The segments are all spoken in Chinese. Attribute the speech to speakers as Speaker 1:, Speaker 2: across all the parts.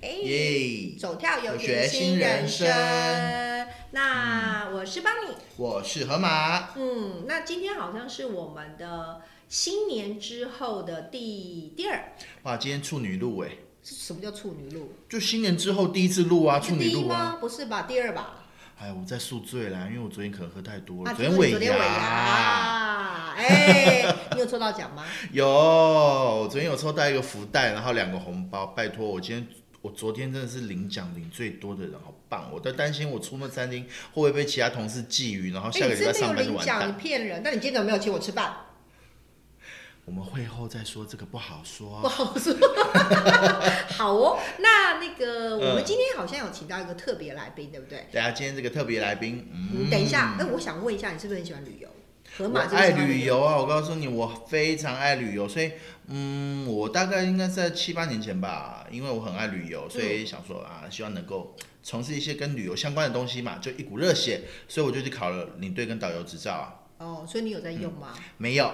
Speaker 1: 耶
Speaker 2: 走跳有
Speaker 1: 有
Speaker 2: 点
Speaker 1: 学
Speaker 2: 新人
Speaker 1: 新人
Speaker 2: 生
Speaker 1: 生。
Speaker 2: 那我是邦尼，
Speaker 1: 我是河马，
Speaker 2: 嗯，那今天好像是我们的新年之后的第第二，
Speaker 1: 哇，今天处女录哎，
Speaker 2: 是什么叫处女录？
Speaker 1: 就新年之后第一次录啊，
Speaker 2: 是
Speaker 1: 处
Speaker 2: 第
Speaker 1: 女
Speaker 2: 一
Speaker 1: 录啊。
Speaker 2: 吗？不是吧？第二吧？
Speaker 1: 哎呀，我在宿醉啦，因为我昨天可能喝太多了，
Speaker 2: 啊，
Speaker 1: 昨
Speaker 2: 听
Speaker 1: 天
Speaker 2: 说你
Speaker 1: 尾
Speaker 2: 昨天尾
Speaker 1: 牙
Speaker 2: 牙，哎，你有抽到奖 吗？
Speaker 1: 有，我昨天有抽到一个福袋，然后两个红包，拜托我今天。我昨天真的是领奖领最多的人，好棒！我都担心我出那餐厅会不会被其他同事觊觎，然后
Speaker 2: 哎，
Speaker 1: 下个
Speaker 2: 你
Speaker 1: 礼
Speaker 2: 真
Speaker 1: 拜
Speaker 2: 的有
Speaker 1: 上班就
Speaker 2: 领
Speaker 1: 完
Speaker 2: 奖，
Speaker 1: 蛋。
Speaker 2: 你骗人！那你今天怎么没有请我吃饭？
Speaker 1: 我们会后再说，这个不好说。
Speaker 2: 不好 说。好哦，那那个我们
Speaker 1: 嗯
Speaker 2: 今天好像有请到一个特别来宾，对不对？
Speaker 1: 大家啊今天这个特别来宾，
Speaker 2: 嗯，
Speaker 1: 嗯，
Speaker 2: 等一下，哎，我想问一下，你是不是很喜欢旅游？河
Speaker 1: 我
Speaker 2: 马是不是
Speaker 1: 爱
Speaker 2: 喜欢
Speaker 1: 旅？游啊！我告诉你，我非常爱旅游，所以嗯，我大概应该在七八年前吧，因为我很爱旅游，所
Speaker 2: 嗯
Speaker 1: 以想说啊，希望能够从事一些跟旅游相关的东西嘛，就一股热血，所以我就去考了领队跟导游执照啊。
Speaker 2: 哦，所以你有在用吗？
Speaker 1: 没有，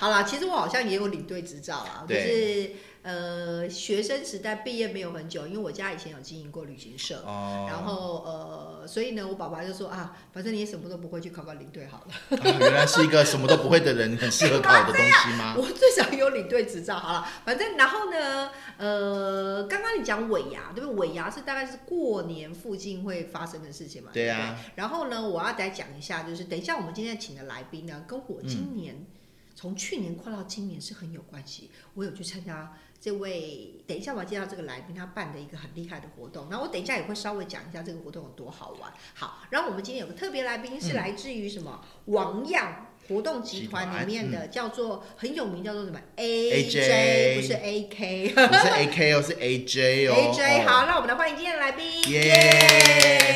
Speaker 2: 好啦，其实我好像也有领队执照啦，就
Speaker 1: 对
Speaker 2: 是呃，学生时代毕业没有很久，因为我家以前有经营过旅行社。
Speaker 1: 哦、
Speaker 2: 然后呃，所以呢，我爸爸就说啊，反正你也什么都不会，去考考领队好了。
Speaker 1: 啊原来是一个什么都不会的人，很适合考的东西吗？
Speaker 2: 我最少有领队执照，好了，反正然后呢，呃，刚刚你讲尾牙，对不对？尾牙是大概是过年附近会发生的事情嘛？
Speaker 1: 对啊
Speaker 2: 不
Speaker 1: 呀、
Speaker 2: 然后呢，我要再讲一下，就是等一下我们今天请的来宾呢，跟我今年、从去年跨到今年是很有关系。我有去参加这位，等一下我要介绍这个来宾他办的一个很厉害的活动，然后我等一下也会稍微讲一下这个活动有多好玩。好，然后我们今天有个特别来宾是来自于什么、王样。活动集团里面的叫做很有名，叫做什么 AJ，
Speaker 1: AJ
Speaker 2: 不是 AK，
Speaker 1: 不是 A K 哦，是 A J 哦。
Speaker 2: AJ，
Speaker 1: 哦
Speaker 2: 好，那我们来欢迎今天的来宾，
Speaker 1: 耶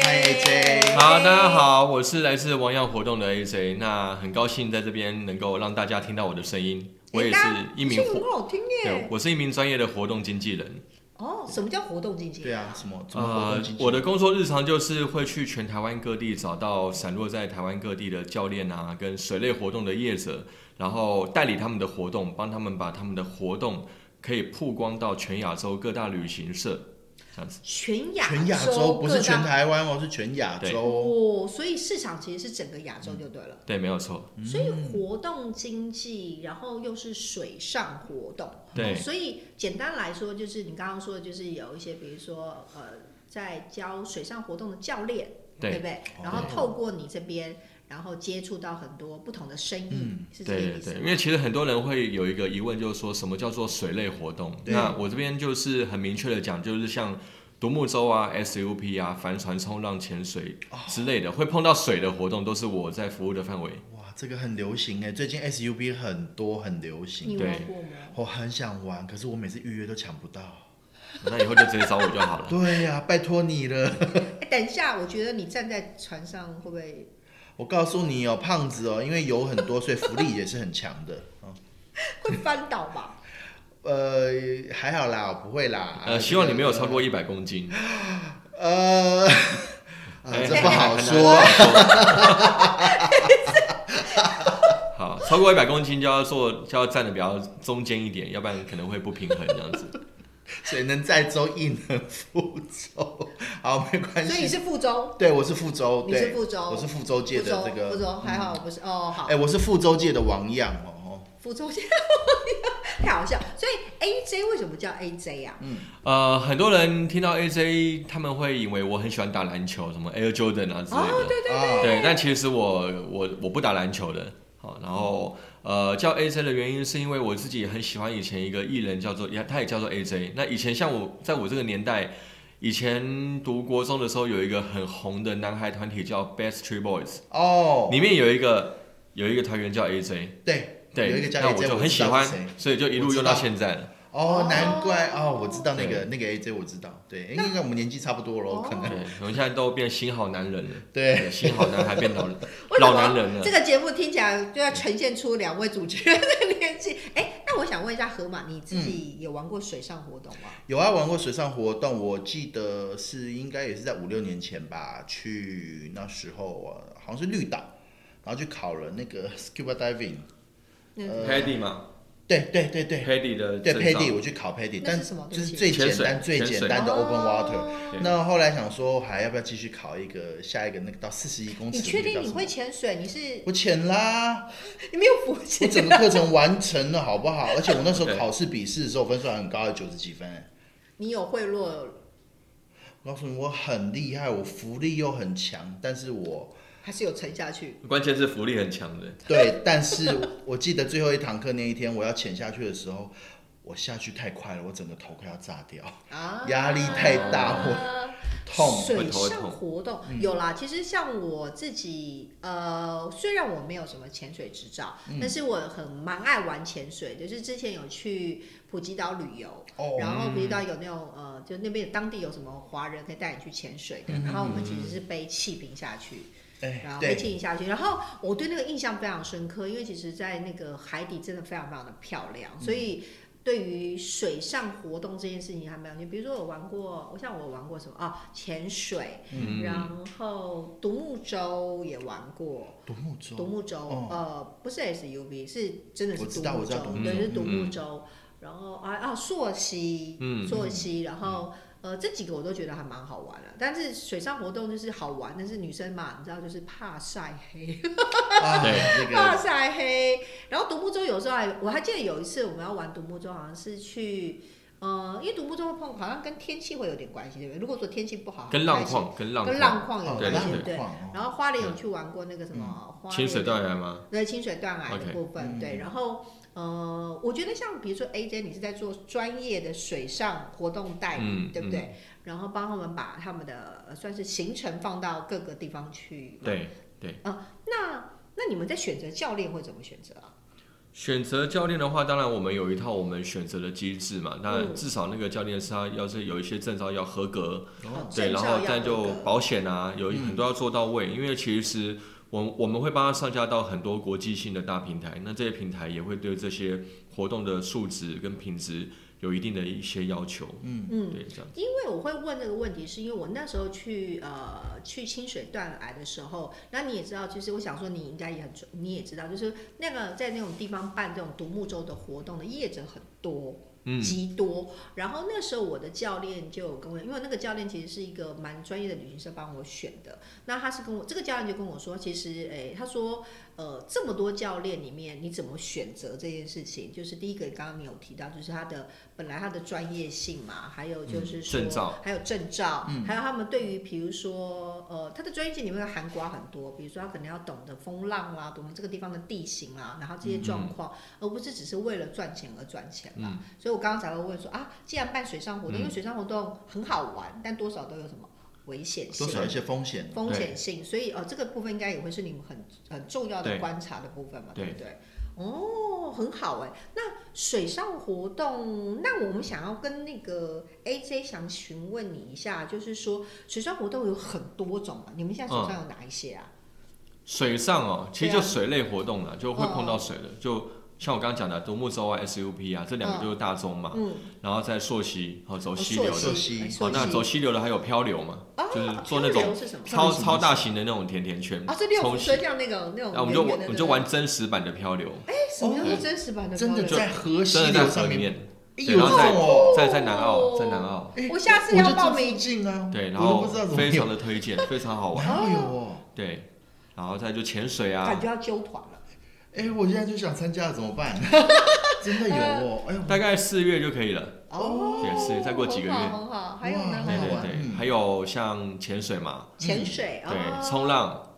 Speaker 1: 欢迎 AJ
Speaker 3: 好，大家。好，我是来自王样活动的 AJ，那很高兴在这边能够让大家听到我的声音。我也是一名
Speaker 2: 声音
Speaker 3: 活，
Speaker 2: 很好听
Speaker 3: 对
Speaker 2: 耶。
Speaker 3: 我是一名专业的活动经纪人。
Speaker 2: 哦，什么叫活动经济？
Speaker 1: 对啊，，什么什么活
Speaker 3: 呃
Speaker 1: 动经，济？
Speaker 3: 我的工作日常就是会去全台湾各地找到散落在台湾各地的教练啊，跟水类活动的业者，然后代理他们的活动，帮他们把他们的活动可以曝光到全亚洲各大旅行社，这样子。
Speaker 2: 全亚
Speaker 1: 全亚洲不是
Speaker 2: 各大
Speaker 1: 全台湾哦，是全亚洲。
Speaker 2: 哦，所以市场其实是整个亚洲就对了。
Speaker 3: 对，没有错。
Speaker 2: 所以活动经济，然后又是水上活动，
Speaker 3: 对
Speaker 2: 哦所以简单来说，就是你刚刚说的，就是有一些，比如说呃，在教水上活动的教练，
Speaker 3: 对哦
Speaker 2: 不对？然后透过你这边，然后接触到很多不同的生意，
Speaker 1: 嗯
Speaker 2: 是这个
Speaker 3: 对
Speaker 2: 意
Speaker 3: 对
Speaker 2: 思
Speaker 3: 对，
Speaker 2: 吗。
Speaker 3: 因为其实很多人会有一个疑问，就是说什么叫做水类活动？
Speaker 1: 对
Speaker 3: 那我这边就是很明确的讲，就是像独木舟啊、SUP 啊、帆船冲浪、潜水
Speaker 2: 哦
Speaker 3: 之类的，会碰到水的活动，都是我在服务的范围。
Speaker 1: 哇，这个很流行哎，最近 SUB 很多很流
Speaker 2: 你
Speaker 1: 行，
Speaker 3: 对
Speaker 2: 玩过吗？
Speaker 1: 我很想玩，可是我每次预约都抢不到。
Speaker 3: 那以后就直接找我就好 了。
Speaker 1: 对呀、拜托你了。
Speaker 2: 哎，等一下，我觉得你站在船上会不会？
Speaker 1: 我告诉你哦，胖子哦，因为油很多，所以浮力也是很强的。哦
Speaker 2: 会翻倒吧？
Speaker 1: 呃，还好啦，我不会啦。
Speaker 3: 呃，希望你没有超
Speaker 2: 啊
Speaker 3: 过一百 公斤。
Speaker 1: 呃， 呃，
Speaker 3: 哎
Speaker 1: 这不好
Speaker 3: 很难
Speaker 1: 说。
Speaker 3: 很难好，超过一百公斤就要做，就要站的比较中间一点，要不然可能会不平衡这样子。
Speaker 1: 水能载舟，亦能覆舟。好，没关
Speaker 2: 所以你
Speaker 1: 系。
Speaker 2: 是副州，
Speaker 1: 对，我是覆舟，
Speaker 2: 你是
Speaker 1: 对，
Speaker 2: 副州，
Speaker 1: 我是覆舟界
Speaker 2: 福州，
Speaker 1: 的这
Speaker 2: 福
Speaker 1: 个。
Speaker 2: 州还好，我不是哦，好
Speaker 1: 哎，，我是覆舟界的王样哦哦。
Speaker 2: 福州现在太好笑。所以 AJ 为什么叫 AJ 啊？
Speaker 3: 呃，很多人听到 AJ，他们会以为我很喜欢打篮球，什么 Air Jordan 啊之类的。
Speaker 2: 哦，对对
Speaker 1: 啊
Speaker 3: 对但其实我我我不打篮球的。好，然后呃，叫 AJ 的原因是因为我自己也很喜欢以前一个艺人叫做，也他也叫做 AJ。那以前像我在我这个年代，以前读国中的时候，有一个很红的男孩团体叫 Backstreet Boys，、
Speaker 1: 哦，
Speaker 3: 里面有一个有一个团员叫 AJ。
Speaker 1: 对
Speaker 3: 对，
Speaker 1: 有一个叫
Speaker 3: 那
Speaker 1: AJ，
Speaker 3: 我就
Speaker 1: 我
Speaker 3: 很
Speaker 1: 知
Speaker 3: 喜
Speaker 1: 道
Speaker 3: 欢
Speaker 1: 是谁，
Speaker 3: 所以就一
Speaker 1: 我
Speaker 3: 路
Speaker 1: 知
Speaker 3: 用到
Speaker 1: 道
Speaker 3: 现在了。
Speaker 1: 哦
Speaker 2: 哦，
Speaker 1: 难怪哦，我知道那个那个 AJ，我知道，对，因
Speaker 2: 那
Speaker 1: 为应该我们年纪差不多
Speaker 2: 哦
Speaker 1: 了，可能
Speaker 3: 对，我们现在都变新好男人了。
Speaker 1: 对，
Speaker 3: 新好男孩变老
Speaker 2: 为什么
Speaker 3: 老男人了
Speaker 2: 这。个节目听起来就要呈现出两位主持人的年纪。哎，那我想问一下河马，你自己有玩过水上活动吗？
Speaker 1: 有啊，玩过水上活动，我记得是应该也是在五六年前吧，去那时候啊，好像是绿岛，然后去考了那个 scuba diving，
Speaker 2: 那
Speaker 1: 呃
Speaker 3: Paddy 嘛，
Speaker 1: 对对对对
Speaker 3: Paddy 的
Speaker 1: 对
Speaker 3: 证照
Speaker 1: Paddy，我去考 Paddy，
Speaker 2: 那
Speaker 1: 但
Speaker 2: 是什么对
Speaker 1: 就
Speaker 2: 不
Speaker 1: 是
Speaker 2: 起
Speaker 1: 最简
Speaker 3: 潜水
Speaker 1: 单最
Speaker 3: 潜
Speaker 1: 简
Speaker 3: 水
Speaker 1: 单的 open water。
Speaker 2: 哦
Speaker 3: 对
Speaker 1: 那后来想说，还要不要继续考一个下一个那个到四十一公尺？
Speaker 2: 你确定
Speaker 1: 那
Speaker 2: 你
Speaker 1: 个叫
Speaker 2: 会
Speaker 1: 什么？
Speaker 2: 潜水？你是
Speaker 1: 我潜啦，
Speaker 2: 你没有浮
Speaker 1: 我
Speaker 2: 潜？
Speaker 1: 整个课程完成了，好不 好？而且我那时
Speaker 3: OK
Speaker 1: 候考试笔试的时候分数还很高，九十几分、哎
Speaker 2: 你有贿赂，
Speaker 1: 我告诉你，我很厉害，我浮力又很强，但是我
Speaker 2: 还是有沉下去？
Speaker 3: 关键是浮力很强的，
Speaker 1: 对， 但是我记得最后一堂课那一天，我要潜下去的时候，我下去太快了，我整个头快要炸掉，
Speaker 2: 啊，
Speaker 1: 压力太大
Speaker 2: 我
Speaker 1: 痛。
Speaker 3: 会
Speaker 2: 水
Speaker 3: 头
Speaker 2: 上
Speaker 3: 痛嗯
Speaker 2: 活动有啦，其实像我自己，呃，虽然我没有什么潜水执照，
Speaker 3: 嗯
Speaker 2: 但是我很蛮爱玩潜水的，就是之前有去普吉岛旅游，
Speaker 1: 哦，
Speaker 2: 然后普吉岛有那种呃，就那边有当地有什么华人可以带你去潜水
Speaker 3: 嗯
Speaker 2: 的，然后我们其实是背气瓶下去，
Speaker 1: 哎
Speaker 2: 然，后被
Speaker 1: 对，
Speaker 2: 浸下去。然后我对那个印象非常深刻，因为其实，在那个海底真的非常非常的漂亮，
Speaker 1: 嗯
Speaker 2: 所以对于水上活动这件事情还蛮有趣。比如说我玩过，我像我玩过什么啊，潜水，
Speaker 3: 嗯，
Speaker 2: 然后独木舟也玩过，
Speaker 1: 独木
Speaker 2: 独
Speaker 1: 舟，
Speaker 2: 木舟，
Speaker 1: 哦
Speaker 2: 呃，不是 SUV，是真的是
Speaker 1: 我知
Speaker 2: 独
Speaker 1: 道
Speaker 2: 木
Speaker 1: 我知
Speaker 2: 舟
Speaker 1: 道独，木
Speaker 2: 对，
Speaker 3: 舟
Speaker 2: 是独木
Speaker 3: 嗯
Speaker 2: 舟。然后啊啊，溯溪，
Speaker 3: 嗯
Speaker 2: 溯溪，然后呃，这几个我都觉得还蛮好玩的、但是水上活动就是好玩，但是女生嘛，你知道就是怕晒黑，
Speaker 1: 啊，
Speaker 3: 对
Speaker 1: 那
Speaker 2: 怕
Speaker 1: 个
Speaker 2: 晒黑。然后独木舟有时候还，我还记得有一次我们要玩独木舟，好像是去。呃，因为独木舟碰好像跟天气会有点关系，对不对？如果说天气不好，
Speaker 3: 跟
Speaker 2: 很开
Speaker 3: 浪
Speaker 2: 心，
Speaker 3: 况跟浪
Speaker 2: 跟
Speaker 3: 况
Speaker 2: 浪况有
Speaker 1: 哦
Speaker 3: 对
Speaker 2: 关
Speaker 1: 浪
Speaker 2: 系，
Speaker 3: 对
Speaker 2: 对。
Speaker 1: 况哦
Speaker 2: 然后花莲有去玩过那个什么花莲
Speaker 3: 清水断崖吗？
Speaker 2: 对清水断崖的
Speaker 3: OK，
Speaker 2: 部分
Speaker 1: 嗯
Speaker 2: 对。然后呃，我觉得像比如说 AJ，你是在做专业的水上活动代理，
Speaker 3: 嗯，
Speaker 2: 对不对？然后帮他们把他们的呃算是行程放到各个地方去
Speaker 3: 嗯？。对，
Speaker 2: 那那你们在选择教练会怎么选择啊？
Speaker 3: 选择教练的话，当然我们有一套我们选择的机制嘛。那
Speaker 2: 嗯
Speaker 3: 至少那个教练是他要是有一些证照要合格，
Speaker 1: 哦
Speaker 3: 对，
Speaker 2: 证
Speaker 3: 然
Speaker 2: 照
Speaker 3: 后
Speaker 2: 要
Speaker 3: 但就
Speaker 2: 合格
Speaker 3: 保险啊，有一
Speaker 1: 嗯
Speaker 3: 很多要做到位。因为其实我我们会帮他上架到很多国际性的大平台，那这些平台也会对这些活动的素质跟品质有一定的一些要求。
Speaker 1: 嗯，
Speaker 2: 嗯，
Speaker 3: 对，这样
Speaker 2: 因为我会问这个问题，是因为我那时候去呃去清水断崖的时候，那你也知道，其实我想说你应该也很，你也知道，就是那个在那种地方办这种独木舟的活动的业者很多，
Speaker 3: 嗯
Speaker 2: 极多。然后那时候我的教练就有跟我，因为那个教练其实是一个蛮专业的旅行社帮我选的，那他是跟我这个教练就跟我说，其实诶，他说呃这么多教练里面，你怎么选择这件事情？就是第一个刚刚你有提到，就是他的本来他的专业性嘛，还有就是说、
Speaker 3: 嗯证照嗯
Speaker 2: 还有证照，还有他们对于比如说呃他的专业性里面涵盖很多，比如说他可能要懂得风浪啦，懂得这个地方的地形啦，然后这些状
Speaker 3: 嗯
Speaker 2: 况，而不是只是为了赚钱而赚钱啦。所以我刚刚才会问说啊，既然办水上
Speaker 3: 嗯
Speaker 2: 活动，因为水上活动很好玩，但多少都有什么危险性
Speaker 1: 多。少有一些风险。
Speaker 2: 风险性，所以呃，这个部分应该也会是你们很很重要的
Speaker 3: 对
Speaker 2: 观察的部分嘛，对
Speaker 3: 对
Speaker 2: 不对？哦，很好哎。那水上活动，那我们想要跟那个 AJ 想询问你一下，就是说水上活动有很多种嘛，你们现在手上有哪一些啊？
Speaker 3: 水上哦，其实
Speaker 2: 对啊
Speaker 3: 就水类活动啦，就会碰
Speaker 2: 哦
Speaker 3: 到水的，就像我刚刚讲的独木舟啊、SUP 啊，这两个就是大宗嘛。
Speaker 2: 嗯，
Speaker 3: 然后再溯溪，哦，走
Speaker 2: 哦
Speaker 3: 溪流的，
Speaker 2: 溯
Speaker 1: 溯
Speaker 2: 溪
Speaker 1: 溪，
Speaker 2: 哎
Speaker 3: 哦，那走
Speaker 2: 溪
Speaker 3: 溪流的还有漂流嘛，
Speaker 2: 哦
Speaker 3: 就是做那种
Speaker 2: 漂流是什么？
Speaker 3: 超
Speaker 1: 什么
Speaker 3: 超大型的那种甜甜圈，
Speaker 2: 啊，是六
Speaker 3: 从
Speaker 2: 福
Speaker 3: 溪
Speaker 2: 水，像那个那种圆圆的那个，
Speaker 3: 那啊我们就玩我们就玩真实版的漂流，
Speaker 2: 哎，什么叫做真实版的
Speaker 1: 真
Speaker 2: 漂
Speaker 1: 的
Speaker 2: 流
Speaker 1: 在河溪
Speaker 3: 真的在
Speaker 1: 流
Speaker 3: 河
Speaker 1: 上
Speaker 3: 里
Speaker 1: 面，
Speaker 3: 面，
Speaker 1: 哎
Speaker 3: 对
Speaker 1: 有
Speaker 3: 然
Speaker 1: 这
Speaker 3: 后在
Speaker 1: 种哦。
Speaker 3: 在在南澳，在南澳，
Speaker 1: 哎
Speaker 2: 我下次要
Speaker 1: 我就住
Speaker 2: 报名
Speaker 1: 附近啊，
Speaker 3: 对，然
Speaker 1: 我都
Speaker 3: 后
Speaker 1: 不知道怎么
Speaker 3: 非常
Speaker 1: 有，
Speaker 3: 的推荐，非常好玩，
Speaker 1: 哪会有哦？
Speaker 3: 对，然后再就潜水
Speaker 2: 感
Speaker 3: 啊，
Speaker 2: 觉要揪团了。
Speaker 1: 哎，我现在就想参加了，怎么 办？真的有哦，哎呦，
Speaker 2: 呃
Speaker 3: 大概四月就可以了，
Speaker 2: 哦，
Speaker 3: 对是再过几个月
Speaker 2: 很好，很好。还有呢，
Speaker 1: 哇
Speaker 2: 还
Speaker 3: 对对
Speaker 2: 有
Speaker 1: 好玩
Speaker 3: 对，
Speaker 1: 嗯
Speaker 3: 还有像潜水嘛，
Speaker 2: 潜水，
Speaker 3: 对，
Speaker 2: 哦
Speaker 3: 冲，浪，
Speaker 1: 哦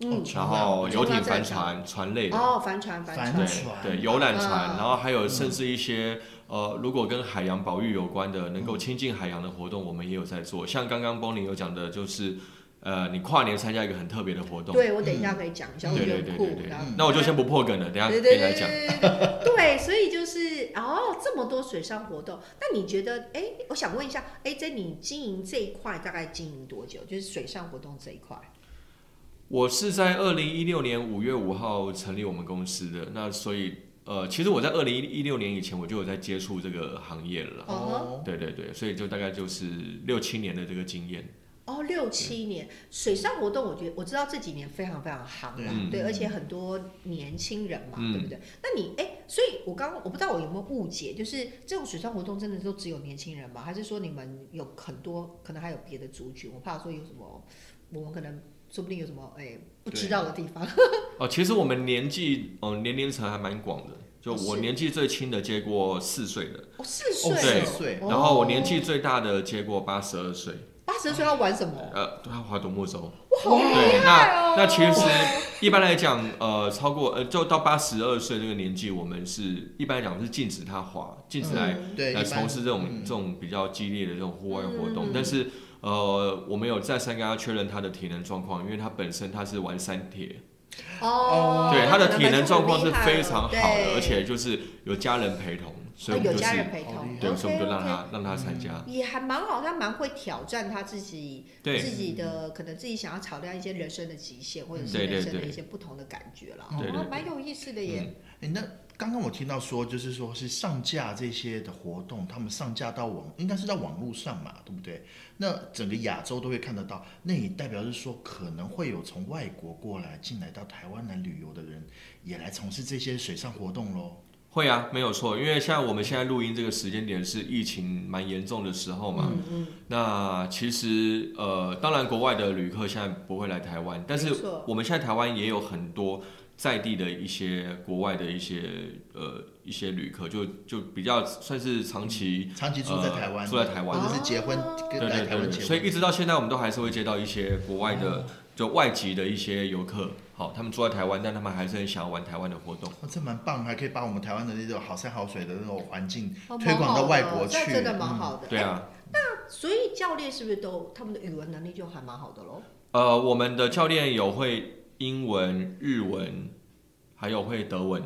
Speaker 2: 嗯，
Speaker 3: 然
Speaker 1: 冲
Speaker 3: 后
Speaker 1: 浪
Speaker 3: 游
Speaker 2: 冲
Speaker 3: 艇、
Speaker 2: 浪
Speaker 3: 帆
Speaker 2: 在哪
Speaker 3: 船、船类的，
Speaker 2: 哦，帆船，
Speaker 1: 帆
Speaker 2: 船，
Speaker 1: 船
Speaker 3: 对对，游览船，
Speaker 2: 嗯
Speaker 3: 然后还有甚至一些、呃，如果跟海洋保育有关的，能够
Speaker 1: 嗯
Speaker 3: 亲近海洋的活动，我们也有在做。像刚刚 Bonnie 有讲的，就是呃，你跨年参加一个很特别的活动，
Speaker 2: 对我等一下可以讲一下，我
Speaker 3: 对
Speaker 2: 觉得
Speaker 3: 对
Speaker 2: 很
Speaker 3: 对
Speaker 2: 酷
Speaker 3: 对对。
Speaker 2: 然后
Speaker 3: 那我就先不破梗了，等一下可
Speaker 2: 对
Speaker 3: 以
Speaker 2: 对
Speaker 3: 来
Speaker 2: 对
Speaker 3: 讲。
Speaker 2: 对对，对，所以就是哦，这么多水上活动，那你觉得？哎，我想问一下，哎，在你经营这一块大概经营多久？就是水上活动这一块，
Speaker 3: 我是在二零一六年五月五号成立我们公司的，那所以呃，其实我在二零一六年以前我就有在接触这个行业了啦。
Speaker 2: 哦
Speaker 1: 哦，
Speaker 3: 对对对，所以就大概就是六七年的这个经验。
Speaker 2: 哦，六七年水上活动，我觉得我知道这几年非常非常夯啦，
Speaker 3: 嗯
Speaker 2: 对，而且很多年轻人嘛，
Speaker 3: 嗯
Speaker 2: 对不对？那你哎，所以我刚我不知道我有没有误解，就是这种水上活动真的都只有年轻人吗？还是说你们有很多可能还有别的族群？我怕说有什么，我们可能说不定有什么哎不知道的地方。
Speaker 3: 哦，其实我们年纪，嗯、年龄层还蛮广的。就
Speaker 2: 哦
Speaker 3: 我
Speaker 2: 是
Speaker 3: 年纪最轻的接过四岁的，
Speaker 2: 我四岁哦，
Speaker 3: 对
Speaker 1: 岁
Speaker 2: 哦
Speaker 3: 然后我年纪最大的接过八十二岁。
Speaker 2: 八十岁要玩什么？
Speaker 3: 呃，他划独木舟。
Speaker 2: 哇，好厉
Speaker 3: 对，
Speaker 2: 害
Speaker 3: 那
Speaker 2: 哦！
Speaker 3: 那其实一般来讲，呃，超过呃，就到八十二岁这个年纪，我们是一般来讲是禁止他划，禁止来、
Speaker 2: 嗯
Speaker 1: 对，
Speaker 3: 来
Speaker 1: 一般
Speaker 3: 从事这种、
Speaker 1: 嗯
Speaker 3: 这种比较激烈的这种户外活动。
Speaker 2: 嗯
Speaker 3: 但是呃，我们有再三跟他确认他的体能状况，因为他本身他是玩山铁，
Speaker 2: 哦，
Speaker 3: 对他的
Speaker 2: 那
Speaker 3: 体
Speaker 2: 本来
Speaker 3: 能
Speaker 2: 就
Speaker 3: 状况
Speaker 2: 很
Speaker 3: 是
Speaker 2: 厉害
Speaker 3: 非
Speaker 2: 了
Speaker 3: 常好
Speaker 2: 对
Speaker 3: 的，而且就是有家人陪同，所以
Speaker 2: 哦
Speaker 3: 我
Speaker 2: 有
Speaker 3: 们就
Speaker 2: 家
Speaker 3: 是
Speaker 2: 人陪
Speaker 1: 哦
Speaker 2: 同，
Speaker 1: 厉
Speaker 3: 对，
Speaker 1: 害
Speaker 3: 所以我们就让
Speaker 2: OK，OK 嗯
Speaker 3: 他让他参加，
Speaker 2: 也还蛮好，他蛮会挑战他自己
Speaker 3: 对
Speaker 2: 自己的可能自己想要挑战一些人生的极限，或者是
Speaker 3: 嗯对对
Speaker 2: 人生的
Speaker 3: 对
Speaker 2: 一些不同的感觉啦，
Speaker 3: 对对嗯
Speaker 2: 哦
Speaker 3: 对
Speaker 2: 蛮有意思的耶。
Speaker 1: 诶哎那刚刚我听到说，就是说是上架这些的活动，他们上架到网，应该是在网络上嘛，对不对？那整个亚洲都会看得到，那也代表是说，可能会有从外国过来进来到台湾来旅游的人，也来从事这些水上活动喽。
Speaker 3: 会啊，没有错，因为像我们现在录音这个时间点是疫情蛮严重的时候嘛，
Speaker 2: 嗯嗯，
Speaker 3: 那其实呃，当然国外的旅客现在不会来台湾，但是
Speaker 2: 没错
Speaker 3: 我们现在台湾也有很多在地的一些国外的一些呃一些旅客，就就比较算是长期
Speaker 1: 长期住在台湾，
Speaker 3: 呃住在台湾
Speaker 1: 或者是结婚
Speaker 2: 哦
Speaker 1: 跟
Speaker 3: 对
Speaker 1: 来
Speaker 3: 对
Speaker 1: 台
Speaker 3: 对
Speaker 1: 湾
Speaker 3: 对，
Speaker 1: 结婚，
Speaker 3: 所以一直到现在我们都还是会接到一些国外的就外籍的一些游客，好，他们住在台湾，但他们还是很想要玩台湾的活动。
Speaker 1: 哦，这蛮棒，还可以把我们台湾的那种好山好水的那种环境
Speaker 2: 哦
Speaker 1: 推广到外国
Speaker 2: 蛮好的这
Speaker 1: 去
Speaker 2: 真的蛮好的。
Speaker 3: 对
Speaker 2: 哎，
Speaker 3: 啊，
Speaker 2: 所以教练是不是都他们的语文能力就还蛮好的喽？
Speaker 1: 哎
Speaker 3: 呃，我们的教练有会英文、日文，还有会德文、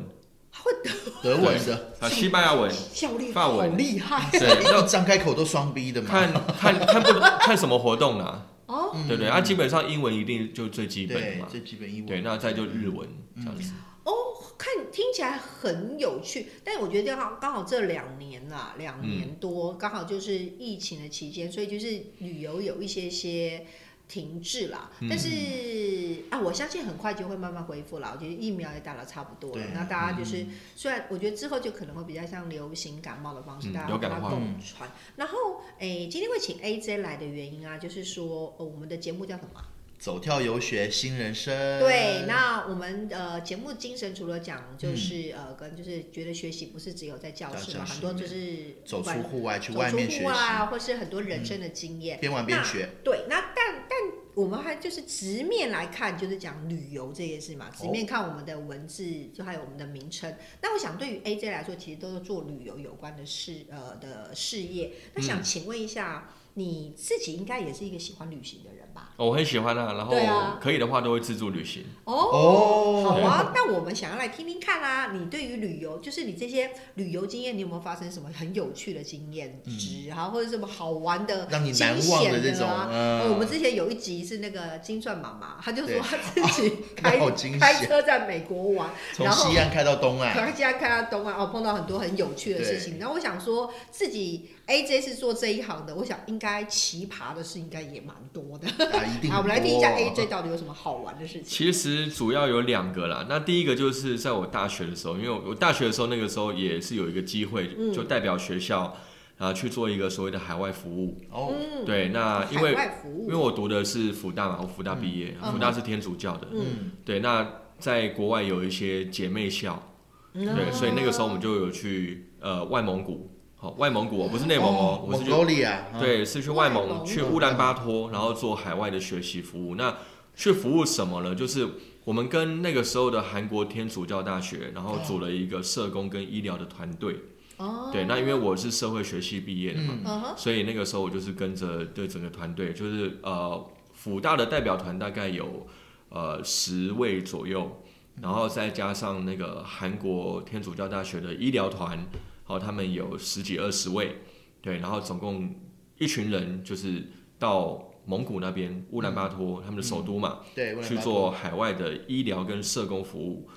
Speaker 2: 会的，
Speaker 1: 德文的，
Speaker 3: 啊西班牙文。
Speaker 2: 教练
Speaker 3: 法
Speaker 2: 好
Speaker 3: 文
Speaker 2: 厉害
Speaker 3: 对，那
Speaker 1: 一张开口都双逼的嘛。
Speaker 3: 看看看不看什么活动啦、
Speaker 2: 哦。
Speaker 1: 嗯
Speaker 3: 对不对？啊，基本上英文一定就最基本的
Speaker 1: 对
Speaker 3: 嘛，。
Speaker 1: 最基本英文。嗯
Speaker 3: 对，那再就日文这样子。
Speaker 2: 哦，看听起来很有趣，但我觉得刚好刚好这两年啦，两年多、
Speaker 3: 嗯
Speaker 2: 刚好就是疫情的期间，所以就是旅游有一些些停滞啦。
Speaker 3: 嗯
Speaker 2: 但是啊，我相信很快就会慢慢恢复啦。我觉得疫苗也打了差不多了
Speaker 1: 对，
Speaker 2: 那大家就是、
Speaker 3: 嗯
Speaker 2: 虽然我觉得之后就可能会比较像流行感冒的方式，
Speaker 3: 嗯
Speaker 2: 大家
Speaker 3: 流感
Speaker 2: 把它
Speaker 3: 化
Speaker 2: 共传。然后诶，今天会请 AJ 来的原因啊，就是说、哦、我们的节目叫什么啊？
Speaker 1: 走跳游学新人生。
Speaker 2: 对，那我们呃节目精神除了讲就是、呃跟就是觉得学习不是只有在教室
Speaker 1: 在
Speaker 2: 嘛，
Speaker 1: 嗯教室
Speaker 2: 很多就是
Speaker 1: 走出
Speaker 2: 外
Speaker 1: 户外去
Speaker 2: 走
Speaker 1: 外
Speaker 2: 出
Speaker 1: 面学
Speaker 2: 户外
Speaker 1: 习，嗯
Speaker 2: 啊，或是很多人生的经验。
Speaker 1: 边玩边学。
Speaker 2: 对，那但但我们还就是直面来看，就是讲旅游这件事嘛，
Speaker 1: 哦
Speaker 2: 直面看我们的文字，就还有我们的名称。那我想对于 AJ 来说，其实都是做旅游有关的事呃的事业。那
Speaker 1: 嗯
Speaker 2: 想请问一下，你自己应该也是一个喜欢旅行的人吧？
Speaker 3: 我很喜欢啊，然后
Speaker 2: 对啊
Speaker 3: 可以的话都会自助旅行。
Speaker 2: 哦，
Speaker 1: 哦
Speaker 2: 好
Speaker 3: 哎
Speaker 2: 啊，那我们想要来听听看啦、你对于旅游，就是你这些旅游经验，你有没有发生什么很有趣的经验
Speaker 3: 嗯
Speaker 2: 值啊，或者什么好玩的、
Speaker 1: 让你
Speaker 2: 惊
Speaker 1: 难忘
Speaker 2: 险
Speaker 1: 的
Speaker 2: 的
Speaker 1: 这种，
Speaker 2: 啊呃，
Speaker 1: 嗯，
Speaker 2: 我们之前有一集是那个金钻妈妈，她就说
Speaker 1: 对
Speaker 2: 她自
Speaker 3: 哦
Speaker 2: 己 开、
Speaker 1: 那好惊
Speaker 2: 开
Speaker 1: 险
Speaker 2: 车在美国玩，
Speaker 1: 从
Speaker 2: 然后
Speaker 1: 西岸开到
Speaker 3: 哎
Speaker 1: 东 啊
Speaker 2: 可
Speaker 1: 岸，
Speaker 2: 她现在看到东岸哦，碰到很多很有趣的事情。然后我想说，自己 AJ 是做这一行的，我想应该奇葩的事应该也蛮多的。
Speaker 1: 啊，一定
Speaker 2: 好，我们来听一下哎
Speaker 1: 很多
Speaker 2: AJ 到底有什么好玩的事情。
Speaker 3: 其实主要有两个啦，那第一个就是在我大学的时候，因为我我大学的时候那个时候也是有一个机会，
Speaker 2: 嗯
Speaker 3: 就代表学校啊去做一个所谓的海外服务。
Speaker 1: 哦，
Speaker 2: 嗯，
Speaker 3: 对，那啊因为
Speaker 2: 海外服务
Speaker 3: 因为我读的是福大嘛，我福大毕业，
Speaker 2: 嗯
Speaker 3: 福大是天主教的。
Speaker 1: 嗯，
Speaker 3: 对，那在国外有一些姐妹校。对，
Speaker 2: 嗯
Speaker 3: 所以那个时候我们就有去呃外蒙古，好、外蒙古哦，不是内蒙哦，我
Speaker 1: 蒙
Speaker 3: 是去
Speaker 1: 古利亚，啊，
Speaker 3: 对是去外
Speaker 2: 外蒙
Speaker 3: 蒙
Speaker 2: 古
Speaker 3: 去乌兰巴托，然后做海外的学习服务。那去服务什么呢？就是我们跟那个时候的韩国天主教大学，然后组了一个社工跟医疗的团队。
Speaker 2: 哦，
Speaker 3: 对，那因为我是社会学系毕业的嘛，
Speaker 1: 嗯，
Speaker 2: 嗯哼，
Speaker 3: 所以那个时候我就是跟着这整个团队，就是呃，辅大的代表团大概有呃十位左右，然后再加上那个韩国天主教大学的医疗团，好，他们有十几二十位，对，然后总共一群人就是到蒙古那边嗯乌兰巴托、嗯他们的首都嘛，
Speaker 1: 对，乌兰
Speaker 3: 去
Speaker 1: 巴托
Speaker 3: 做海外的医疗跟社工服务。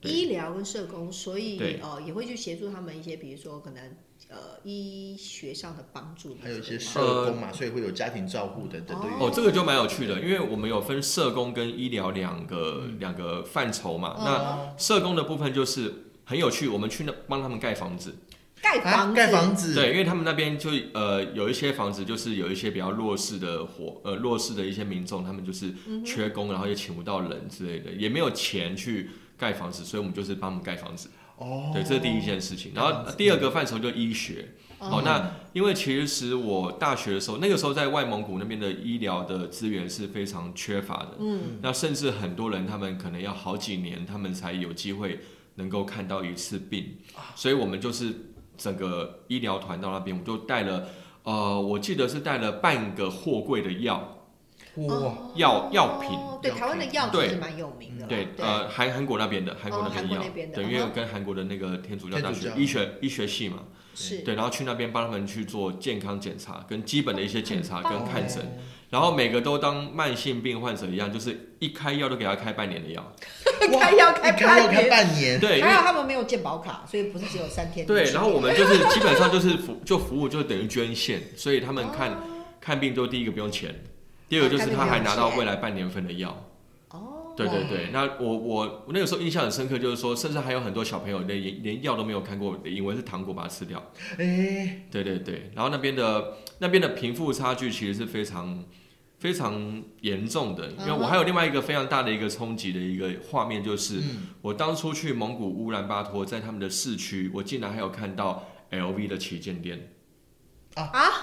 Speaker 3: 对
Speaker 2: 医疗跟社工，所以
Speaker 3: 对
Speaker 2: 呃也会去协助他们一些，比如说可能呃医学上的帮助吗？
Speaker 1: 还有一些
Speaker 2: 这
Speaker 3: 呃
Speaker 2: 吗
Speaker 1: 社工嘛，所以会有家庭照护等等都有。
Speaker 3: 哦，这个就蛮有趣的，因为我们有分社工跟医疗两个、两个范畴嘛。那
Speaker 1: 哦
Speaker 3: 社工的部分就是很有趣，我们去那帮他们盖房子，
Speaker 2: 盖房
Speaker 1: 啊
Speaker 2: 子
Speaker 1: 盖房子，
Speaker 3: 对，因为他们那边就呃有一些房子就是有一些比较弱势的活呃弱势的一些民众，他们就是缺工，然后也请不到人之类的，也没有钱去盖房子，所以我们就是帮他们盖房子。
Speaker 1: 哦，
Speaker 3: 对，这是第一件事情。然后第二个范畴就医学。
Speaker 2: 哦
Speaker 3: 好、那因为其实我大学的时候，那个时候在外蒙古那边的医疗的资源是非常缺乏的，嗯，那甚至很多人他们可能要好几年，他们才有机会能够看到一次病，
Speaker 2: 啊
Speaker 3: 所以我们就是整个医疗团到那边，我们就带了，呃，我记得是带了半个货柜的药，
Speaker 2: 啊
Speaker 1: 哇，
Speaker 3: 药药品
Speaker 2: 哦对，
Speaker 1: 药
Speaker 2: 台湾的
Speaker 1: 品
Speaker 2: 药其实
Speaker 3: 对
Speaker 2: 蛮有名的啦。
Speaker 3: 对，呃，韩韩国那边的，韩国
Speaker 2: 哦
Speaker 3: 那边
Speaker 2: 韩国
Speaker 3: 的药，
Speaker 2: 那边的
Speaker 3: 对，因
Speaker 2: 嗯
Speaker 3: 为
Speaker 2: 哼
Speaker 3: 我跟韩国的那个天主教
Speaker 1: 天
Speaker 3: 大
Speaker 1: 主
Speaker 3: 学
Speaker 1: 教
Speaker 3: 医学医学系嘛，
Speaker 2: 是
Speaker 3: 对，然后去那边帮他们去做健康检查，跟基本的一些检查
Speaker 2: 很棒
Speaker 3: 跟看诊，然后每个都当慢性病患者一样，就是一开药都给他开半年的 药。
Speaker 1: 哇
Speaker 2: 开药开
Speaker 1: 一开要
Speaker 2: 半
Speaker 1: 开
Speaker 2: 年，
Speaker 1: 半 年，
Speaker 3: 对，因
Speaker 2: 还
Speaker 3: 为
Speaker 2: 好他们没有健保卡，所以不是只有三天的治疗。
Speaker 3: 对，然后我们就是基本上就是服就服务就等于捐献，所以他们看、看病就第一个不用钱，第二个就是他还拿到未来半年份的药。
Speaker 2: 哦，
Speaker 3: 对对对，那我我我那个时候印象很深刻，就是说，甚至还有很多小朋友连连药都没有看过，以为是糖果把它吃掉。
Speaker 1: 哎，
Speaker 3: 对对对，然后那边的那边的贫富差距其实是非常非常严重的，因为
Speaker 2: 嗯
Speaker 3: 我
Speaker 2: 哼
Speaker 3: 还有另外一个非常大的一个冲击的一个画面，就是、
Speaker 1: 嗯
Speaker 3: 我当初去蒙古乌兰巴托，在他们的市区，我竟然还有看到 LV 的旗舰店，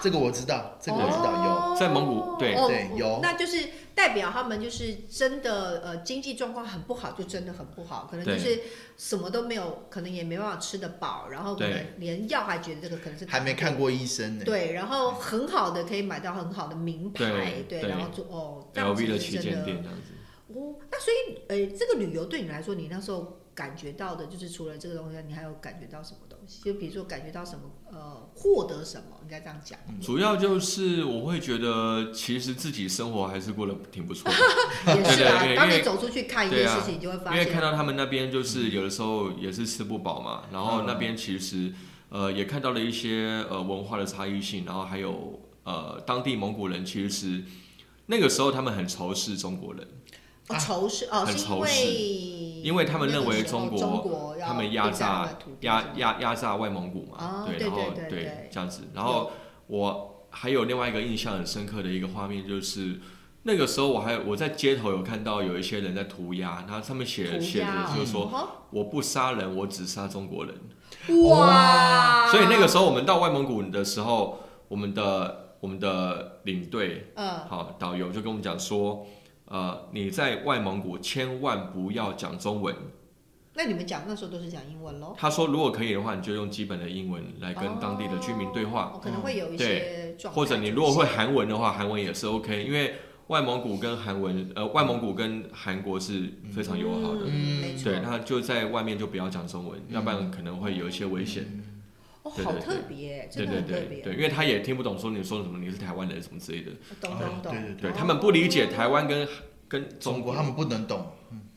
Speaker 1: 这个我知道，这个我知道，
Speaker 2: 哦
Speaker 3: 在蒙古对
Speaker 2: 哦
Speaker 1: 对有
Speaker 2: 那就是代表他们就是真的呃经济状况很不好，就真的很不好，可能就
Speaker 3: 对
Speaker 2: 是什么都没有，可能也没办法吃得饱，然后可能
Speaker 3: 对
Speaker 2: 连药还觉得这个可能是
Speaker 1: 有，还没看过医生呢。
Speaker 2: 对，然后很好的可以买到很好的名牌，
Speaker 3: 对
Speaker 2: 对，
Speaker 3: 对
Speaker 2: 然后做哦这样子
Speaker 3: LV 的
Speaker 2: 是
Speaker 3: 旗
Speaker 2: 真
Speaker 3: 舰店这样子。
Speaker 2: 哦，那所以呃，这个旅游对你来说，你那时候感觉到的就是除了这个东西，你还有感觉到什么东西？就比如说感觉到什么呃，获得什么，应该这样讲。
Speaker 3: 主要就是我会觉得，其实自己生活还是过得挺不错的，
Speaker 2: 也是
Speaker 3: 对对
Speaker 2: 啦
Speaker 3: 因，为
Speaker 2: 当你走出去看一
Speaker 3: 对
Speaker 2: 件
Speaker 3: 啊
Speaker 2: 事情，你就会发
Speaker 3: 因为看
Speaker 2: 现，
Speaker 3: 到他们那边就是有的时候也是吃不饱
Speaker 2: 嗯
Speaker 3: 嘛，然后那边其实呃也看到了一些呃文化的差异性，然后还有呃当地蒙古人其实那个时候他们很仇视中国人，
Speaker 2: 哦仇视哦，
Speaker 3: 啊很
Speaker 2: 是因
Speaker 3: 仇视
Speaker 2: 为
Speaker 3: 因为他们
Speaker 2: 那
Speaker 3: 认
Speaker 2: 个时
Speaker 3: 为
Speaker 2: 候
Speaker 3: 中国
Speaker 2: 中国要
Speaker 3: 他们压
Speaker 2: 霸占
Speaker 3: 榨
Speaker 2: 了土地是
Speaker 3: 压
Speaker 2: 吗
Speaker 3: 压压榨外蒙古
Speaker 2: 哦
Speaker 3: 嘛，
Speaker 2: 对
Speaker 3: 然后
Speaker 2: 对对对
Speaker 3: 这样子，然后我还有另外一个印象很深刻的一个画面就是。那个时候我还我在街头有看到有一些人在涂鸦，然后上面写
Speaker 2: 涂
Speaker 3: 写
Speaker 2: 鸦
Speaker 3: 着
Speaker 2: 哦
Speaker 3: 就是说
Speaker 2: 嗯
Speaker 3: 我不杀人，我只杀中国人。
Speaker 2: 哼嗯哇，
Speaker 3: 所以那个时候我们到外蒙古的时候，我们的我们的领队
Speaker 2: 嗯
Speaker 3: 好导游就跟我们讲说，呃，你在外蒙古千万不要讲中文。
Speaker 2: 那你们讲那时候都是讲英文喽，
Speaker 3: 他说，如果可以的话，你就用基本的英文来跟当地的居民对话，
Speaker 2: 哦可能会有一些状态
Speaker 3: 或者你如果会韩文的话，韩文也是 OK，因为外蒙古跟韩文，呃，外蒙古跟韩国是非常友好的。
Speaker 2: 嗯没错
Speaker 3: 对，，那就在外面就不要讲中文，要不然可能会有一些危险。
Speaker 2: 哦，
Speaker 3: 对
Speaker 2: 好
Speaker 3: 对
Speaker 2: 特别，
Speaker 3: 对
Speaker 2: 真的
Speaker 3: 对
Speaker 2: 很特
Speaker 3: 对
Speaker 2: 别，
Speaker 3: 对，因为他也听不懂说你说什么，你是台湾人什么之类的。
Speaker 2: 懂
Speaker 1: 哦
Speaker 2: 懂懂，
Speaker 1: 对对
Speaker 3: 对
Speaker 2: 哦
Speaker 3: 他们不理解台湾跟跟
Speaker 1: 中
Speaker 3: 中
Speaker 1: 国他们不能懂，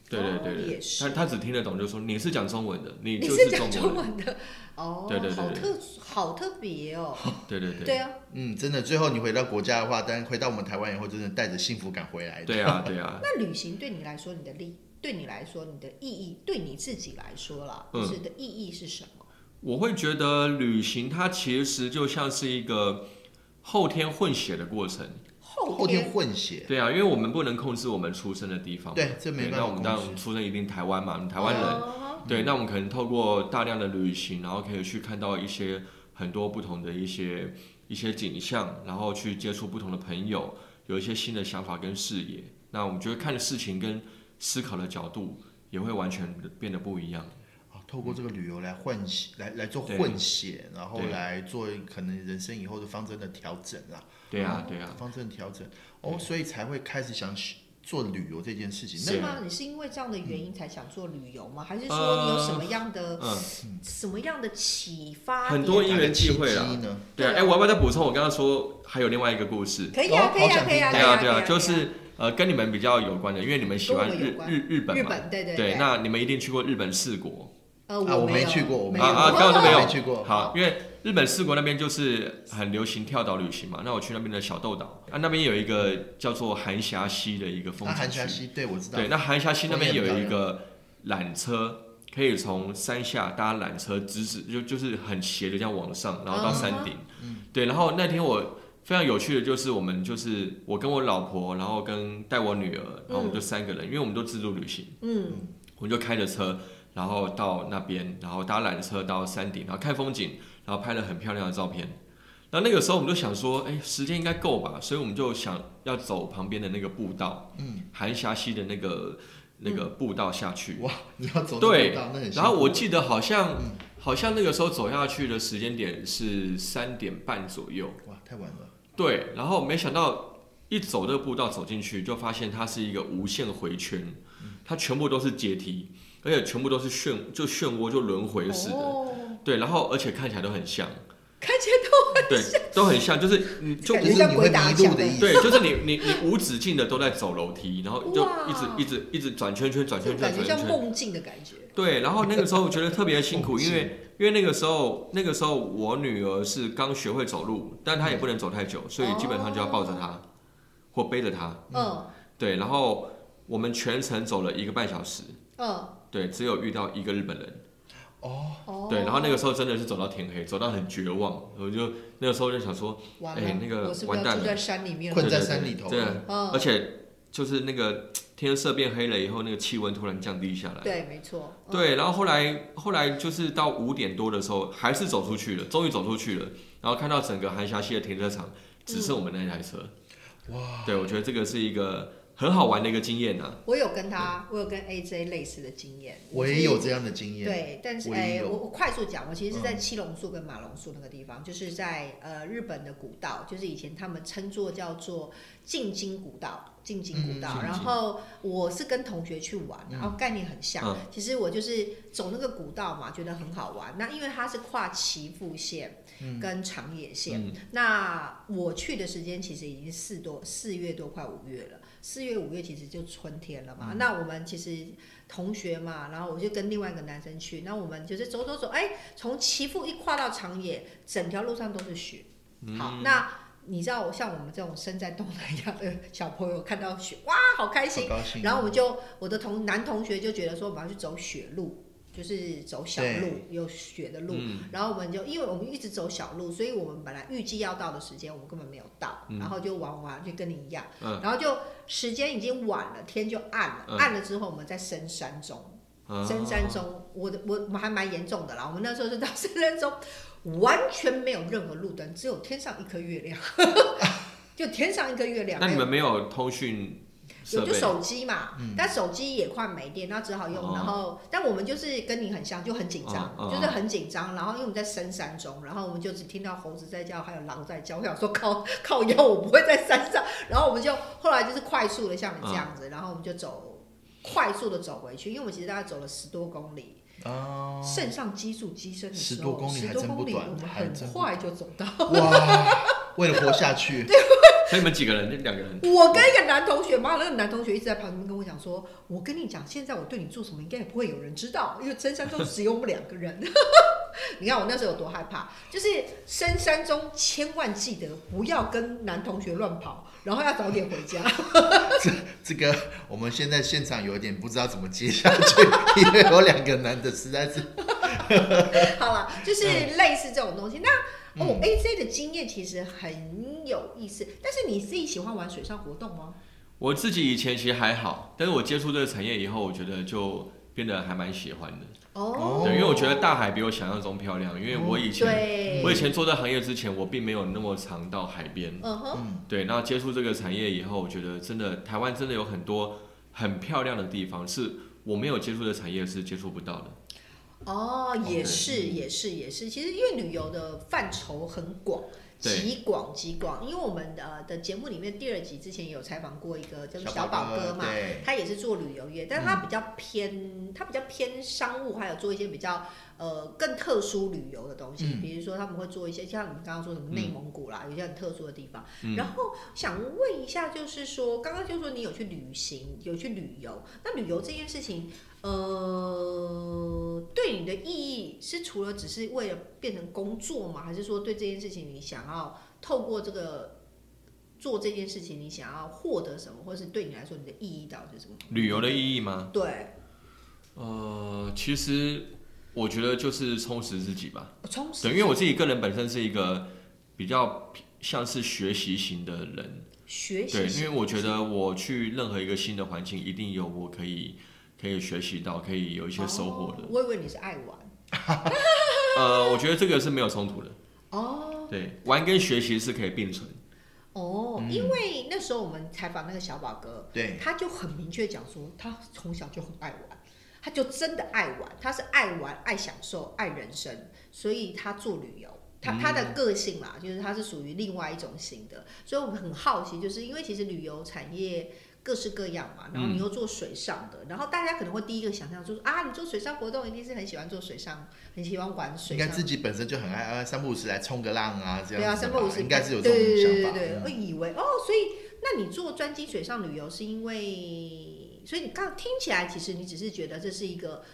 Speaker 3: 对对
Speaker 2: 哦
Speaker 3: 对对
Speaker 2: 也，是
Speaker 3: 他他只听得懂，就说你是讲中文的，你
Speaker 2: 你
Speaker 3: 就是中
Speaker 2: 讲
Speaker 3: 国
Speaker 2: 中
Speaker 3: 人。
Speaker 2: 文的哦，
Speaker 3: 对对对
Speaker 2: 好
Speaker 3: 对
Speaker 2: 特好特别哦，
Speaker 3: 对对
Speaker 2: 对
Speaker 3: 对，
Speaker 2: 啊，
Speaker 1: 嗯，真的，最后你回到国家的话，但回到我们台湾以后，真的带着幸福感回来的。
Speaker 3: 对啊对啊，
Speaker 2: 那旅行对你来说，你的利对你来说，你的意义对你自己来说啦，
Speaker 3: 嗯
Speaker 2: 就是的意义是什么？
Speaker 3: 我会觉得旅行它其实就像是一个后天混血的过程。
Speaker 2: 后
Speaker 1: 后天
Speaker 2: 天
Speaker 1: 混血，
Speaker 3: 对啊，因为我们不能控制我们出生的地方嘛。
Speaker 1: 对这没办法
Speaker 3: 那我们当
Speaker 1: 控
Speaker 3: 然
Speaker 1: 制
Speaker 3: 出生一定台湾嘛，我们台湾人。
Speaker 2: 人
Speaker 3: 对，那我们可能透过大量的旅行，然后可以去看到一些很多不同的一些一些景象，然后去接触不同的朋友，有一些新的想法跟视野。那我们觉得看的事情跟思考的角度也会完全变得不一样。
Speaker 1: 哦透过这个旅游来混血，来来做
Speaker 3: 对
Speaker 1: 混血，然后
Speaker 3: 对
Speaker 1: 来做可能人生以后的方针的调整啦。
Speaker 3: 对啊，对啊，
Speaker 1: 方针调整哦，所以才会开始想学做旅游这件事情。
Speaker 2: 是
Speaker 1: 那
Speaker 2: 吗？你是因为这样的原因才想做旅游吗？还是说你有什么样的、
Speaker 3: 呃嗯，
Speaker 2: 什么样的启发点？啊
Speaker 3: 很多因
Speaker 1: 哪个
Speaker 3: 缘
Speaker 1: 契
Speaker 3: 际会
Speaker 1: 机
Speaker 3: 啦。
Speaker 1: 呢？
Speaker 3: 对啊，哎，我要不要再补充？我刚刚说还有另外一个故事。
Speaker 2: 可以啊，
Speaker 1: 哦
Speaker 2: 可以
Speaker 1: 好
Speaker 2: 啊，
Speaker 1: 想
Speaker 2: 可以啊，可以
Speaker 1: 听
Speaker 3: 对啊，
Speaker 2: 可
Speaker 3: 对
Speaker 2: 以
Speaker 3: 啊，就
Speaker 2: 可以
Speaker 3: 是呃跟你们比较有关的，因为你们喜欢
Speaker 2: 跟我有
Speaker 3: 日
Speaker 2: 关
Speaker 3: 日日本
Speaker 2: 啊日
Speaker 3: 嘛。
Speaker 2: 本，对对
Speaker 3: 对，那你们一定去过日本四国。
Speaker 2: 呃，
Speaker 1: 啊，我
Speaker 2: 没
Speaker 1: 没
Speaker 2: 有
Speaker 1: 去过，我没
Speaker 3: 啊
Speaker 1: 去过
Speaker 3: 啊当然没有
Speaker 1: 我没去过。
Speaker 3: 好，因为日本四国那边就是很流行跳岛旅行嘛，那我去那边的小豆岛啊，那边有一个叫做寒峡溪的一个风
Speaker 1: 那
Speaker 3: 景
Speaker 1: 韩
Speaker 3: 区
Speaker 1: 霞。西，对我知道。
Speaker 3: 对，那寒峡溪那边
Speaker 1: 风景
Speaker 3: 有
Speaker 1: 很
Speaker 3: 一个缆车，可以从山下搭缆车直直就就是很斜的这样往上，然后到山顶。
Speaker 1: 嗯
Speaker 3: 对，然后那天我非常有趣的就是我们就是我跟我老婆，然后跟带我女儿，然后我们就三个人，因为我们都自助旅行，
Speaker 2: 嗯，
Speaker 3: 我们就开着车，然后到那边，然后搭缆车到山顶，然后看风景，然后拍了很漂亮的照片。那那个时候我们就想说，哎，时间应该够吧，所以我们就想要走旁边的那个步道，
Speaker 1: 嗯，
Speaker 3: 寒峡溪的那个那个步道下去。
Speaker 1: 哇， 你要走
Speaker 3: 对
Speaker 1: 到那很辛苦
Speaker 3: 然后我记得好像、
Speaker 1: 嗯
Speaker 3: 好像那个时候走下去的时间点是三点半左右，
Speaker 1: 哇，太晚了。
Speaker 3: 对，然后没想到一走这个步道走进去，就发现它是一个无限回圈，它全部都是阶梯，而且全部都是漩就漩涡就轮回式的，
Speaker 2: 哦，
Speaker 3: 对，然后而且看起来都很像，
Speaker 2: 看起来都
Speaker 3: 对，都很像，就是你就
Speaker 2: 感
Speaker 1: 就
Speaker 2: 觉
Speaker 1: 是
Speaker 2: 像
Speaker 1: 你
Speaker 2: 鬼
Speaker 1: 会
Speaker 2: 打
Speaker 1: 迷
Speaker 2: 墙啊
Speaker 1: 路的意思。
Speaker 3: 对，就是你你你无止境的都在走楼梯，然后就一直
Speaker 2: 哇
Speaker 3: 一直一直转圈圈转
Speaker 2: 这种
Speaker 3: 圈圈
Speaker 2: 感觉
Speaker 3: 转圈
Speaker 2: 像
Speaker 3: 圈，
Speaker 2: 梦境的感觉，
Speaker 3: 对，然后那个时候我觉得特别辛苦，
Speaker 1: 梦境
Speaker 3: 因为因为那个时候那个时候我女儿是刚学会走路，但她也不能走太久，所以基本上就要抱着她、或背着她。
Speaker 2: 嗯
Speaker 3: 对，然后我们全程走了一个半小时，
Speaker 2: 嗯，
Speaker 3: 对，只有遇到一个日本人。
Speaker 1: 哦，
Speaker 2: 哦，
Speaker 3: 对，然后那个时候真的是走到天黑，走到很绝望，我就那个时候就想说，
Speaker 2: 完
Speaker 3: 哎
Speaker 2: 了，
Speaker 3: 那个
Speaker 2: 我是不是
Speaker 3: 完蛋
Speaker 2: 要
Speaker 3: 了
Speaker 2: 住在山里面了？
Speaker 1: 困在
Speaker 3: 对对
Speaker 1: 山
Speaker 3: 对
Speaker 1: 里头
Speaker 3: 对，
Speaker 2: 嗯
Speaker 3: 而且就是那个天色变黑了以后，那个气温突然降低下来。
Speaker 2: 对，没错，嗯，
Speaker 3: 对，然后后来后来就是到五点多的时候，还是走出去了，终于走出去了，然后看到整个韩霞溪的停车场只
Speaker 2: 嗯
Speaker 3: 剩我们那台车。
Speaker 1: 哇，
Speaker 3: 对，我觉得这个是一个很好玩的一个经验啊呐、
Speaker 2: 我有跟他，我有跟 AJ 类似的经验，
Speaker 1: 嗯我也有这样的经验。，
Speaker 2: 对，但是
Speaker 1: 我也
Speaker 2: 哎，
Speaker 1: 有
Speaker 2: 我我快速讲，我其实是在
Speaker 1: 嗯
Speaker 2: 七龙树跟马龙树那个地方，就是在呃日本的古道，就是以前他们称作叫做进京古道。进京古道，
Speaker 3: 嗯
Speaker 2: 然
Speaker 3: 进京
Speaker 2: 后我是跟同学去玩，然后概念很像。
Speaker 3: 嗯
Speaker 2: 其实我就是走那个古道嘛，觉得很好玩。那因为它是跨岐阜县
Speaker 1: 嗯
Speaker 2: 跟长野县，
Speaker 3: 嗯，
Speaker 2: 那我去的时间其实已经四多四月多快五月了，四月五月其实就春天了
Speaker 3: 嗯
Speaker 2: 嘛。那我们其实同学嘛，然后我就跟另外一个男生去，那我们就是走走走，哎，从岐阜一跨到长野，整条路上都是雪。好，那你知道我像我们这种身在东南亚的小朋友看到雪，哇，好开心
Speaker 1: 好。高兴。
Speaker 2: 然后我们就我的同男同学就觉得说我们要去走雪路，就是走小路
Speaker 1: 对
Speaker 2: 有雪的路。
Speaker 3: 嗯
Speaker 2: 然后我们就因为我们一直走小路，所以我们本来预计要到的时间我们根本没有到，
Speaker 3: 嗯
Speaker 2: 然后就玩玩就跟你一样，
Speaker 3: 嗯
Speaker 2: 然后就时间已经晚了，天就暗了，
Speaker 3: 嗯
Speaker 2: 暗了之后我们在深山中，
Speaker 3: 啊
Speaker 2: 深山中我的我我们还蛮严重的啦，我们那时候就到深山中，完全没有任何路灯，只有天上一颗月 亮，就天上一颗月亮，
Speaker 3: 那
Speaker 2: 没
Speaker 3: 你
Speaker 2: 有
Speaker 3: 们没有通讯
Speaker 2: 有
Speaker 3: 设
Speaker 2: 就
Speaker 3: 备？
Speaker 2: 手机嘛，
Speaker 1: 嗯
Speaker 2: 但手机也快没电，那只好用。
Speaker 3: 哦
Speaker 2: 然后，但我们就是跟你很像，就很紧张，
Speaker 3: 嗯嗯
Speaker 2: 就是很紧张。然后因为我们在深山中，然后我们就只听到猴子在叫，还有狼在叫。我想说靠 靠腰，我不会在山上。然后我们就后来就是快速的像你这样
Speaker 3: 哦
Speaker 2: 子，然后我们就走快速的走回去，因为我们其实大概走了十多公里，
Speaker 1: 啊，
Speaker 2: 肾上激素激升的时候，
Speaker 1: 10多公里
Speaker 2: 10
Speaker 1: 还
Speaker 2: 多
Speaker 1: 真
Speaker 2: 公
Speaker 1: 不
Speaker 2: 里
Speaker 1: 短
Speaker 2: 我们
Speaker 1: 还
Speaker 2: 很
Speaker 1: 真不
Speaker 2: 快就走 到。
Speaker 1: 啊 哇，为了活下去，
Speaker 3: 所以你们几个人？就两个人。
Speaker 2: 我跟一个男同学，妈，那个男同学一直在旁边跟我讲说，我跟你讲，现在我对你做什么，应该也不会有人知道，因为深山中只有我们两个人。 你看我那时候有多害怕，就是深山中千万记得不要跟男同学乱跑，然后要早点回家。
Speaker 1: 这个我们现在现场有点不知道怎么接下去， 因为有两个男的实在是
Speaker 2: 好了，就是类似这种东西。那哦、
Speaker 1: 嗯
Speaker 2: a J 的经验其实很有意思，但是你自己喜欢玩水上活动吗？
Speaker 3: 我自己以前其实还好，但是我接触这个产业以后，我觉得就变得还蛮喜欢的。
Speaker 2: 哦，
Speaker 3: 对，因为我觉得大海比我想象中漂亮。因为我以前、
Speaker 2: 对，
Speaker 3: 我以前做这行业之前，我并没有那么常到海边。
Speaker 2: 嗯哼，
Speaker 1: 嗯，
Speaker 3: 对，那接触这个产业以后，我觉得真的台湾真的有很多很漂亮的地方，是我没有接触的产业是接触不到的。
Speaker 2: 哦，也
Speaker 3: OK
Speaker 2: 是，也是，也是。其实因为旅游的范畴很广，
Speaker 3: 对
Speaker 2: 极广极广。因为我们呃的节目里面第二集之前也有采访过一个叫做小宝哥嘛，
Speaker 1: 对，
Speaker 3: 嗯
Speaker 2: 他也是做旅游业，但他比较偏，他比较偏商务，还有做一些比较呃更特殊旅游的东西，
Speaker 1: 嗯
Speaker 2: 比如说他们会做一些像你刚刚说什么内蒙古啦，有些很特殊的地方。
Speaker 3: 嗯
Speaker 2: 然后想问一下，就是说刚刚就说你有去旅行，有去旅游，那旅游这件事情，呃，对你的意义是除了只是为了变成工作吗？还是说对这件事情你想要透过这个？做这件事情，你想要获得什么，或是对你来说你的意义到底是什么？
Speaker 3: 旅游的意义吗？
Speaker 2: 对，
Speaker 3: 呃，其实我觉得就是充实自己吧。
Speaker 2: 充实。
Speaker 3: 对，因为我自己个人本身是一个比较像是学习型的人，
Speaker 2: 学习
Speaker 3: 对，
Speaker 2: 是
Speaker 3: 因为我觉得我去任何一个新的环境，一定有我可以可以学习到，可以有一些收获的
Speaker 2: 哦。我以为你是爱玩
Speaker 3: 呃，我觉得这个是没有冲突的，
Speaker 2: 哦
Speaker 3: 对，玩跟学习是可以并存。
Speaker 2: 哦，
Speaker 3: 嗯
Speaker 2: 因为那时候我们采访那个小宝哥，
Speaker 1: 对，
Speaker 2: 他就很明确讲说，他从小就很爱玩，他就真的爱玩，他是爱玩、爱享受、爱人生，所以他做旅游。他
Speaker 3: 嗯
Speaker 2: 他的个性啦，就是他是属于另外一种型的，所以我们很好奇，就是因为其实旅游产业各式各样
Speaker 3: 嗯
Speaker 2: 嘛，然后你又做水上的，然后大家可能会第一个想象就是啊，你做水上活动一定是很喜欢做水上，很喜欢玩水
Speaker 1: 应
Speaker 2: 上
Speaker 1: 该自己本身就很爱呃三不五时来冲个浪啊这
Speaker 2: 对啊，
Speaker 1: 样子
Speaker 2: 三
Speaker 1: 吧，
Speaker 2: 百五十
Speaker 1: 应该是有这
Speaker 2: 对
Speaker 1: 种
Speaker 2: 对对
Speaker 1: 想
Speaker 2: 对
Speaker 1: 法。
Speaker 2: 对，
Speaker 1: 嗯
Speaker 2: 我以为哦，所以那你做专精水上旅游是因为，所以你刚听起来其实你只是觉得这是一个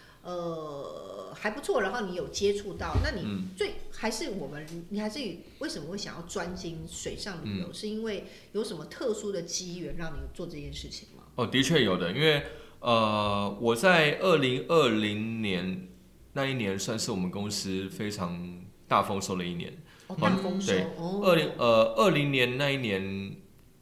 Speaker 2: 呃还不错，然后你有接触到，那你
Speaker 3: 嗯，
Speaker 2: 最、还是我们你还是为什么会想要专精水上旅游？是因为有什么特殊的机缘让你做这件事情吗？
Speaker 3: 哦，的确有的，因为呃，我在二零二零年那一年算是我们公司非常大丰收的一年。
Speaker 2: 哦，
Speaker 3: 哦
Speaker 2: 大丰收
Speaker 3: 对
Speaker 2: 哦，
Speaker 3: 二零呃二零年那一年，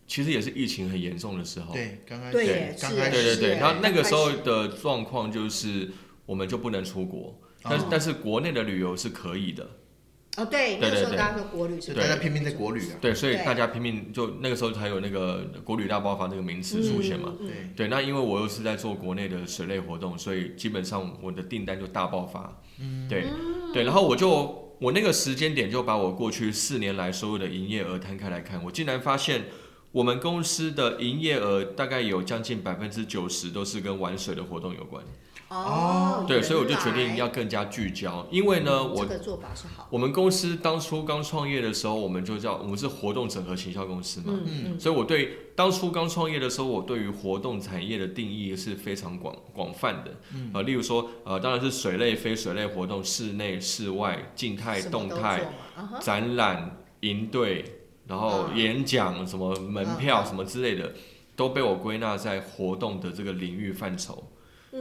Speaker 3: 其实也是疫情很严重的时候。
Speaker 1: 对，刚开
Speaker 2: 对
Speaker 1: 始
Speaker 2: 耶，
Speaker 1: 哦刚
Speaker 2: 是
Speaker 1: 开
Speaker 2: 耶
Speaker 3: 对
Speaker 1: 始
Speaker 3: 对
Speaker 2: 是
Speaker 3: 对
Speaker 2: 耶
Speaker 3: 然后那个时候
Speaker 2: 刚开
Speaker 3: 的状况就是我们就不能出国，但、
Speaker 1: 哦
Speaker 3: 但是国内的旅游是可以的。
Speaker 2: 哦，对，那个
Speaker 3: 对对
Speaker 2: 时候
Speaker 3: 对
Speaker 2: 大家说国旅是
Speaker 1: 所以大家偏偏在国旅啊，
Speaker 3: 对，所以
Speaker 2: 对
Speaker 3: 大家拼命就那个时候才有那个国旅大爆发这个名词出现嘛。，
Speaker 2: 嗯嗯
Speaker 1: 对，
Speaker 3: 对，那啊因为我又是在做国内的水类活动，所以基本上我的订单就大爆发。嗯，对对，然后我就我那个时间点就把我过去四年来所有的营业额摊开来看，我竟然发现我们公司的营业额大概有将近百分之九十都是跟玩水的活动有关。
Speaker 2: 哦，
Speaker 3: 对，所以我就决定
Speaker 2: 原
Speaker 3: 要更加聚焦，因为呢，
Speaker 2: 嗯来这
Speaker 3: 我
Speaker 2: 个做法是好，
Speaker 3: 我们公司当初刚创业的时候，我们就叫我们是活动整合行销公司嘛，
Speaker 2: 嗯嗯。
Speaker 3: 所以我对当初刚创业的时候，我对于活动产业的定义是非常广广泛的。嗯、呃，例如说，呃，当然是水类、非水类活动，室内、室外、静态、
Speaker 2: 什么
Speaker 3: 动
Speaker 2: 都做
Speaker 3: 态、
Speaker 2: 嘛，啊哈
Speaker 3: 展览、营队，然后
Speaker 2: 嗯
Speaker 3: 演讲、什么门
Speaker 2: 嗯
Speaker 3: 票
Speaker 2: 嗯
Speaker 3: 什么之类的，都被我归纳在活动的这个领域范畴。
Speaker 2: 嗯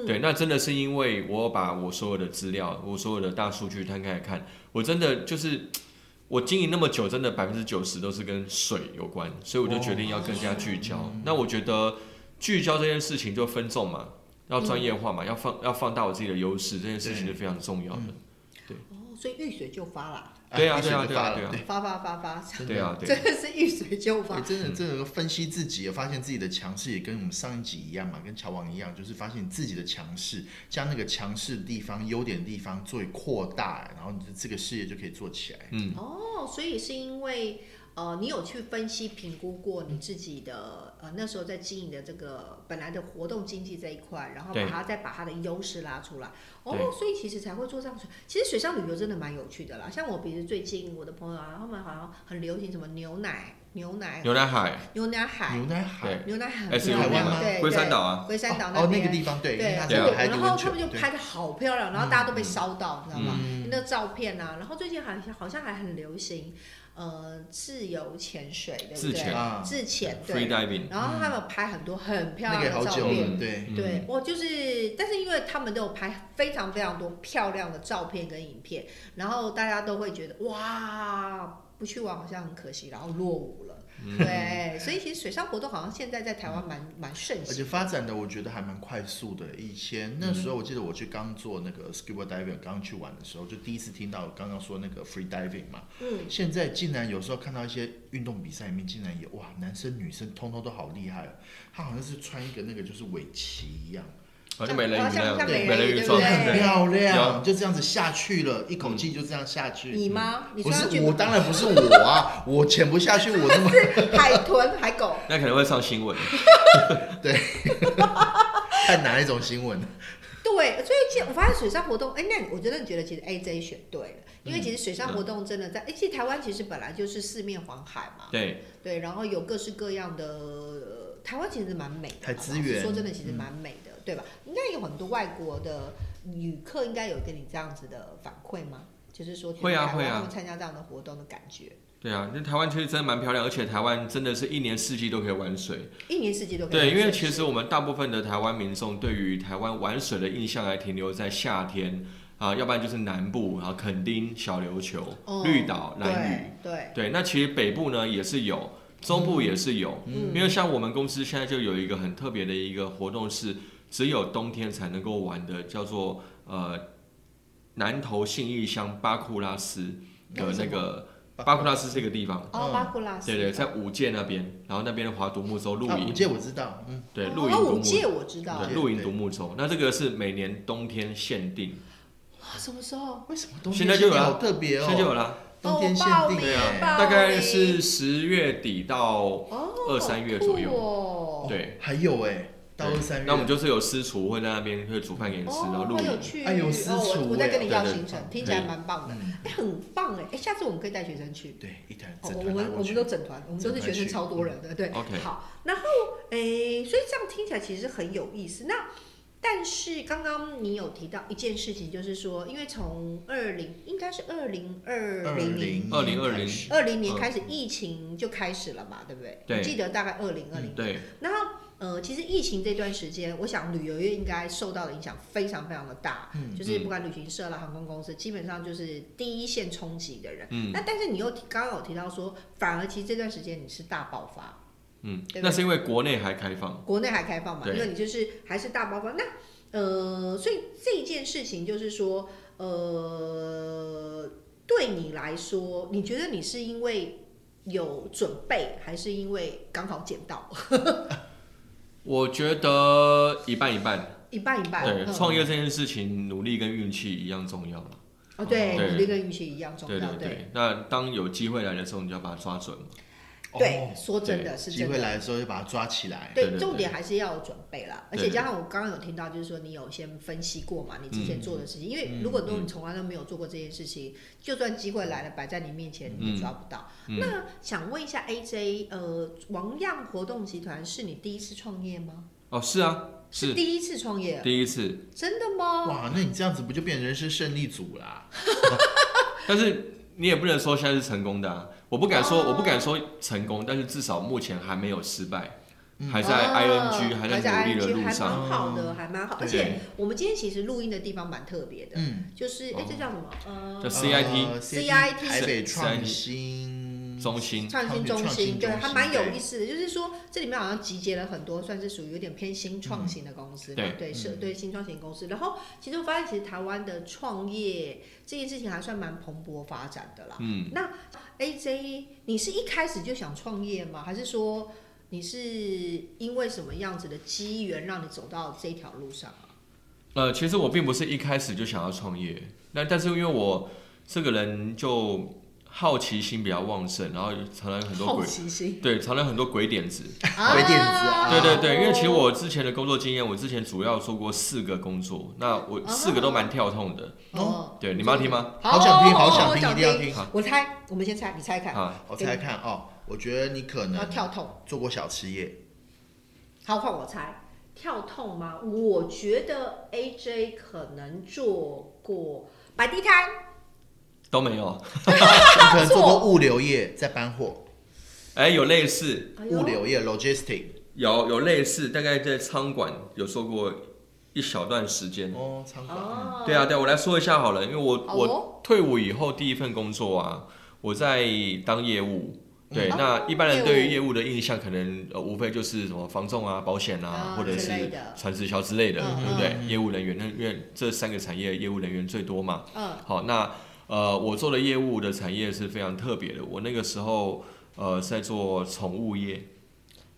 Speaker 3: 对，那真的是因为我把我所有的资料、我所有的大数据摊开来看，我真的就是我经营那么久，真的百分之九十都是跟水有关，所以我就决定要更加聚焦。那我觉得聚焦这件事情就分众嘛，要专业化嘛，要放要放大我自己的优势，这件事情是非常重要的。
Speaker 2: 哦，所以遇水就发啦，
Speaker 3: 对啊
Speaker 1: 一水
Speaker 3: 对啊
Speaker 1: 就
Speaker 3: 对啊
Speaker 1: 发了
Speaker 3: 对啊
Speaker 2: 发发发发，
Speaker 1: 真的
Speaker 3: 对啊，嗯对
Speaker 2: 真的是遇水就发
Speaker 1: 欸、。真的，真的分析自己，发现自己的强势也跟我们上一集一样嘛，跟乔王一样，就是发现你自己的强势，将那个强势的地方、优点的地方做扩大，然后你的这个事业就可以做起来。
Speaker 3: 嗯，
Speaker 2: 哦，所以是因为呃，你有去分析评估过你自己的呃那时候在经营的这个本来的活动经济这一块，然后把
Speaker 3: 对
Speaker 2: 它再把它的优势拉出来。哦
Speaker 3: 对，
Speaker 2: 所以其实才会做这样水。其实水上旅游真的蛮有趣的啦，像我比如最近我的朋友啊，他们好像很流行什么牛奶、牛奶、
Speaker 3: 牛奶海，
Speaker 2: 牛奶海、
Speaker 1: 牛奶海，
Speaker 3: 对，
Speaker 2: 牛奶海，
Speaker 3: 哎是
Speaker 1: 牛奶吗
Speaker 2: 对，
Speaker 3: 龟山
Speaker 2: 对
Speaker 3: 岛啊，
Speaker 2: 龟山岛
Speaker 1: 哦，那
Speaker 2: 边
Speaker 1: 个地方对，因为
Speaker 2: 对
Speaker 1: 它，
Speaker 3: 对
Speaker 1: 在
Speaker 3: 啊
Speaker 1: 海
Speaker 2: 然
Speaker 1: 的
Speaker 2: 后
Speaker 1: 温
Speaker 2: 他们就
Speaker 1: 泉，对，
Speaker 2: 拍的好漂亮，然后大家都被烧到，你知道吗？
Speaker 1: 嗯
Speaker 2: 那照片啊，然后最近好像好像还很流行，呃，自由潜水，对不
Speaker 3: 自
Speaker 2: 对
Speaker 3: 潜？
Speaker 1: 啊，嗯
Speaker 2: 自潜
Speaker 3: free
Speaker 2: 对。
Speaker 3: diving，
Speaker 2: 然后他们拍很多很漂
Speaker 1: 那
Speaker 2: 亮
Speaker 1: 个也好
Speaker 2: 的照
Speaker 1: 久
Speaker 2: 片，
Speaker 1: 了，对，
Speaker 3: 嗯
Speaker 2: 对，我就是，但是因为他们都有拍非常非常多漂亮的照片跟影片，然后大家都会觉得哇，不去玩好像很可惜，然后落伍了。
Speaker 3: 嗯
Speaker 2: 对，所以其实水上活动好像现在在台湾蛮蛮盛
Speaker 1: 而
Speaker 2: 行。
Speaker 1: 且发展的我觉得还蛮快速的。以前那时候我记得我去刚做那个 scuba diving，刚去玩的时候，就第一次听到刚刚说那个 free diving 嘛，
Speaker 2: 嗯，
Speaker 1: 现在竟然有时候看到一些运动比赛里面，竟然有哇，男生女生通通都好厉害、哦。他好像是穿一个那个就是尾鳍一样，
Speaker 3: 好像美人鱼那样，
Speaker 2: 像
Speaker 1: 美人鱼
Speaker 3: 美人鱼
Speaker 2: 对不
Speaker 3: 装，
Speaker 2: 对
Speaker 1: 很
Speaker 3: 对
Speaker 1: 漂亮，
Speaker 3: 有
Speaker 1: 就这样子下去了，一口气就这样下去。
Speaker 2: 嗯你吗？你
Speaker 1: 不
Speaker 2: 穿上去
Speaker 1: 是我，当然不是我啊， 我潜不下去，我那么
Speaker 2: 海豚、海狗，
Speaker 3: 那可能会上新闻。
Speaker 1: 看哪一种新闻？
Speaker 2: 对对，所以其实我发现水上活动，哎，那你我真的觉得其实 AJ 选对了，因为其实水上
Speaker 3: 嗯
Speaker 2: 活动真的在，哎、其实台湾其实本来就是四面环海嘛，
Speaker 3: 对，
Speaker 2: 对，然后有各式各样的，呃台湾其实蛮美的，
Speaker 1: 还资
Speaker 2: 老实
Speaker 1: 源
Speaker 2: 说真的
Speaker 3: 嗯
Speaker 2: 其实蛮美的，对吧？应该有很多外国的旅客应该有跟你这样子的反馈吗？就是说，
Speaker 3: 会啊会啊
Speaker 2: 参加这样的活动的感觉，
Speaker 3: 对啊，那台湾其实真的蛮漂亮，而且台湾真的是一年四季都可以玩水。
Speaker 2: 一年四季都可以
Speaker 3: 对，
Speaker 2: 玩
Speaker 3: 因为
Speaker 2: 水
Speaker 3: 其实我们大部分的台湾民众对于台湾玩水的印象还停留在夏天啊、要不然就是南部啊，垦丁、小琉球、
Speaker 2: 哦
Speaker 3: 绿岛、蓝屿。
Speaker 2: 对对，
Speaker 3: 对，那其实北部呢也是有，中部也是有，
Speaker 2: 嗯
Speaker 3: 因为像我们公司现在就有一个很特别的一个活动是只有冬天才能够玩的，叫做呃南投信义乡巴库拉斯的那个巴库拉斯这个地方。
Speaker 2: 哦，巴库拉斯，
Speaker 3: 对对，在五界那边，然后那边的划独木舟露
Speaker 1: 啊，
Speaker 3: 营
Speaker 1: 五，届我知道，嗯，
Speaker 3: 对，
Speaker 2: 哦
Speaker 3: 露营
Speaker 2: 那
Speaker 3: 独
Speaker 2: 五
Speaker 3: 木
Speaker 2: 届我知道，
Speaker 3: 对，
Speaker 1: 对
Speaker 3: 露营
Speaker 1: 对
Speaker 3: 独木舟。那这个是每年冬天限定，
Speaker 2: 哇什么时候？
Speaker 1: 为什么冬
Speaker 3: 现
Speaker 1: 天
Speaker 3: 在就有
Speaker 1: 限定
Speaker 3: 了
Speaker 1: 好特别
Speaker 3: 现在就
Speaker 1: 哦？
Speaker 3: 有啊啦，
Speaker 1: 冬天限
Speaker 2: 哦报
Speaker 1: 定
Speaker 2: 名
Speaker 1: 哎
Speaker 2: 报
Speaker 3: 啊大概
Speaker 2: 名
Speaker 3: 是十月底到
Speaker 2: 哦，
Speaker 3: 二三月左右
Speaker 2: 好酷哦，
Speaker 3: 对。
Speaker 1: 还有哎，到
Speaker 3: 对
Speaker 1: 二三月，
Speaker 3: 那我们就是有私厨会在那边会煮饭给你吃，然后
Speaker 2: 哦，
Speaker 3: 露
Speaker 2: 好有
Speaker 3: 营。
Speaker 2: 趣
Speaker 1: 哎有私
Speaker 2: 哦我
Speaker 1: 厨
Speaker 2: 我在
Speaker 1: 哎
Speaker 2: 跟你
Speaker 3: 对
Speaker 2: 要
Speaker 3: 对
Speaker 2: 行程，听起
Speaker 3: 可以
Speaker 2: 来蛮棒的，
Speaker 1: 嗯
Speaker 2: 哎，很棒哎，哎，下次我们可以带学生去。
Speaker 1: 对，一台
Speaker 2: 哦
Speaker 1: 整
Speaker 2: 我
Speaker 1: 团拉
Speaker 2: 们我
Speaker 1: 过
Speaker 2: 们
Speaker 1: 去
Speaker 2: 都，整团，我们都是学生超多人的，对。
Speaker 3: 嗯 OK
Speaker 2: 好，然后诶，所以这样听起来其实很有意思。那但是刚刚你有提到一件事情，就是说，因为从二零应该是二零二零
Speaker 1: 零
Speaker 3: 2020
Speaker 1: 开始
Speaker 2: 二零年开始，疫情就开始了嘛，对不对？
Speaker 3: 嗯对
Speaker 2: 我记得大概二零二零。
Speaker 3: 对，
Speaker 2: 然后呃，其实疫情这段时间，我想旅游业应该受到的影响非常非常的大，
Speaker 1: 嗯
Speaker 2: 就是不管旅行社啦、航空公司，基本上就是第一线冲击的人。
Speaker 3: 嗯
Speaker 2: 那但是你又提刚刚有提到说，反而其实这段时间你是大爆发，
Speaker 3: 嗯
Speaker 2: 对，
Speaker 3: 那是因为国内还开放。
Speaker 2: 国内还开放嘛，
Speaker 3: 对
Speaker 2: 因为你就是还是大爆发。那呃，所以这件事情就是说，呃，对你来说，你觉得你是因为有准备，还是因为刚好捡到
Speaker 3: 我觉得一半一半，
Speaker 2: 一半一半？
Speaker 3: 对，
Speaker 2: 嗯
Speaker 3: 创业这件事情，努力跟运气一样重要了。
Speaker 2: 哦，对，
Speaker 3: 对
Speaker 2: 努力跟运气一样重
Speaker 3: 对
Speaker 2: 要。
Speaker 3: 对对，那当有机会来的时候，你就要把它抓准嘛。
Speaker 2: 对
Speaker 1: 哦，
Speaker 2: 说真的是
Speaker 1: 机
Speaker 2: 真
Speaker 1: 会
Speaker 2: 的。
Speaker 1: 来的时候就把它抓起来，
Speaker 3: 对
Speaker 2: 对，
Speaker 3: 对
Speaker 2: 重点还是要有准备啦，而
Speaker 3: 对
Speaker 2: 且加上我刚刚有听到，就是说你有先分析过嘛，你之前做的
Speaker 3: 嗯
Speaker 2: 事情，因为如果说你从来都没有做过这件事情，就算机会来了摆在你面前，你也抓不到。
Speaker 3: 嗯
Speaker 2: 那想问一下 AJ，呃，王样活动集团是你第一次创业吗？
Speaker 3: 哦，是啊，是
Speaker 2: 第一次创业，
Speaker 3: 第一次，
Speaker 2: 真的吗？
Speaker 1: 哇，那你这样子不就变人生胜利组啦？
Speaker 3: 但是你也不能说现在是成功的、啊，我不敢说，
Speaker 2: 哦
Speaker 3: 我不敢说成功，但是至少目前还没有失败，
Speaker 1: 嗯
Speaker 3: 还在
Speaker 2: 哦
Speaker 3: ING，
Speaker 2: 还
Speaker 3: 在努力的
Speaker 2: ING
Speaker 3: 路
Speaker 2: 还
Speaker 3: 上。
Speaker 2: 蛮好的，还蛮好。而
Speaker 1: 对
Speaker 2: 且我们今天其实录音的地方蛮特别的，
Speaker 1: 嗯
Speaker 2: 就是哎，这叫什么？呃
Speaker 3: 哦叫 CIT
Speaker 1: 呃
Speaker 2: CIT
Speaker 1: 台北
Speaker 3: CIT
Speaker 1: 创
Speaker 2: 嗯
Speaker 1: 新
Speaker 3: 中心，
Speaker 2: 创新中
Speaker 1: 创
Speaker 2: 心，
Speaker 1: 新
Speaker 2: 对，
Speaker 1: 中
Speaker 2: 还
Speaker 1: 心
Speaker 2: 蛮有
Speaker 1: 对
Speaker 2: 意思的。就是说，这里面好像集结了很多算是属于有点偏新创型的公司嘛，
Speaker 3: 嗯对
Speaker 2: 对，是
Speaker 1: 嗯
Speaker 2: 对新创型公司。然后，其实我发现，其实台湾的创业这件事情还算蛮蓬勃发展的啦。
Speaker 3: 嗯，
Speaker 2: AJ，你是一开始就想创业吗？还是说你是因为什么样子的机缘让你走到这条路上啊？
Speaker 3: 呃，其实我并不是一开始就想要创业，那但是因为我这个人就好奇心比较旺盛，然后常常很多
Speaker 2: 好
Speaker 3: 鬼，
Speaker 2: 奇心，
Speaker 3: 对，常常很多鬼点子。
Speaker 2: 啊
Speaker 1: 鬼点子啊
Speaker 3: 对对对，因为其实我之前的工作经验，我之前主要做过四个工作，那我四个都蛮跳痛的。
Speaker 2: 哦，
Speaker 3: 对，你们要听吗？
Speaker 1: 好想听，好
Speaker 2: 我
Speaker 1: 想听，一定要听。
Speaker 3: 好
Speaker 2: 我猜，我们先猜，你猜看，
Speaker 3: 啊，
Speaker 1: 我猜看哦，我觉得你可
Speaker 2: 要
Speaker 1: 能
Speaker 2: 跳痛。
Speaker 1: 做过小吃业，
Speaker 2: 好，换我猜，跳痛吗？我觉得 AJ 可能做过摆地摊，
Speaker 3: 都没有。
Speaker 2: 啊
Speaker 1: 你可能做过物流业，在搬货，
Speaker 3: 哎，有类似，
Speaker 2: 哎呦
Speaker 1: 物流业 logistic
Speaker 3: 有有类似，大概在仓管有做过一小段时间。
Speaker 1: 哦，仓管。嗯
Speaker 2: 哎哦，
Speaker 3: 对啊，对啊，我来说一下好了，因为我、
Speaker 2: 好哦
Speaker 3: 我退伍以后第一份工作啊，我在当业务。对，
Speaker 2: 嗯
Speaker 3: 那
Speaker 2: 哦
Speaker 3: 一般
Speaker 2: 业
Speaker 3: 人
Speaker 2: 务
Speaker 3: 对于业务的印象，可能呃无非就是什么防重啊、保险啊
Speaker 2: 啊，
Speaker 3: 或者
Speaker 2: 之类
Speaker 3: 是
Speaker 2: 的
Speaker 3: 传直销之类的，
Speaker 2: 嗯
Speaker 3: 对不
Speaker 1: 嗯
Speaker 3: 对？业务人员，那因为这三个产业业务人员最多嘛。
Speaker 2: 嗯，
Speaker 3: 好，那呃，我做的业务的产业是非常特别的。我那个时候呃是在做宠物业，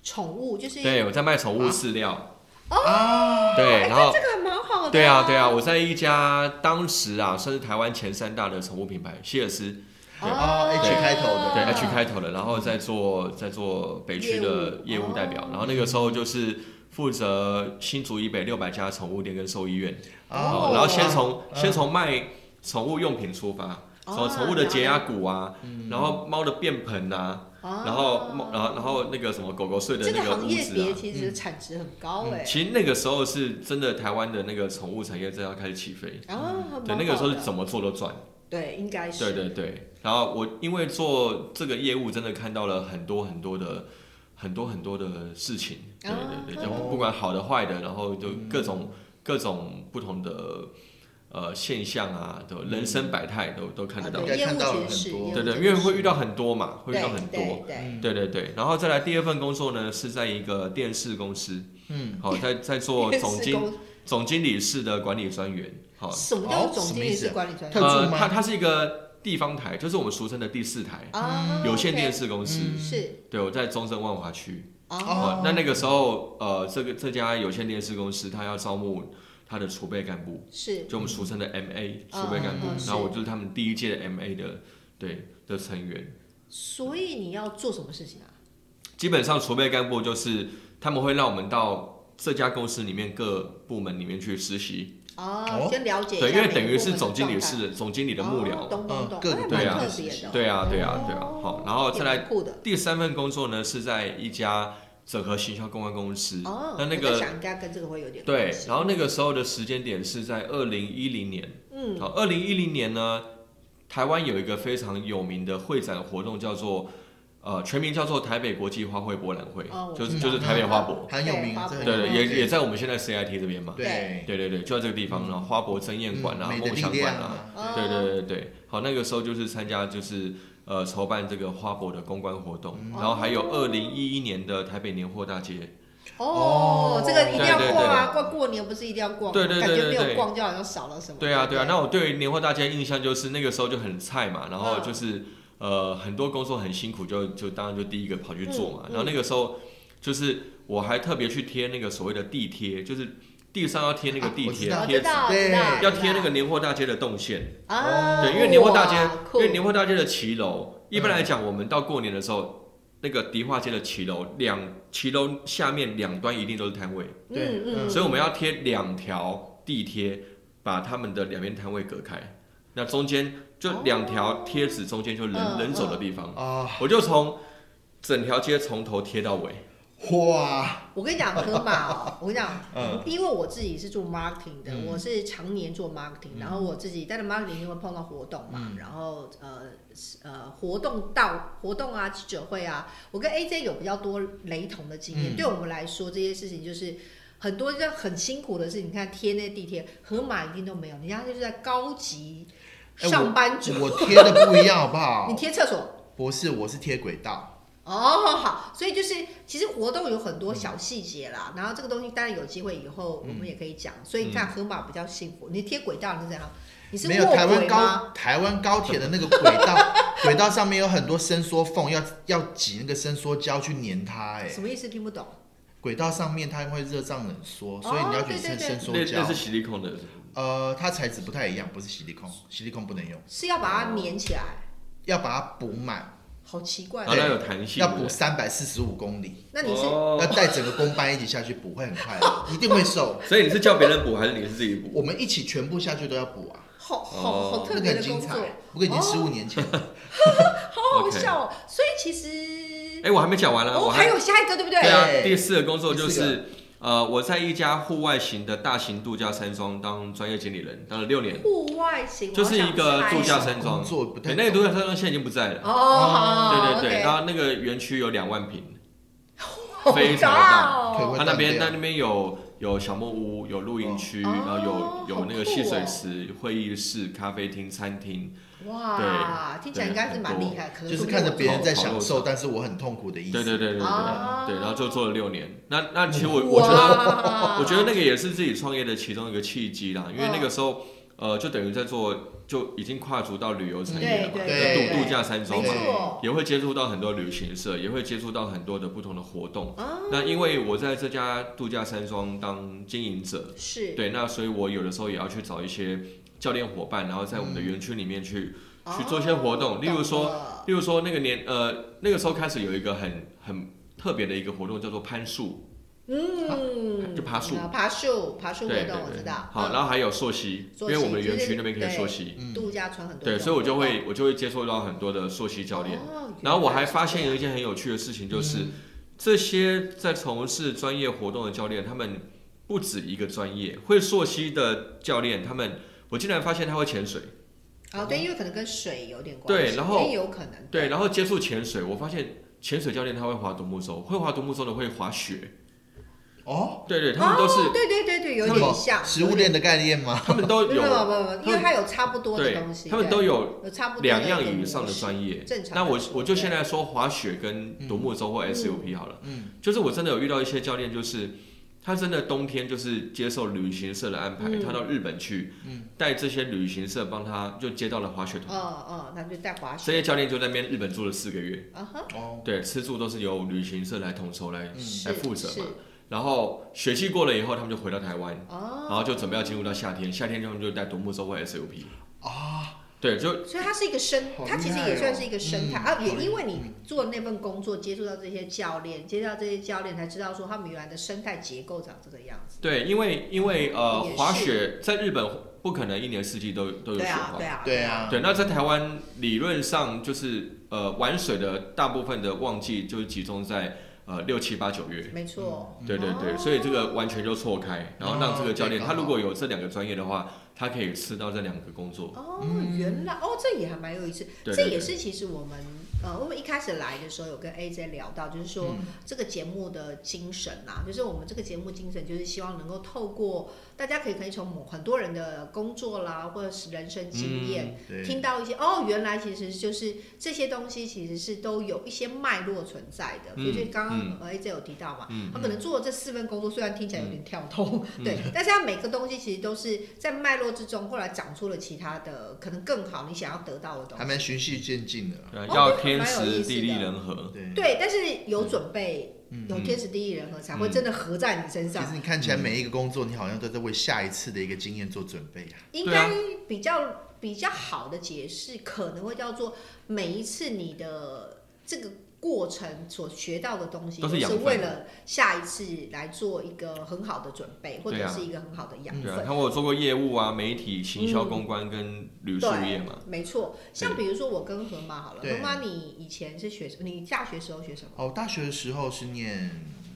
Speaker 2: 宠物就是
Speaker 3: 对我在卖宠物饲料，
Speaker 1: 啊，
Speaker 3: 对，
Speaker 2: 哎
Speaker 3: 然后
Speaker 2: 这个还蛮好的、哦
Speaker 3: 对啊对啊，，我在一家当时啊算是台湾前三大的宠物品牌希尔斯，
Speaker 2: 嗯
Speaker 3: 对
Speaker 1: 哦，H 开头的
Speaker 3: 对
Speaker 1: 啊
Speaker 3: H 开头的，然后在做在做北区的
Speaker 2: 业
Speaker 3: 业
Speaker 2: 务
Speaker 3: 务代表
Speaker 2: 哦，
Speaker 3: 然后那个时候就是负责新竹以北六百家宠物店跟兽医院，
Speaker 2: 哦
Speaker 3: 然后先从、
Speaker 1: 嗯
Speaker 3: 先从卖宠物用品出发，
Speaker 2: 哦嗯
Speaker 3: 从宠物的洁牙骨啊，然后猫的便盆啊，
Speaker 2: 哦
Speaker 3: 然后猫然后然后那个什么狗狗睡的
Speaker 2: 这个
Speaker 3: 那个
Speaker 2: 行
Speaker 3: 屋
Speaker 2: 业
Speaker 3: 子
Speaker 2: 别
Speaker 3: 啊。嗯
Speaker 2: 其实产值很高哎、
Speaker 3: 其实那个时候是真的，台湾的那个宠物产业正要开始起飞。
Speaker 2: 然后
Speaker 3: 对，那个时候是
Speaker 2: 么？
Speaker 3: 怎么做都赚。
Speaker 2: 对，应该是
Speaker 3: 对对对，然后我因为做这个业务，真的看到了很多很多的很多很多的事情，对
Speaker 2: 啊
Speaker 3: 对对，就
Speaker 1: 哦
Speaker 3: 不管好的坏的，然后就各种、
Speaker 2: 嗯
Speaker 3: 各种不同的呃现象啊，都人生百态都都看得到
Speaker 2: 嗯啊。
Speaker 1: 应该
Speaker 2: 对，业
Speaker 1: 看到了
Speaker 2: 务其实是
Speaker 1: 很多
Speaker 2: 业务
Speaker 3: 对对，
Speaker 2: 真
Speaker 3: 因
Speaker 2: 的
Speaker 3: 为会
Speaker 2: 是
Speaker 3: 遇到很多嘛，会遇到很
Speaker 2: 对
Speaker 3: 多。
Speaker 2: 对
Speaker 1: 嗯
Speaker 2: 对
Speaker 3: 对对对，然后再来第二份工作呢，是在一个电视公司，
Speaker 1: 嗯，
Speaker 3: 好、在在做
Speaker 2: 电视
Speaker 3: 总经
Speaker 2: 公
Speaker 3: 总经理室的管理专员，好、
Speaker 2: 什么叫
Speaker 1: 哦
Speaker 2: 总
Speaker 1: 什么
Speaker 2: 经
Speaker 1: 意
Speaker 2: 理
Speaker 1: 思
Speaker 2: 是管理专
Speaker 1: 特
Speaker 2: 员
Speaker 3: 呃
Speaker 1: 助，吗
Speaker 3: 它它是一个地方台，就是我们俗称的第四台、
Speaker 2: 啊？
Speaker 3: 有嗯线
Speaker 2: OK，
Speaker 3: 电视公司。
Speaker 1: 嗯
Speaker 2: 是
Speaker 3: 对，我在中正万华区。
Speaker 1: 哦
Speaker 2: 哦，
Speaker 3: 那那个时候，呃，这个这家有线电视公司，它要招募它的储备干部，
Speaker 2: 是
Speaker 3: 就我们俗称的 MA
Speaker 2: 嗯
Speaker 3: 储备干部
Speaker 1: 嗯嗯。
Speaker 2: 是
Speaker 3: 然后我就是他们第一届的 MA 的，对的成员。
Speaker 2: 所以你要做什么事情啊？
Speaker 3: 基本上储备干部就是他们会让我们到这家公司里面各部门里面去实习，
Speaker 2: 哦
Speaker 1: 哦，
Speaker 2: 先了解一下
Speaker 3: 对，因为
Speaker 2: 每个
Speaker 3: 等于
Speaker 2: 部
Speaker 3: 是
Speaker 2: 门的
Speaker 3: 总经理
Speaker 2: 状态
Speaker 3: 是总经理的幕
Speaker 2: 哦
Speaker 3: 僚。
Speaker 2: 懂懂
Speaker 1: 嗯
Speaker 2: 懂，
Speaker 1: 各个
Speaker 2: 那
Speaker 3: 部门
Speaker 2: 蛮特
Speaker 1: 的
Speaker 2: 别
Speaker 1: 实习
Speaker 2: 的，
Speaker 3: 对啊，对啊，对啊。
Speaker 2: 哦
Speaker 3: 好，然后再来
Speaker 2: 也蛮酷的
Speaker 3: 第三份工作呢是在一家整合行销公关公司。
Speaker 2: 哦，
Speaker 3: 嗯那那
Speaker 2: 我
Speaker 3: 个
Speaker 2: 在想应该跟这个会有点
Speaker 3: 对
Speaker 2: 关，系
Speaker 3: 然后那个时候的时间点是在二零一零年。
Speaker 2: 嗯
Speaker 3: 好，二零一零年呢，台湾有一个非常有名的会展活动，叫做呃，全名叫做台北国际花卉博览会，
Speaker 2: 哦我
Speaker 3: 就
Speaker 2: 知
Speaker 3: 是
Speaker 1: 道
Speaker 3: 就是台北花博。
Speaker 1: 很有
Speaker 2: 对
Speaker 1: 名，这
Speaker 2: 嗯
Speaker 1: 很
Speaker 3: 对
Speaker 1: 有
Speaker 3: 对，
Speaker 1: 名
Speaker 3: 也也在我们现在 CIT 这边嘛。
Speaker 1: 对，
Speaker 3: 对对对，就在这个地方，然后花博争艳馆
Speaker 1: 嗯
Speaker 3: 啊、
Speaker 1: 美的
Speaker 3: 梦
Speaker 1: 力
Speaker 3: 想馆
Speaker 1: 量
Speaker 3: 啊，
Speaker 1: 啊，
Speaker 2: 哦
Speaker 3: 对对对对，好，那个时候就是参加就是呃筹办这个花博的公关活动，
Speaker 2: 嗯
Speaker 3: 然后还有二零一一年的台北年货大街，
Speaker 2: 哦
Speaker 1: 哦，
Speaker 2: 这个一定要
Speaker 3: 对对
Speaker 2: 逛啊，过过年不是一定要逛吗，
Speaker 3: 对对对对
Speaker 2: 感觉没
Speaker 3: 对
Speaker 2: 有逛就好像少了什么。
Speaker 3: 对啊
Speaker 2: 对
Speaker 3: 对啊，那我对于年货大街印象就是那个时候就很菜嘛，然后
Speaker 2: 嗯
Speaker 3: 就是、呃很多工作很辛苦就，就当然就第一个跑去做嘛，
Speaker 2: 嗯嗯
Speaker 3: 然后那个时候就是我还特别去贴那个所谓的地贴，就是地上要贴那个
Speaker 1: 啊
Speaker 3: 地
Speaker 1: 我知
Speaker 3: 贴、
Speaker 1: 道
Speaker 2: 嗯我
Speaker 3: 贴
Speaker 2: 哦知
Speaker 3: 纸。
Speaker 2: 道，
Speaker 1: 对
Speaker 2: 知道
Speaker 3: 要贴那个年货大街的动线，
Speaker 2: 啊，
Speaker 3: 对，因为年货大街
Speaker 2: 哇，
Speaker 3: 因
Speaker 2: 酷嗯
Speaker 3: 为年货大街的骑楼，一般来讲，我们到过年的时候，那个迪化街的骑楼两骑楼下面两端一定都是摊位，
Speaker 1: 对
Speaker 2: 嗯嗯，
Speaker 3: 所以我们要贴两条地贴，把他们的两边摊位隔开。那中间就两条贴纸，中间就人、
Speaker 2: 嗯
Speaker 3: 人走的地方，
Speaker 1: 啊，
Speaker 3: 我就从整条街从头贴到尾。
Speaker 1: 哇，
Speaker 2: 我跟你讲，河马 哦，我跟你讲，
Speaker 1: 嗯
Speaker 2: 因为我自己是做 marketing 的，
Speaker 1: 嗯
Speaker 2: 我是常年做 marketing，、然后我自己，但是 marketing 因为碰到活动
Speaker 1: 嗯
Speaker 2: 嘛，然后呃是呃活动到活动啊记者会啊，我跟 AJ 有比较多雷同的经验，
Speaker 1: 嗯
Speaker 2: 对我们来说这些事情就是。很多就很辛苦的事情，你看贴那地铁，河马一定都没有，人家就是在高级
Speaker 1: 哎我
Speaker 2: 上班族，
Speaker 1: 我贴的不一样好不
Speaker 2: 你
Speaker 1: 好？
Speaker 2: 贴厕所，
Speaker 1: 不是，我是贴轨道，
Speaker 2: 哦，好，所以就是其实活动有很多小细节啦，然后这个东西当然有机会以后我们也可以讲。所以你看河马比较幸福，你贴轨道你是怎样？你是
Speaker 1: 没有台
Speaker 2: 卧轨
Speaker 1: 湾
Speaker 2: 吗？
Speaker 1: 高台湾高铁的那个轨道，轨道上面有很多伸缩缝，要要挤那个伸缩胶去粘它、哎，
Speaker 2: 什么意思？听不懂。
Speaker 1: 轨道上面它会热胀冷缩，所以
Speaker 2: 哦
Speaker 1: 你要去
Speaker 2: 对对对
Speaker 1: 伸伸
Speaker 3: 那
Speaker 1: 缩
Speaker 3: 那
Speaker 1: 胶
Speaker 3: 是。洗力控的，
Speaker 1: 呃，它材质不太一样，不是吸力控，吸力控不能用，
Speaker 2: 是要把它粘起来，
Speaker 1: 要把它补满，
Speaker 2: 好奇怪
Speaker 3: 然后。它
Speaker 1: 对
Speaker 3: 有弹性，
Speaker 1: 要
Speaker 3: 对
Speaker 1: 补
Speaker 3: 不对
Speaker 1: 三百四十五公里，
Speaker 2: 那你是
Speaker 1: 要
Speaker 3: 哦，
Speaker 1: 带整个工班一起下去补，会很快的，一定会瘦。
Speaker 3: 所以你是叫别人补还是你是自己补？
Speaker 1: 我们一起全部下去都要补啊，
Speaker 2: 好好好
Speaker 3: 哦
Speaker 2: 特
Speaker 1: 那个
Speaker 2: 别
Speaker 1: 很
Speaker 2: 的工
Speaker 1: 精
Speaker 2: 作，
Speaker 1: 彩。不过已经十五年前了，
Speaker 2: 好好
Speaker 3: OK
Speaker 2: 笑哦。所以其实
Speaker 3: 哎、我还没讲完啦，
Speaker 2: 哦，
Speaker 3: 我
Speaker 2: 还有下一个对不对？
Speaker 1: 对
Speaker 3: 对啊，
Speaker 1: 对
Speaker 3: 第四个工作就
Speaker 1: 第四
Speaker 3: 是，呃，我在一家户外型的大型度假山庄当专业经理人，当了六年。
Speaker 2: 户外型
Speaker 3: 就是一个度假山庄
Speaker 1: 工作不
Speaker 3: 对，
Speaker 1: 太
Speaker 3: 那个度假山庄现在已经不在了。
Speaker 2: 哦，好，
Speaker 3: 对对对，然
Speaker 2: ，OK，
Speaker 3: 后那个园区有两万平，
Speaker 2: 好
Speaker 3: 非常
Speaker 2: 大
Speaker 3: 大
Speaker 1: 腿
Speaker 2: 哦。
Speaker 1: 会
Speaker 3: 它那边
Speaker 1: 断
Speaker 3: 那
Speaker 1: 掉
Speaker 3: 那边有有小木屋，有露营区，
Speaker 2: 哦
Speaker 3: 然
Speaker 2: 哦
Speaker 3: 后有有那个
Speaker 2: 好酷哦
Speaker 3: 戏水池、会议室、咖啡厅、餐厅。
Speaker 2: 哇，听起来应该是蛮厉害，可能
Speaker 1: 就是
Speaker 2: 说不定
Speaker 1: 看着
Speaker 2: 我
Speaker 1: 别人在享
Speaker 3: 烤肉
Speaker 1: 受，
Speaker 3: 场
Speaker 1: 但是我很痛苦的意思。
Speaker 3: 对对对对对
Speaker 2: 哦
Speaker 3: 对，然后就做了六年。那那其实我我觉得
Speaker 2: 哇，
Speaker 3: 我觉得那个也是自己创业的其中一个契机啦，因为那个时候，呃，就等于在做，就已经跨足到旅游产业了嘛，
Speaker 2: 对
Speaker 1: 对
Speaker 3: 就
Speaker 1: 对
Speaker 3: 度度假山庄
Speaker 2: 没
Speaker 3: 嘛
Speaker 1: 对，
Speaker 2: 错
Speaker 3: 也会接触到很多旅行社，也会接触到很多的不同的活动。
Speaker 2: 啊，
Speaker 3: 那因为我在这家度假山庄当经营者，
Speaker 2: 是
Speaker 3: 对，那所以我有的时候也要去找一些教练伙伴，然后在我们的园区里面去，
Speaker 2: 哦
Speaker 3: 去做一些活动例如说
Speaker 2: 说
Speaker 3: 例如说那个年，呃，那个时候开始有一个很很特别的一个活动叫做攀树，
Speaker 2: 嗯，
Speaker 3: 就爬树
Speaker 2: 啊爬树，爬树活
Speaker 3: 对对
Speaker 2: 动我知
Speaker 3: 对，
Speaker 2: 道。
Speaker 3: 好，
Speaker 2: 嗯
Speaker 3: 然后还有溯溪，因
Speaker 2: 溯溪
Speaker 3: 为我们园
Speaker 2: 就是
Speaker 3: 区那边可以溯
Speaker 2: 对
Speaker 3: 溪，
Speaker 2: 度假村很多
Speaker 3: 嗯对，
Speaker 2: 种
Speaker 3: 所以我就
Speaker 2: 活动
Speaker 3: 会我就会接触到很多的溯溪教练。
Speaker 2: 哦嗯
Speaker 3: 然后我还发
Speaker 2: 原
Speaker 3: 现
Speaker 2: 来
Speaker 3: 有
Speaker 2: 是
Speaker 3: 一件很有趣的事情，就是、这些在从事专业活动的教练，他们不止一个专业，会溯溪的教练，他们我竟然发现他会潜水，
Speaker 2: 这样哦，对，因为可能跟水有点关系，
Speaker 3: 对然后
Speaker 2: 也有可能
Speaker 3: 对，然后接触潜水，我发现潜水教练他会划独木舟，会划独木舟的会滑雪，
Speaker 1: 哦，
Speaker 3: 对对，他们都是、
Speaker 2: 哦对对对对，有
Speaker 1: 那么
Speaker 2: 点像
Speaker 1: 食物链的概念吗？
Speaker 3: 他们
Speaker 2: 有
Speaker 3: 都
Speaker 2: 点。没有
Speaker 3: 有
Speaker 2: 没有没有，因为它有差不多的
Speaker 3: 对
Speaker 2: 东西，，
Speaker 3: 他们
Speaker 2: 对
Speaker 3: 都有
Speaker 2: 有差不多的
Speaker 3: 两样
Speaker 2: 一个
Speaker 3: 以上
Speaker 2: 模
Speaker 3: 的
Speaker 2: 式
Speaker 3: 专业。
Speaker 2: 正常来
Speaker 3: 那
Speaker 2: 说。
Speaker 3: 我我就现
Speaker 2: 对
Speaker 3: 在说滑雪跟独木舟或
Speaker 2: 嗯
Speaker 3: SUP 好了，
Speaker 1: 嗯，
Speaker 3: 就是我真的有遇到一些教练，就是他真的冬天就是接受旅行社的安排，
Speaker 2: 嗯
Speaker 3: 他到日本去，
Speaker 1: 嗯
Speaker 3: 带这些旅行社帮他就接到了滑雪团，
Speaker 2: 哦哦，那就带滑
Speaker 3: 这
Speaker 2: 雪
Speaker 3: 些教练就在那边日本住了四个月，
Speaker 2: 啊哈，
Speaker 1: 哦，
Speaker 3: 对，吃住都是由旅行社来统筹来，
Speaker 1: 嗯
Speaker 2: 是
Speaker 3: 来负责
Speaker 2: 是
Speaker 3: 嘛然后雪季过了以后，他们就回到台湾，
Speaker 2: 哦，
Speaker 3: 然后就准备要进入到夏天，夏天他们就带独木舟或 SUP 啊，对，就
Speaker 2: 所以它是一个生，
Speaker 1: 好
Speaker 2: 它其实
Speaker 1: 厉害
Speaker 2: 也
Speaker 1: 哦
Speaker 2: 算是一个生态、
Speaker 1: 嗯
Speaker 2: 啊。
Speaker 1: 好
Speaker 2: 也
Speaker 1: 厉
Speaker 2: 因为你做那份工作，接触到这些教练，接触到这些教练，才知道说他们原来的生态结构长这个样子。
Speaker 3: 对，因为因为呃
Speaker 2: 也是
Speaker 3: 滑雪在日本不可能一年四季都都有
Speaker 2: 对
Speaker 3: 雪
Speaker 2: 啊
Speaker 3: 花，，
Speaker 2: 对啊，
Speaker 1: 对啊，
Speaker 3: 对，那在台湾理论上就是呃玩水的大部分的旺季就是集中在呃六七八九
Speaker 1: 嗯
Speaker 3: 月。
Speaker 2: 啊没错。
Speaker 3: 对对对，
Speaker 2: 哦
Speaker 3: 所以这个完全就错开，然后让这个教练
Speaker 1: 哦对
Speaker 3: 他如果有这两个专业的话，他可以吃到这两个工作。
Speaker 2: 哦，
Speaker 1: 嗯
Speaker 2: 原来哦，这也还蛮有意思。
Speaker 3: 对
Speaker 2: 这
Speaker 3: 对
Speaker 2: 也
Speaker 3: 对，
Speaker 2: 是其实我们呃，我们一开始来的时候有跟 AJ 聊到，就是说、
Speaker 1: 嗯
Speaker 2: 这个节目的精神啊，就是我们这个节目精神就是希望能够透过大家可以可以从某很多人的工作啦，或者是人生经验，
Speaker 1: 对，
Speaker 2: 听到一些哦，原来其实就是这些东西其实是都有一些脉络存在的。
Speaker 3: 嗯
Speaker 2: 比如说刚刚
Speaker 3: 嗯
Speaker 2: 呃 AJ 有提到嘛，
Speaker 3: 嗯
Speaker 2: 他可能做这四份工作，虽然听起来有点跳脱， 对，但是他每个东西其实都是在脉络之中，后来长出了其他的可能更好你想要得到的东
Speaker 1: 还
Speaker 2: 西。
Speaker 1: 蛮循序渐进的啦。
Speaker 3: 对啊
Speaker 2: 哦
Speaker 3: 要
Speaker 2: 那还
Speaker 3: 天
Speaker 2: 蛮有
Speaker 3: 时
Speaker 2: 意思
Speaker 3: 地利
Speaker 2: 的
Speaker 3: 人和。
Speaker 1: 对，
Speaker 2: 对，但是有准备，
Speaker 1: 嗯
Speaker 2: 有天时地利人和，才会
Speaker 3: 嗯
Speaker 2: 真的合在你身
Speaker 1: 其
Speaker 2: 上
Speaker 1: 实。你看起来每一个工作，你好像都在为下一次的一个经验做准备啊。
Speaker 2: 应
Speaker 3: 对啊
Speaker 2: 该比较比较好的解释，可能会叫做每一次你的这个过程所学到的东西，
Speaker 3: 都
Speaker 2: 都
Speaker 3: 是养
Speaker 2: 是
Speaker 3: 分
Speaker 2: 为了下一次来做一个很好的准备，或
Speaker 3: 对
Speaker 2: 者
Speaker 3: 啊
Speaker 2: 是一个很好的养
Speaker 3: 对啊，
Speaker 2: 分。
Speaker 3: 看我有做过业务啊、媒体、行销、
Speaker 2: 嗯
Speaker 3: 公关跟旅宿
Speaker 2: 对
Speaker 3: 业嘛。，
Speaker 2: 没错。像比如说我跟河马好了，
Speaker 1: 对
Speaker 2: 河马你以前是学什么？你大学时候学什么？
Speaker 1: 哦，大学的时候是念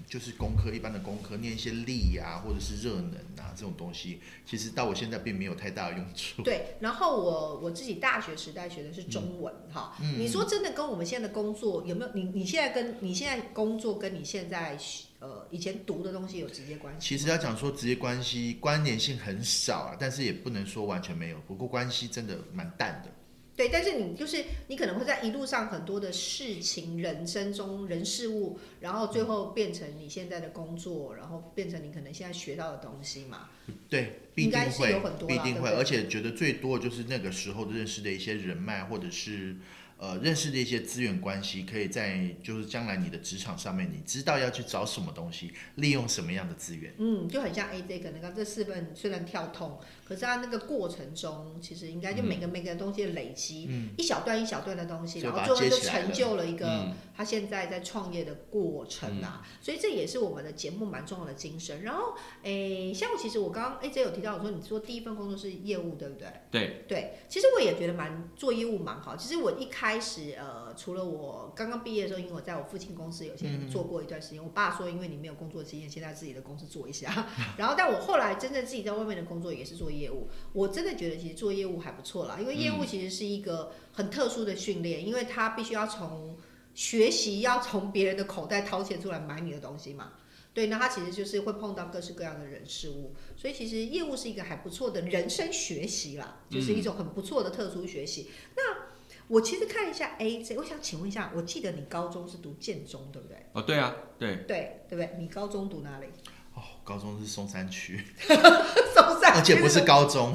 Speaker 1: 就是工科一般的工科，念一些力啊或者是热能啊这种东西，其实到我现在并没有太大的用处。
Speaker 2: 对，然后我我自己大学时代学的是
Speaker 1: 嗯
Speaker 2: 中文哈、你说真的跟我们现在的工作有没有？你你现在跟你现在工作跟你现在呃以前读的东西有直接关系？
Speaker 1: 其实要讲说职业关系关联性很少啊，但是也不能说完全没有。不过关系真的蛮淡的。
Speaker 2: 对，但是你就是你可能会在一路上很多的事情、人生中人事物，然后
Speaker 1: 嗯
Speaker 2: 最后变成你现在的工作，然后变成你可能现在学到的东西嘛。
Speaker 1: 对，必
Speaker 2: 应
Speaker 1: 定
Speaker 2: 该是
Speaker 1: 会
Speaker 2: 有很，多啦
Speaker 1: 必定会，
Speaker 2: 对不对
Speaker 1: 而且觉得最多就是那个时候认识的一些人脉，或者是呃认识的一些资源关系，可以在就是将来你的职场上面，你知道要去找什么东西，利用什么样的资源。
Speaker 2: 嗯，就很像 AJ 可能刚这四份虽然跳痛，可是它那个过程中，其实应该就每个每个东西的累积，一小段一小段的东西，
Speaker 1: 嗯就
Speaker 2: 然
Speaker 1: 把
Speaker 2: 后
Speaker 1: 它
Speaker 2: 最后就
Speaker 1: 接起来了
Speaker 2: 成就了一个
Speaker 3: 嗯
Speaker 2: 他现在在创业的过程啊。
Speaker 1: 嗯
Speaker 2: 所以这也是我们的节目蛮重要的精神。然后，诶，像其实我刚刚 AJ 有提到，我说你做第一份工作是业务，对不对？
Speaker 3: 对
Speaker 2: 对，其实我也觉得蛮做业务蛮好。其实我一开始呃，除了我刚刚毕业的时候，因为我在我父亲公司有先做过一段时间，我爸说因为你没有工作经验，先在自己的公司做一下。然后，但我后来真正自己在外面的工作也是做业务，我真的觉得其实做业务还不错啦，因为业务其实是一个很特殊的训练，因为它必须要从学习要从别人的口袋掏钱出来买你的东西嘛。对，那他其实就是会碰到各式各样的人事物，所以其实业务是一个还不错的人生学习啦，就是一种很不错的特殊学习。那我其实看一下 A J，我想请问一下，我记得你高中是读建中对不对？
Speaker 3: 哦对啊，对，
Speaker 2: 对，对不对？你高中读哪里？
Speaker 1: 哦，高中是松山区，
Speaker 2: 松山，
Speaker 1: 而且不是，高中，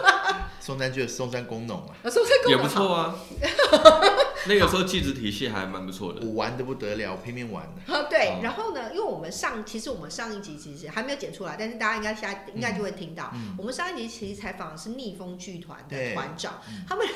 Speaker 1: 松山区的松山工农啊，
Speaker 2: 啊，松山跟
Speaker 3: 也
Speaker 2: 我
Speaker 3: 不
Speaker 2: 们
Speaker 3: 错啊。那个时候技职体系还蛮不错的。
Speaker 1: 我玩的不得了，我拼命玩的。
Speaker 2: 啊，对
Speaker 3: 哦，
Speaker 2: 然后呢，因为我们上其实我们上一集其实还没有剪出来，但是大家应该下应该就会听到，我们上一集其实采访的是逆风剧团
Speaker 1: 嗯对嗯
Speaker 2: 的团长， 他们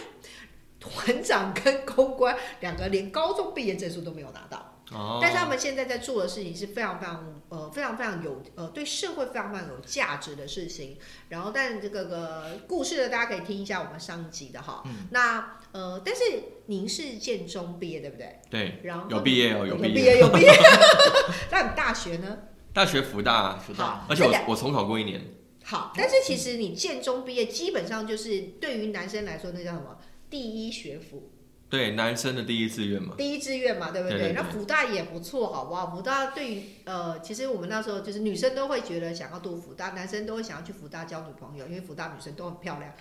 Speaker 2: 团长跟公关两个连高中毕业证书都没有拿到，
Speaker 3: 哦，
Speaker 2: 但是他们现在在做的事情是非常非常呃非常非常有呃对社会非常非常有价值的事情。然后，但这个个故事呢，大家可以听一下我们上一集的哈。
Speaker 3: 嗯
Speaker 2: 那呃，但是您是建中毕业对不对？
Speaker 3: 对，
Speaker 2: 然后
Speaker 3: 有毕业哦，
Speaker 2: 有
Speaker 3: 有毕
Speaker 2: 毕
Speaker 3: 业，
Speaker 2: 业有毕业。 那你大学呢？
Speaker 3: 大学福大，
Speaker 1: 辅导
Speaker 2: 好，
Speaker 3: 而且我
Speaker 2: 这两
Speaker 3: 我重考过一年，
Speaker 2: 好，但是其实你建中毕业，基本上就是对于男生来说，那叫什么？第一学府，
Speaker 3: 对，男生的第一志愿嘛，
Speaker 2: 第一志愿嘛，对不
Speaker 3: 对对对
Speaker 2: 那福大也不错，好不好？福大对于呃，其实我们那时候就是女生都会觉得想要读福大，男生都会想要去福大交女朋友，因为福大女生都很漂 亮，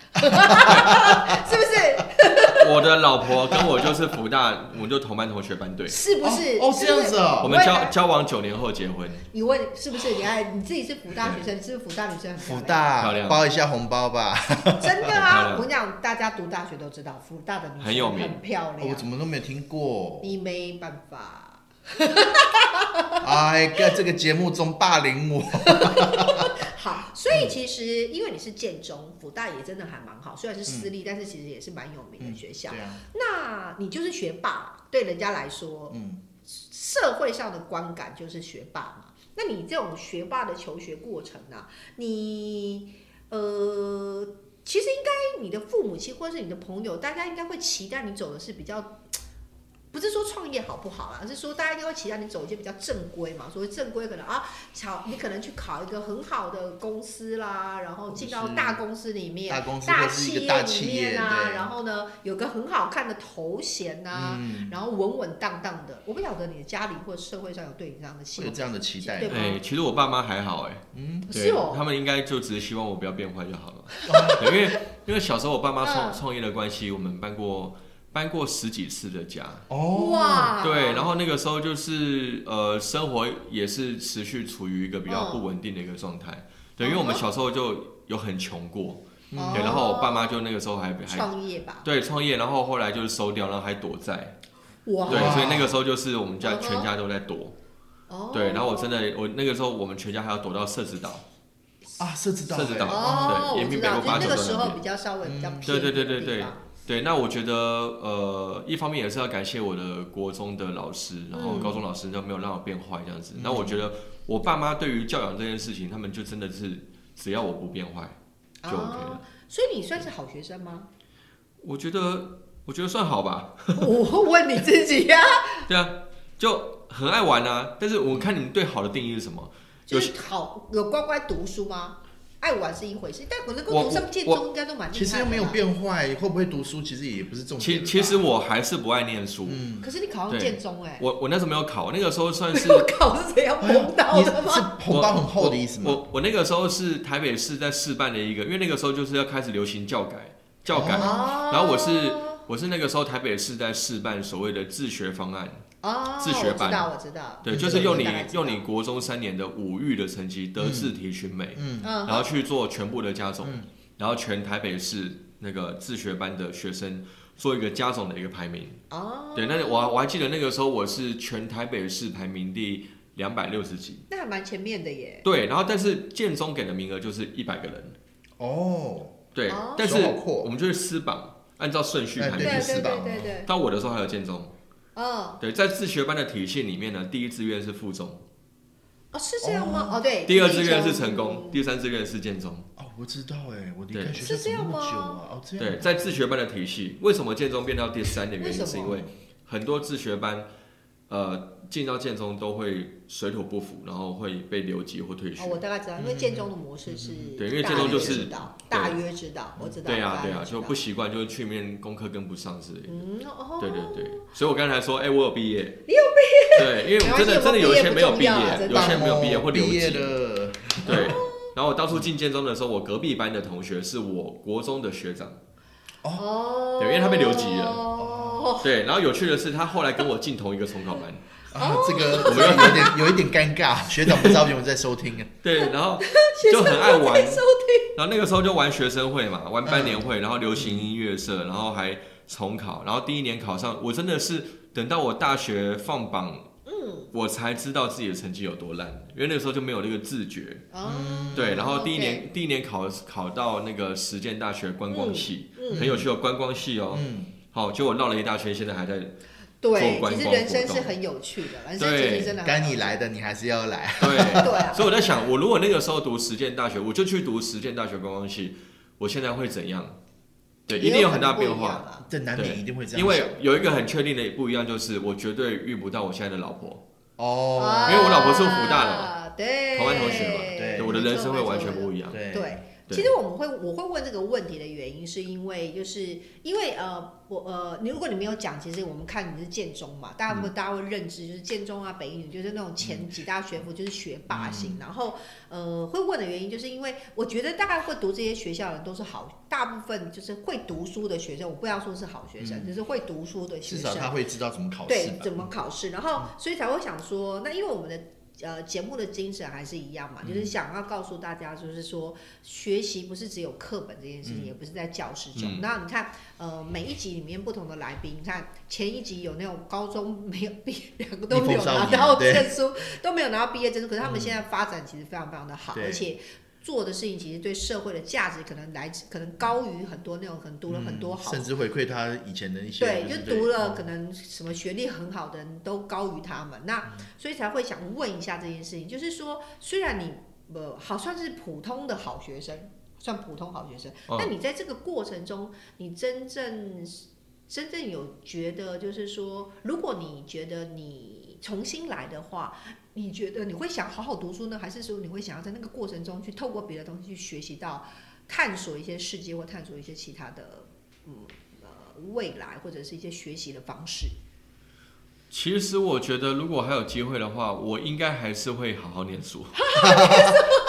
Speaker 2: 是不是？
Speaker 3: 我的老婆跟我就是福大，我们就同班同学班队，
Speaker 2: 是不是？
Speaker 1: 哦哦
Speaker 2: 是
Speaker 1: 这
Speaker 2: 不是
Speaker 1: 样子哦
Speaker 3: 我们
Speaker 2: 不会
Speaker 3: 交
Speaker 2: 吗
Speaker 3: 交往九年后结婚，
Speaker 2: 你问是不是？你看你自己是福大学生，你是不是福大女生很漂
Speaker 1: 福
Speaker 2: 亮？
Speaker 1: 大
Speaker 3: 漂亮
Speaker 1: 包一下红包吧。
Speaker 2: 真的
Speaker 3: 很漂
Speaker 2: 啊！
Speaker 3: 亮
Speaker 2: 我跟你讲，大家读大学都知道，福大的女生
Speaker 3: 很有名
Speaker 2: 很漂
Speaker 1: 哦我
Speaker 2: 亮
Speaker 1: 怎。么都没有听过。
Speaker 2: 你没办法，
Speaker 1: 哎，在这个节目中霸凌我。
Speaker 2: 好，所以其实因为你是建中，福大也真的还蛮好，虽然是私立，但是其实也是蛮有名
Speaker 1: 嗯
Speaker 2: 的学校。
Speaker 1: 对啊，
Speaker 2: 那你就是学霸，对人家来说，
Speaker 1: 嗯，
Speaker 2: 社会上的观感就是学霸嘛。那你这种学霸的求学过程啊，你呃，其实应该你的父母亲或者是你的朋友，大家应该会期待你走的是比较。不是说创业好不好啦，而是说大家应该会期待你走一些比较正规嘛。所谓正规，可能啊，考你可能去考一个很好的公司啦，然后进到
Speaker 1: 是
Speaker 2: 大公司里面，
Speaker 1: 大公司
Speaker 2: 大
Speaker 1: 或是一个大
Speaker 2: 企
Speaker 1: 企
Speaker 2: 业里
Speaker 1: 业，
Speaker 2: 面啊，然
Speaker 1: 对，
Speaker 2: 后呢，有个很好看的头衔呐、
Speaker 1: 嗯，
Speaker 2: 然后稳稳当当的。我不晓得你的家里或者社会上有对你这样的期
Speaker 1: 会有
Speaker 2: 望，
Speaker 1: 这样的期待
Speaker 2: 对。吧
Speaker 3: 对，其实我爸妈还好哎，
Speaker 1: 嗯，
Speaker 2: 不
Speaker 3: 对
Speaker 2: 是哦，
Speaker 3: 他们应该就只是希望我不要变坏就 好了。对，因为因为小时候我爸妈
Speaker 2: 嗯
Speaker 3: 创创业的关系，我们搬过搬过十几次的家。
Speaker 1: 哦，
Speaker 2: 哇，
Speaker 3: 对，然后那个时候就是呃，生活也是持续处于一个比较
Speaker 2: 嗯
Speaker 3: 不稳定的一个状态。对，因为我们小时候就有很穷过，
Speaker 2: 哦
Speaker 3: 嗯对，然后我爸妈就那个时候还还
Speaker 2: 创业吧，
Speaker 3: 对创业，然后后来就是收掉，然后还躲债。
Speaker 2: 哇，
Speaker 3: 对，所以那个时候就是我们家
Speaker 2: 嗯哼
Speaker 3: 全家都在躲。
Speaker 2: 哦，
Speaker 3: 对，然后我真的我那个时候我们全家还要躲到社子岛。
Speaker 1: 啊，社知道，哎
Speaker 3: 社知道
Speaker 2: 哦，
Speaker 3: 对
Speaker 2: 我
Speaker 3: 延平
Speaker 2: 知
Speaker 3: 北
Speaker 2: 道，
Speaker 3: 路
Speaker 2: 就是
Speaker 3: 八九
Speaker 2: 那个
Speaker 3: 段
Speaker 2: 时
Speaker 3: 那
Speaker 2: 候
Speaker 3: 边
Speaker 2: 比较稍微比较
Speaker 1: 嗯
Speaker 2: 偏
Speaker 3: 对对对
Speaker 2: 的
Speaker 3: 对
Speaker 2: 地方
Speaker 3: 对，那我觉得呃，一方面也是要感谢我的国中的老师，然后
Speaker 2: 嗯
Speaker 3: 高中老师都没有让我变坏这样子。
Speaker 1: 嗯
Speaker 3: 那我觉得我爸妈对于教养这件事情，他们就真的是只要我不变坏就 OK
Speaker 2: 哦
Speaker 3: 了。，
Speaker 2: 所以你算是好学生吗？
Speaker 3: 我觉得我觉得算好吧，
Speaker 2: 我问你自己 呀，
Speaker 3: 对啊，就很爱玩啊。但是我看你们对好的定义是什么？
Speaker 2: 就
Speaker 3: 有
Speaker 2: 是好有乖乖读书吗？爱玩是一回事，但我能够
Speaker 3: 我
Speaker 2: 读上建
Speaker 3: 我
Speaker 2: 中应该都蛮厉害的。
Speaker 1: 其实又没有，变坏，会不会读书其实也不是重点啊
Speaker 3: 其
Speaker 1: 吧。
Speaker 3: 其实我还是不爱念书。
Speaker 1: 嗯，
Speaker 2: 可是你考上
Speaker 3: 对
Speaker 2: 建中哎，
Speaker 3: 我我那时候没有考，那个时候算 是
Speaker 2: 我考是谁要蒙到
Speaker 1: 你
Speaker 2: 的吗
Speaker 1: 是？ 红包很厚的意思
Speaker 3: 我
Speaker 1: 吗？
Speaker 3: 我我那个时候是台北市在试办的一个，因为那个时候就是要开始流行教改，教改。
Speaker 2: 哦
Speaker 3: 然后我是我是那个时候台北市在试办所谓的自学方案，
Speaker 2: 哦，
Speaker 3: 自学
Speaker 2: 我
Speaker 3: 班
Speaker 2: 知道，我知道，
Speaker 3: 对，
Speaker 1: 嗯
Speaker 3: 就
Speaker 2: 这
Speaker 3: 是
Speaker 2: 个
Speaker 3: 用
Speaker 2: 我
Speaker 3: 你
Speaker 2: 大概知道
Speaker 3: 用你国中三年的五育的成绩德智体群美，
Speaker 1: 嗯，
Speaker 2: 嗯，
Speaker 3: 然后去做全部的加总，
Speaker 1: 嗯
Speaker 3: 然后全台北市那个自学班的学生做一个加总的一个排名。
Speaker 2: 哦，
Speaker 3: 对，那我还我还记得那个时候我是全台北市排名第两百六十几，
Speaker 2: 那还蛮前面的耶，
Speaker 3: 对，然后但是建中给的名额就是一百个人。
Speaker 1: 哦，
Speaker 3: 对，
Speaker 2: 哦
Speaker 3: 但是
Speaker 1: 手好阔
Speaker 3: 我们就是私榜，按照顺序
Speaker 1: 哎
Speaker 3: 排
Speaker 2: 对
Speaker 3: 名
Speaker 1: 对
Speaker 2: 对对
Speaker 1: 是吧
Speaker 2: 对对，
Speaker 3: 到我的时候还有建中，
Speaker 2: 嗯，
Speaker 3: 对，在自学班的体系里面呢，第一志愿是附中，
Speaker 2: 哦是这样吗？哦对，
Speaker 3: 第二志
Speaker 2: 这
Speaker 3: 愿是成功，，第三志愿是建中。
Speaker 1: 哦，我知道哎，我离
Speaker 3: 对
Speaker 1: 开学校
Speaker 2: 是这
Speaker 1: 怎
Speaker 2: 样
Speaker 1: 么那么久
Speaker 2: 吗
Speaker 1: 啊？哦，这样
Speaker 3: 对，在自学班的体系，为什么建中变到第三的原因，
Speaker 2: 为什么
Speaker 3: 是因为很多自学班，呃，进到建中都会水土不服，然后会被留级或退学
Speaker 2: 哦。我大概知道，因为建中的模式是
Speaker 1: 嗯，
Speaker 3: 对因为建中就是
Speaker 2: 大约知道，我知道，
Speaker 3: 对呀、
Speaker 2: 大
Speaker 3: 对
Speaker 2: 约
Speaker 3: 呀、
Speaker 2: 知
Speaker 3: 就
Speaker 2: 道
Speaker 3: 不，习惯，就是去里面功课跟不上之类的。
Speaker 2: 嗯哦，
Speaker 3: 对对对，所以我刚才说，哎、我有毕业，
Speaker 2: 你
Speaker 3: 有毕业，对，因为我真的
Speaker 2: 没关系
Speaker 3: 真的有一些没有毕
Speaker 2: 有没有毕业不重要啊
Speaker 3: 业，
Speaker 2: 真的哦
Speaker 3: 有一些没有毕业
Speaker 1: 哦
Speaker 3: 或留
Speaker 1: 毕业
Speaker 3: 级，
Speaker 1: 的，
Speaker 3: 对。然后我当初进建中的时候，我隔壁班的同学是我国中的学长，
Speaker 2: 哦，
Speaker 3: 对因为他被留级了
Speaker 2: 哦，
Speaker 3: 对。然后有趣的是，他后来跟我进同一个重考班，
Speaker 1: 啊，
Speaker 2: 哦
Speaker 1: 这个我们有点有一点尴尬，学长不知道有没有在收听啊？
Speaker 3: 对，然后
Speaker 2: 学
Speaker 3: 就
Speaker 2: 生
Speaker 3: 很爱
Speaker 2: 不
Speaker 3: 玩
Speaker 2: 接，收听，嗯
Speaker 3: 然后那个时候就玩学生会嘛，玩班年会，然后流行音乐社，然后还重考，然后第一年考上，我真的是等到我大学放榜，
Speaker 2: 嗯，
Speaker 3: 我才知道自己的成绩有多烂，因为那个时候就没有那个自觉。
Speaker 2: 哦，
Speaker 3: 对，然后第一年、第一年考考到那个实践大学观光系，
Speaker 2: 嗯
Speaker 3: 很有趣哦，观光系哦，
Speaker 1: 嗯，
Speaker 3: 好、结果绕了一大圈，现在还在
Speaker 2: 对对，
Speaker 3: 观
Speaker 2: 其实
Speaker 3: 光
Speaker 2: 人
Speaker 3: 活
Speaker 2: 生是
Speaker 3: 动
Speaker 2: 很有趣的，人生
Speaker 3: 对
Speaker 2: 其实真的很
Speaker 1: 该
Speaker 2: 有
Speaker 1: 你
Speaker 2: 趣
Speaker 1: 来的，你还是要来。
Speaker 3: 对，
Speaker 2: 对啊
Speaker 3: 所以我在想，我如果那个时候读实践大学，我就去读实践大学观光系，我现在会怎样？ 对，一
Speaker 2: 也
Speaker 3: 定
Speaker 2: 有
Speaker 3: 很大
Speaker 2: 可能
Speaker 3: 变
Speaker 2: 不一样
Speaker 3: 化。
Speaker 2: 啊。
Speaker 1: 这难免
Speaker 3: 对
Speaker 1: 一定会这样想，
Speaker 3: 因为有一个很确定的不一样，就是我绝对遇不到我现在的老婆，
Speaker 1: 哦，
Speaker 2: 啊
Speaker 3: 因为我老婆是福大的嘛
Speaker 2: 对，
Speaker 3: 台湾同学嘛
Speaker 1: 对
Speaker 3: 我的人生会完全不
Speaker 2: 一
Speaker 3: 一样。
Speaker 1: 对
Speaker 2: 对，
Speaker 3: 对
Speaker 2: 其实我们会我会问这个问题的原因，是因为就是因为呃，我呃，你如果你没有讲，其实我们看你是建中嘛，大家
Speaker 3: 嗯
Speaker 2: 不、大家会认知就是建中啊、北一女就是那种前几大学府就是学霸型，
Speaker 3: 嗯
Speaker 2: 然后呃会问的原因，就是因为我觉得大概会读这些学校的人都是好，大部分就是会读书的学生，我不要说是好学
Speaker 3: 嗯
Speaker 2: 生，就是会读书的学
Speaker 1: 至
Speaker 2: 生
Speaker 1: 少，他会知道怎么考试
Speaker 2: 对
Speaker 1: 吧。嗯
Speaker 2: 怎么考试，然后所以才会想说，那因为我们的。呃，节目的精神还是一样嘛，就是
Speaker 1: 嗯
Speaker 2: 想要告诉大家，就是说学习不是只有课本这件事情，
Speaker 1: 嗯
Speaker 2: 也不是在教室中。
Speaker 3: 嗯
Speaker 2: 那你看，呃，每一集里面不同的来宾，你看前一集有那种高中没有毕，两个都没有拿
Speaker 1: 逆风少
Speaker 2: 到
Speaker 1: 年对嗯
Speaker 2: 证书，都没有拿到毕业证书，可是他们现在发展其实非常非常的好，
Speaker 1: 对
Speaker 2: 而且做的事情其实对社会的价值可能来自可能高于很多那种可能读了很多好
Speaker 1: 嗯甚至回馈他以前的一哦些，嗯
Speaker 2: 对，
Speaker 1: 是
Speaker 2: 就读了可能什么学历很好的人都高于他们，那
Speaker 1: 嗯
Speaker 2: 所以才会想问一下这件事情，就是说，虽然你呃好算是普通的好学生，算普通好学生，
Speaker 3: 嗯
Speaker 1: 哦
Speaker 2: 那你在这个过程中，你真正呃真正有觉得，就是说，如果你觉得你重新来的话，你觉得你会想好好读书呢，还是说你会想要在那个过程中去透过别的东西去学习到、探索一些世界或探索一些其他的嗯呃未来或者是一些学习的方式？
Speaker 3: 其实我觉得，如果还有机会的话，我应该还是会好好念书。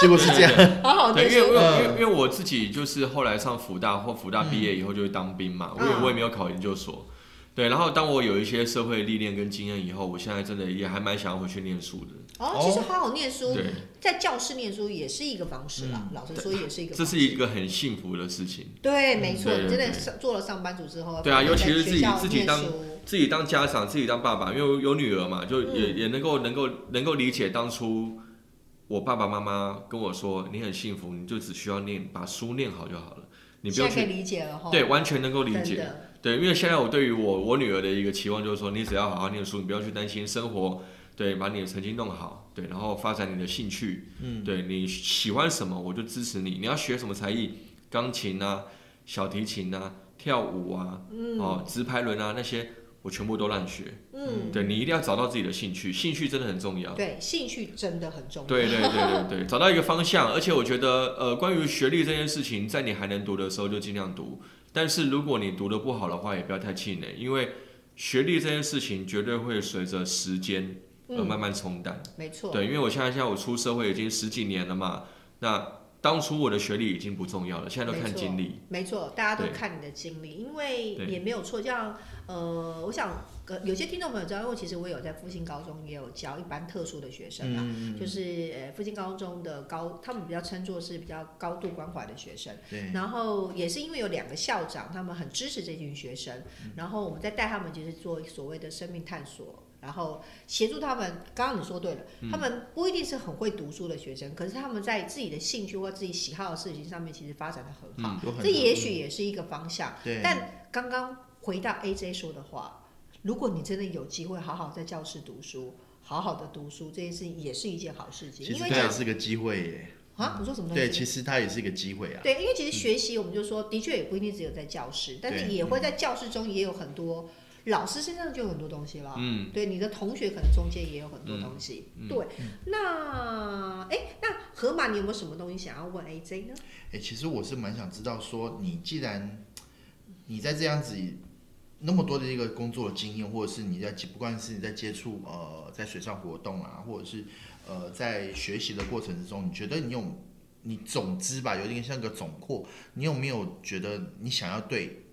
Speaker 1: 结果是这样，
Speaker 3: 样。
Speaker 2: 好好
Speaker 3: 对，
Speaker 2: 的
Speaker 3: 因为因为
Speaker 1: 嗯
Speaker 3: 因为因为我自己就是后来上福大或福大毕业以后就去当兵嘛，我
Speaker 2: 嗯
Speaker 3: 也我也没有考研究所。对，然后当我有一些社会历练跟经验以后，我现在真的也还蛮想要回去念书的。
Speaker 2: 哦，其实好好念书，
Speaker 3: 对，嗯
Speaker 2: 在教室念书也是一个方式啦。老实说，也是一个
Speaker 3: 这
Speaker 2: 方式。
Speaker 3: 是一个很幸福的事情。
Speaker 2: 对，没错，
Speaker 3: 对
Speaker 2: 你真的
Speaker 3: 对
Speaker 2: 上做了上班族之后，
Speaker 3: 对啊尤其是
Speaker 2: 在
Speaker 3: 自己
Speaker 2: 学校
Speaker 3: 自己
Speaker 2: 念
Speaker 3: 当
Speaker 2: 书
Speaker 3: 自己当家长，自己当爸爸，因为我有女儿嘛，
Speaker 2: 嗯
Speaker 3: 就也、也能够能够能够理解当初我爸爸妈妈跟我说，你很幸福，你就只需要念把书念好就好了，你不
Speaker 2: 现在
Speaker 3: 用
Speaker 2: 可以
Speaker 3: 去
Speaker 2: 理解了哈。
Speaker 3: 对，完全能够理
Speaker 2: 真
Speaker 3: 解。
Speaker 2: 的，
Speaker 3: 对，因为现在我对于我我女儿的一个期望就是说，你只要好好念书，你不要去担心生活，对，把你的成绩弄好，对，然后发展你的兴趣，嗯，对你喜欢什么我就支持你，你要学什么才艺，钢琴啊、小提琴啊、跳舞啊，嗯，哦，直排轮啊那些我全部都让你学，
Speaker 2: 嗯，
Speaker 3: 对你一定要找到自己的兴趣，兴趣真的很重要。
Speaker 2: 对，兴趣真的很重要。
Speaker 3: 对对对对对，找到一个方向。而且我觉得，呃，关于学历这件事情，在你还能读的时候就尽量读。但是如果你读的不好的话，也不要太气馁，因为学历这件事情绝对会随着时间而慢慢冲淡。
Speaker 2: 嗯没错，
Speaker 3: 对，因为我现在现在我出社会已经十几年了嘛，那当初我的学历已经不重要了，现在都看经历。
Speaker 2: 没错，大家都
Speaker 3: 对
Speaker 2: 看你的经历，因为
Speaker 3: 对
Speaker 2: 也没有错。像呃，我想呃，有些听众朋友知道，因为其实我有在复兴高中也有教一般特殊的学生啊，
Speaker 3: 嗯
Speaker 2: 就是呃复兴高中的高，他们比较称作是比较高度关怀的学生。
Speaker 1: 对，
Speaker 2: 然后也是因为有两个校长，他们很支持这群学生，
Speaker 3: 嗯
Speaker 2: 然后我们再带他们就是做所谓的生命探索，然后协助他们。刚刚你说对了，
Speaker 3: 嗯
Speaker 2: 他们不一定是很会读书的学生，可是他们在自己的兴趣或自己喜好的事情上面，其实发展的很好，
Speaker 1: 有很
Speaker 2: 这
Speaker 1: 多
Speaker 2: 也许也是一个方向。
Speaker 1: 对，
Speaker 2: 但刚刚回到 AJ 说的话，如果你真的有机会好好在教室读书，好好的读书，这件事情也是一件好事情，
Speaker 1: 其
Speaker 2: 因
Speaker 1: 实
Speaker 2: 为
Speaker 1: 它
Speaker 3: 对
Speaker 1: 也是个机会耶，
Speaker 2: 啊，你说什么东西？
Speaker 1: 对，其实它也是一个机会啊，
Speaker 2: 对，因为其实学习，我们就说，的确也不一定只有在教室，但是
Speaker 1: 对嗯
Speaker 2: 也会在教室中也有很多老师身上就有很多东西了。
Speaker 3: 嗯，
Speaker 2: 对，你的同学可能中间也有很多东西。
Speaker 1: 嗯
Speaker 2: 对，那哎，那河马，你有没有什么东西想要问 AJ 呢？
Speaker 1: 哎，其实我是蛮想知道说，你既然你在这样子那么多的一个工作经验，或者是你在不管是你在接触呃在水上活动啊，或者是呃在学习的过程之中，你觉得你有你总之吧，有点像个总括，你有没有觉得你想要对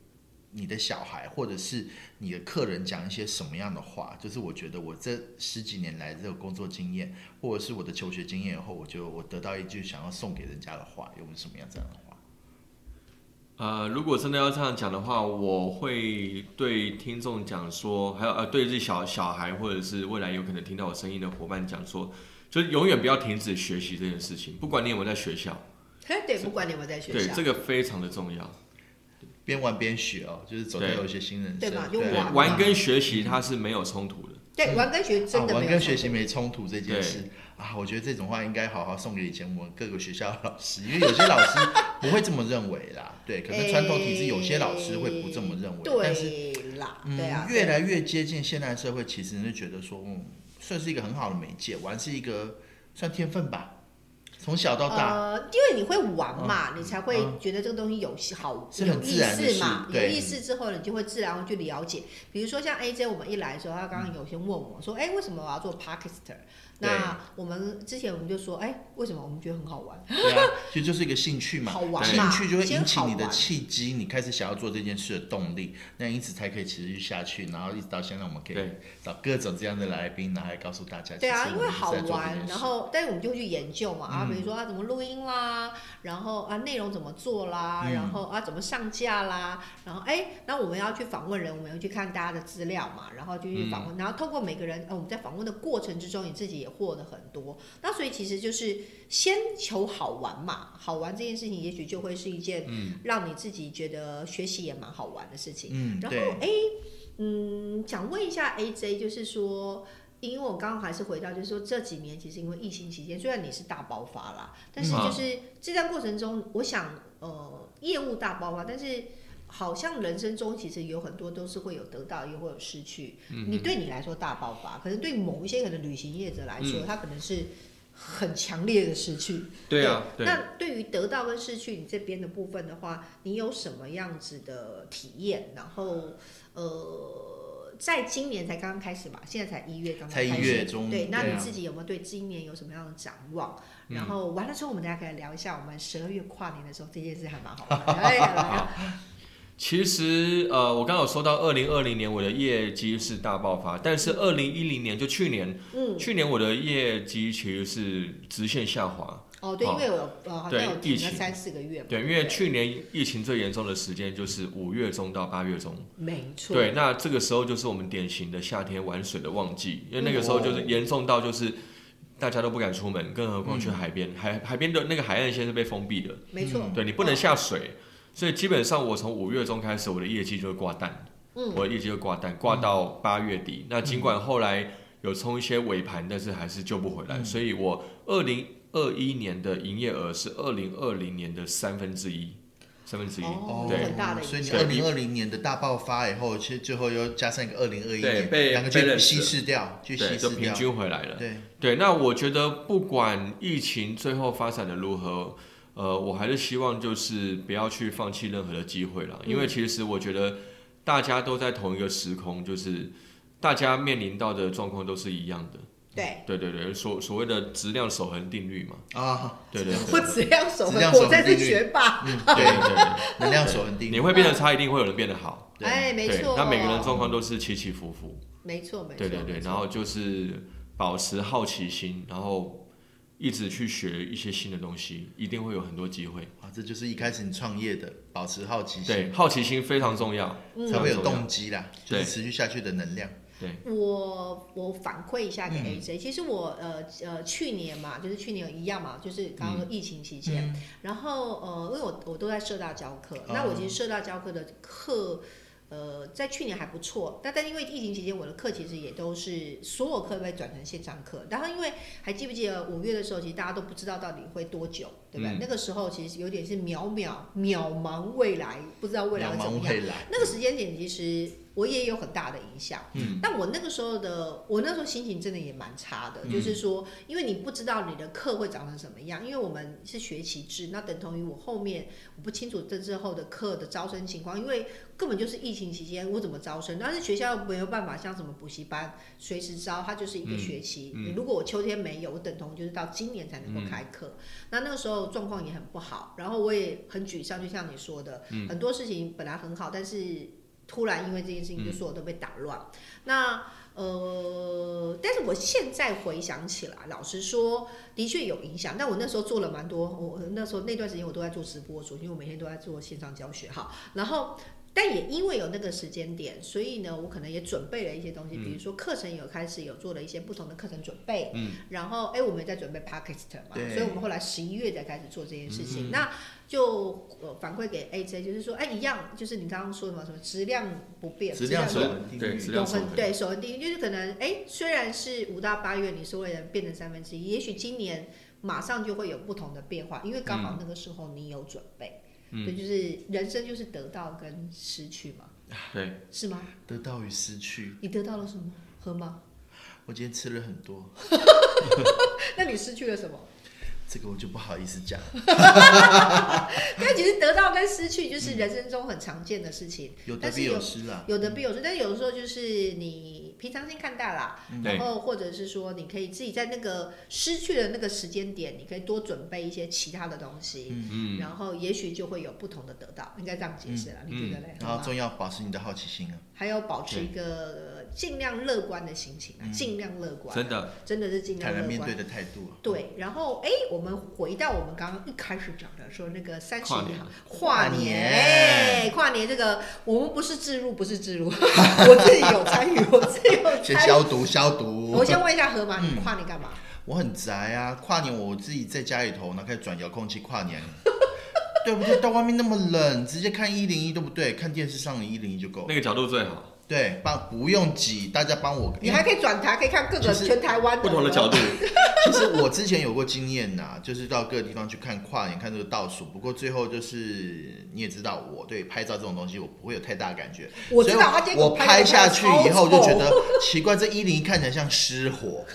Speaker 1: 你的小孩或者是你的客人讲一些什么样的话？就是我觉得我这十几年来这个工作经验，或者是我的求学经验以后，我就我得到一句想要送给人家的话，有没有什么样这样的话？
Speaker 3: 呃，如果真的要这样讲的话，我会对听众讲说，还有呃，对这小小孩或者是未来有可能听到我声音的伙伴讲说，就是永远不要停止学习这件事情，不管你有没有在学校，
Speaker 2: 嘿对，不管你有没有在学
Speaker 3: 对，
Speaker 2: 校，
Speaker 3: 这个非常的重要。
Speaker 1: 边玩边学哦，就是总会有一些新人生，
Speaker 2: 对啊吧用
Speaker 1: 对
Speaker 3: 对
Speaker 2: 玩嘛
Speaker 3: 玩跟学习它是没有冲突的。
Speaker 2: 对，玩跟学真
Speaker 1: 啊
Speaker 2: 的没有、
Speaker 1: 玩跟学习没冲突这件事啊，我觉得这种话应该好好送给以前我们各个学校的老师，因为有些老师不会这么认为啦。对，可能传统体制有些老师会不这么认为，但是
Speaker 2: 对啦，
Speaker 1: 嗯，
Speaker 2: 对啊，
Speaker 1: 越来越接近现代社会，其实是觉得说，嗯，算是一个很好的媒介，玩是一个算天分吧，从小到大。
Speaker 2: 呃，因为你会玩嘛，你才会觉得这个东西有好、
Speaker 1: 嗯是
Speaker 2: 有
Speaker 1: 很
Speaker 2: 意
Speaker 1: 自然的
Speaker 2: 识嘛。
Speaker 1: 事
Speaker 2: 有
Speaker 1: 对
Speaker 2: 意识之后，你就会自然地去了解。比如说像 AJ，我们一来的时候，他刚刚有先问我说：“哎、为什么我要做 Parkister？”
Speaker 1: 对
Speaker 2: 那我们之前我们就说：“哎、为什么我们觉得很好玩
Speaker 1: 对啊，其实就是一个兴趣嘛，
Speaker 2: 好玩
Speaker 1: 兴
Speaker 2: 嘛
Speaker 1: 趣嗯就会引起你
Speaker 2: 先好
Speaker 1: 的
Speaker 2: 玩
Speaker 1: 契机，你开始想要做这件事的动力，那因此才可以持续下去，然后一直到现在，我们可以
Speaker 3: 对
Speaker 1: 找各种这样的来宾，然后来告诉大家，？”
Speaker 2: 对啊
Speaker 1: 其，实
Speaker 2: 因
Speaker 1: 我
Speaker 2: 为
Speaker 1: 们一直
Speaker 2: 好
Speaker 1: 在做这
Speaker 2: 玩，
Speaker 1: 件事嗯
Speaker 2: 然后但是我们就会去研究嘛、啊，比如说啊怎么录音啦，然后啊内容怎么做啦，
Speaker 1: 嗯
Speaker 2: 然后啊怎么上架啦，然后哎，那我们要去访问人，我们要去看大家的资料嘛，然后就去访
Speaker 1: 嗯
Speaker 2: 问，然后透过每个人，呃，我们在访问的过程之中，你自己也获得很多。那所以其实就是先求好玩嘛，好玩这件事情，也许就会是一件让你自己觉得学习也蛮好玩的事情。
Speaker 1: 嗯，
Speaker 2: 然
Speaker 1: 对，
Speaker 2: 后哎，嗯，想问一下 AJ，就是说，因为我刚刚还是回到，就是说这几年其实因为疫情期间，虽然你是大爆发啦，但是
Speaker 3: 嗯
Speaker 2: 就是这段过程中，我想呃，业务大爆发，但是。好像人生中其实有很多都是会有得到，也会有失去。
Speaker 1: 嗯
Speaker 2: 你对你来说大爆发，可是对某一些可能旅行业者来
Speaker 1: 嗯
Speaker 2: 说，他可能是很强烈的失去。
Speaker 3: 对啊，对。
Speaker 2: 那对于得到跟失去你这边的部分的话，你有什么样子的体验？然后呃，在今年才刚刚开始吧，现在才一月刚刚
Speaker 1: 才
Speaker 2: 开始，
Speaker 1: 一月中，
Speaker 2: 对，那你
Speaker 1: 啊
Speaker 2: 自己有没有对今年有什么样的展望？
Speaker 3: 嗯
Speaker 2: 然后完了之后，我们大家可以聊一下我们十二月跨年的时候这件事还蛮好玩的。哎 来
Speaker 3: 其实呃，我刚刚有说到二零二零年我的业绩是大爆发，但是二零一零年就去年，
Speaker 2: 嗯，
Speaker 3: 去年我的业绩其实是直线下滑。
Speaker 2: 哦，对，因
Speaker 3: 好
Speaker 2: 为有呃，好像
Speaker 3: 哦对
Speaker 2: 有
Speaker 3: 疫
Speaker 2: 停了
Speaker 3: 情
Speaker 2: 三四个月嘛，
Speaker 3: 对，因
Speaker 2: 不
Speaker 3: 为去年疫情最严重的时间就是五月中到八月中。
Speaker 2: 没错，
Speaker 3: 对，那这个时候就是我们典型的夏天玩水的旺季，因为那个时候就是
Speaker 1: 哦
Speaker 3: 严重到就是大家都不敢出门，更何况去海边，海海边的那个海岸线是被封闭的，
Speaker 2: 没错，
Speaker 3: 对你不能下水，所以基本上我从五月中开始，我的业绩就会挂蛋，
Speaker 2: 嗯，
Speaker 3: 我的业绩就挂蛋，挂到八月底。那尽管后来有冲一些尾盘，但是还是救不回来，所以我二零二一年的营业额是二零二零年的三分之一，三分之一。
Speaker 2: 哦，
Speaker 3: 对
Speaker 2: 很大的
Speaker 1: 所以
Speaker 2: 影
Speaker 1: 你
Speaker 2: 响
Speaker 1: 二
Speaker 3: 对。
Speaker 1: 零二零年的大爆发以后，其实最后又加上一个二零二一
Speaker 3: 对
Speaker 1: 年，
Speaker 3: 被
Speaker 1: 两个就
Speaker 3: balance
Speaker 1: 稀释掉，就稀
Speaker 3: 对，就
Speaker 1: 释
Speaker 3: 平
Speaker 1: 掉，哎
Speaker 3: 均回来了。
Speaker 1: 对，
Speaker 3: 对，那我觉得不管疫情最后发展的如何，呃，我还是希望就是不要去放弃任何的机会啦，因为其实我觉得大家都在同一个时空，就是大家面临到的状况都是一样的。
Speaker 2: 对，
Speaker 3: 对对对，所所谓的质量守恒定律嘛。
Speaker 1: 啊，
Speaker 3: 对对对
Speaker 2: 我只要守
Speaker 1: 质
Speaker 2: 恒，
Speaker 1: 量守
Speaker 2: 我
Speaker 1: 恒
Speaker 2: 才是
Speaker 1: 定律
Speaker 2: 学霸。
Speaker 1: 嗯，
Speaker 3: 对
Speaker 1: 对，
Speaker 3: 对对，
Speaker 1: 能量守恒定律
Speaker 3: 你，会变得差，一定会有人变得好。
Speaker 1: 对
Speaker 2: 哎，没
Speaker 3: 对
Speaker 2: 错，，
Speaker 3: 那每个人的状况都是起起伏伏。
Speaker 2: 没错，没错，
Speaker 3: 对对对，
Speaker 2: 没错
Speaker 3: 然后就是保持好奇心，然后一直去学一些新的东西，一定会有很多机会。
Speaker 1: 啊，这就是一开始你创业的，保持好奇心，
Speaker 3: 对，好奇心非常重要。
Speaker 2: 嗯
Speaker 1: 才会有
Speaker 3: 非常重要
Speaker 1: 动机啦，就是
Speaker 3: 对
Speaker 1: 持续下去的能量。
Speaker 2: 我我反馈一下给
Speaker 1: 嗯
Speaker 2: AJ，、其实我呃呃去年嘛，就是去年一样嘛，就是刚刚说疫情期间，然后呃，因为我我都在社大教课，
Speaker 1: 嗯哦
Speaker 2: 那我其实社大教课的课。呃，在去年还不错，但但因为疫情期间，我的课其实也都是所有课都被转成线上课。然后因为还记不记得五月的时候，其实大家都不知道到底会多久，对不对？
Speaker 3: 嗯
Speaker 2: 那个时候其实有点是渺茫渺茫未来，不知道啊未来
Speaker 1: 渺
Speaker 2: 会怎
Speaker 1: 茫
Speaker 2: 么样。
Speaker 1: 未来，
Speaker 2: 那个时间点其实我也有很大的影响。
Speaker 1: 嗯，
Speaker 2: 但我那个时候的，我那时候心情真的也蛮差的，
Speaker 1: 嗯
Speaker 2: 就是说，因为你不知道你的课会长成什么样，因为我们是学期制，那等同于我后面我不清楚这之后的课的招生情况，因为根本就是疫情期间我怎么招生，但是学校又没有办法像什么补习班随时招，它就是一个学期。
Speaker 3: 嗯嗯
Speaker 2: 你如果我秋天没有，我等同就是到今年才能够开课。那那个时候状况也很不好，然后我也很沮丧，就像你说的，
Speaker 3: 嗯
Speaker 2: 很多事情本来很好，但是突然因为这件事
Speaker 3: 嗯
Speaker 2: 情，就所有都被打乱。那呃，但是我现在回想起来，老实说，的确有影响。但我那时候做了蛮多，我我那时候那段时间我都在做直播主，因为我每天都在做线上教学哈。然后但也因为有那个时间点，所以呢，我可能也准备了一些东西，比如说课程有开始有做了一些不同的课程准备，
Speaker 3: 嗯，
Speaker 2: 然后哎，我们也在准备 podcast 嘛，
Speaker 1: 对
Speaker 2: 所以我们后来十一月才开始做这件事情。
Speaker 3: 嗯
Speaker 2: 那就呃反馈给 AJ，就是说，哎，一样，就是你刚刚说的嘛，什么质量不变，
Speaker 1: 质量守
Speaker 3: 守
Speaker 2: 永
Speaker 1: 恒定
Speaker 3: 对
Speaker 1: 律
Speaker 3: 质
Speaker 2: 恒
Speaker 3: 量守恒
Speaker 2: 对守恒定律，就是可能哎，虽然是五到八月你是为了变成三分之一，也许今年马上就会有不同的变化，因为刚好那个时候你有准备，
Speaker 3: 嗯
Speaker 2: 对，就是人生就是得到跟失去嘛，
Speaker 3: 对，
Speaker 2: 是吗？
Speaker 1: 得到与失去。
Speaker 2: 你得到了什么？喝 吗？
Speaker 1: 我今天吃了很多，
Speaker 2: 那你失去了什么？
Speaker 1: 这个我就不好意思讲。
Speaker 2: 但其实得到跟失去就是人生中很常见的事情，
Speaker 1: 有得
Speaker 2: 但是
Speaker 1: 必有
Speaker 2: 有
Speaker 1: 失啦。
Speaker 2: 有的必有失，但是有的时候就是你平常心看待啦，
Speaker 3: 嗯对
Speaker 2: 然后或者是说你可以自己在那个失去的那个时间点，你可以多准备一些其他的东西，
Speaker 3: 嗯，
Speaker 2: 然后也许就会有不同的得到，应该这样解释啦，
Speaker 3: 嗯
Speaker 2: 你觉得嘞？
Speaker 1: 然
Speaker 2: 好
Speaker 1: 后
Speaker 2: 吧
Speaker 1: 重要保持你的好奇心啊。
Speaker 2: 还有保持一个尽量乐观的心情啊，尽量乐观，
Speaker 3: 嗯真的，
Speaker 2: 真的是尽量
Speaker 1: 坦然
Speaker 2: 乐
Speaker 1: 面对
Speaker 2: 观。
Speaker 1: 的态度、啊。
Speaker 2: 对，然后哎，我们回到我们刚刚一开始讲的，说那个三十
Speaker 3: 跨
Speaker 2: 一
Speaker 3: 年
Speaker 2: 号跨
Speaker 1: 跨
Speaker 2: 年，
Speaker 1: 年
Speaker 2: 哎，跨年这个我们不是自入，不是自入， 我自己有参与，我自己有
Speaker 1: 先
Speaker 2: 参与。
Speaker 1: 消毒消毒。
Speaker 2: 我先问一下河马，你跨年干嘛？
Speaker 1: 我很宅啊，跨年我自己在家里头，然后开始转遥控器跨年， 对不对？到外面那么冷，直接看一零一，对不对？看电视上的一零一就够了。
Speaker 3: 那个角度最好，
Speaker 1: 对，帮不用挤，大家帮我。
Speaker 2: 你还可以转台，可以看各个
Speaker 1: 其实
Speaker 2: 全台湾
Speaker 3: 不同的角 度，
Speaker 1: 其实我之前有过经验呐、就是到各个地方去看跨年，看这个倒数。不过最后就是你也知道我，对拍照这种东西我不会有太大感觉。
Speaker 2: 我知道
Speaker 1: 所以
Speaker 2: 他今天给
Speaker 1: 我
Speaker 2: 我拍
Speaker 1: 拍
Speaker 2: 的
Speaker 1: 下
Speaker 2: 照
Speaker 1: 去
Speaker 2: 超
Speaker 1: 以后就觉
Speaker 2: 丑
Speaker 1: 得奇怪，这一零一看起来像 失火，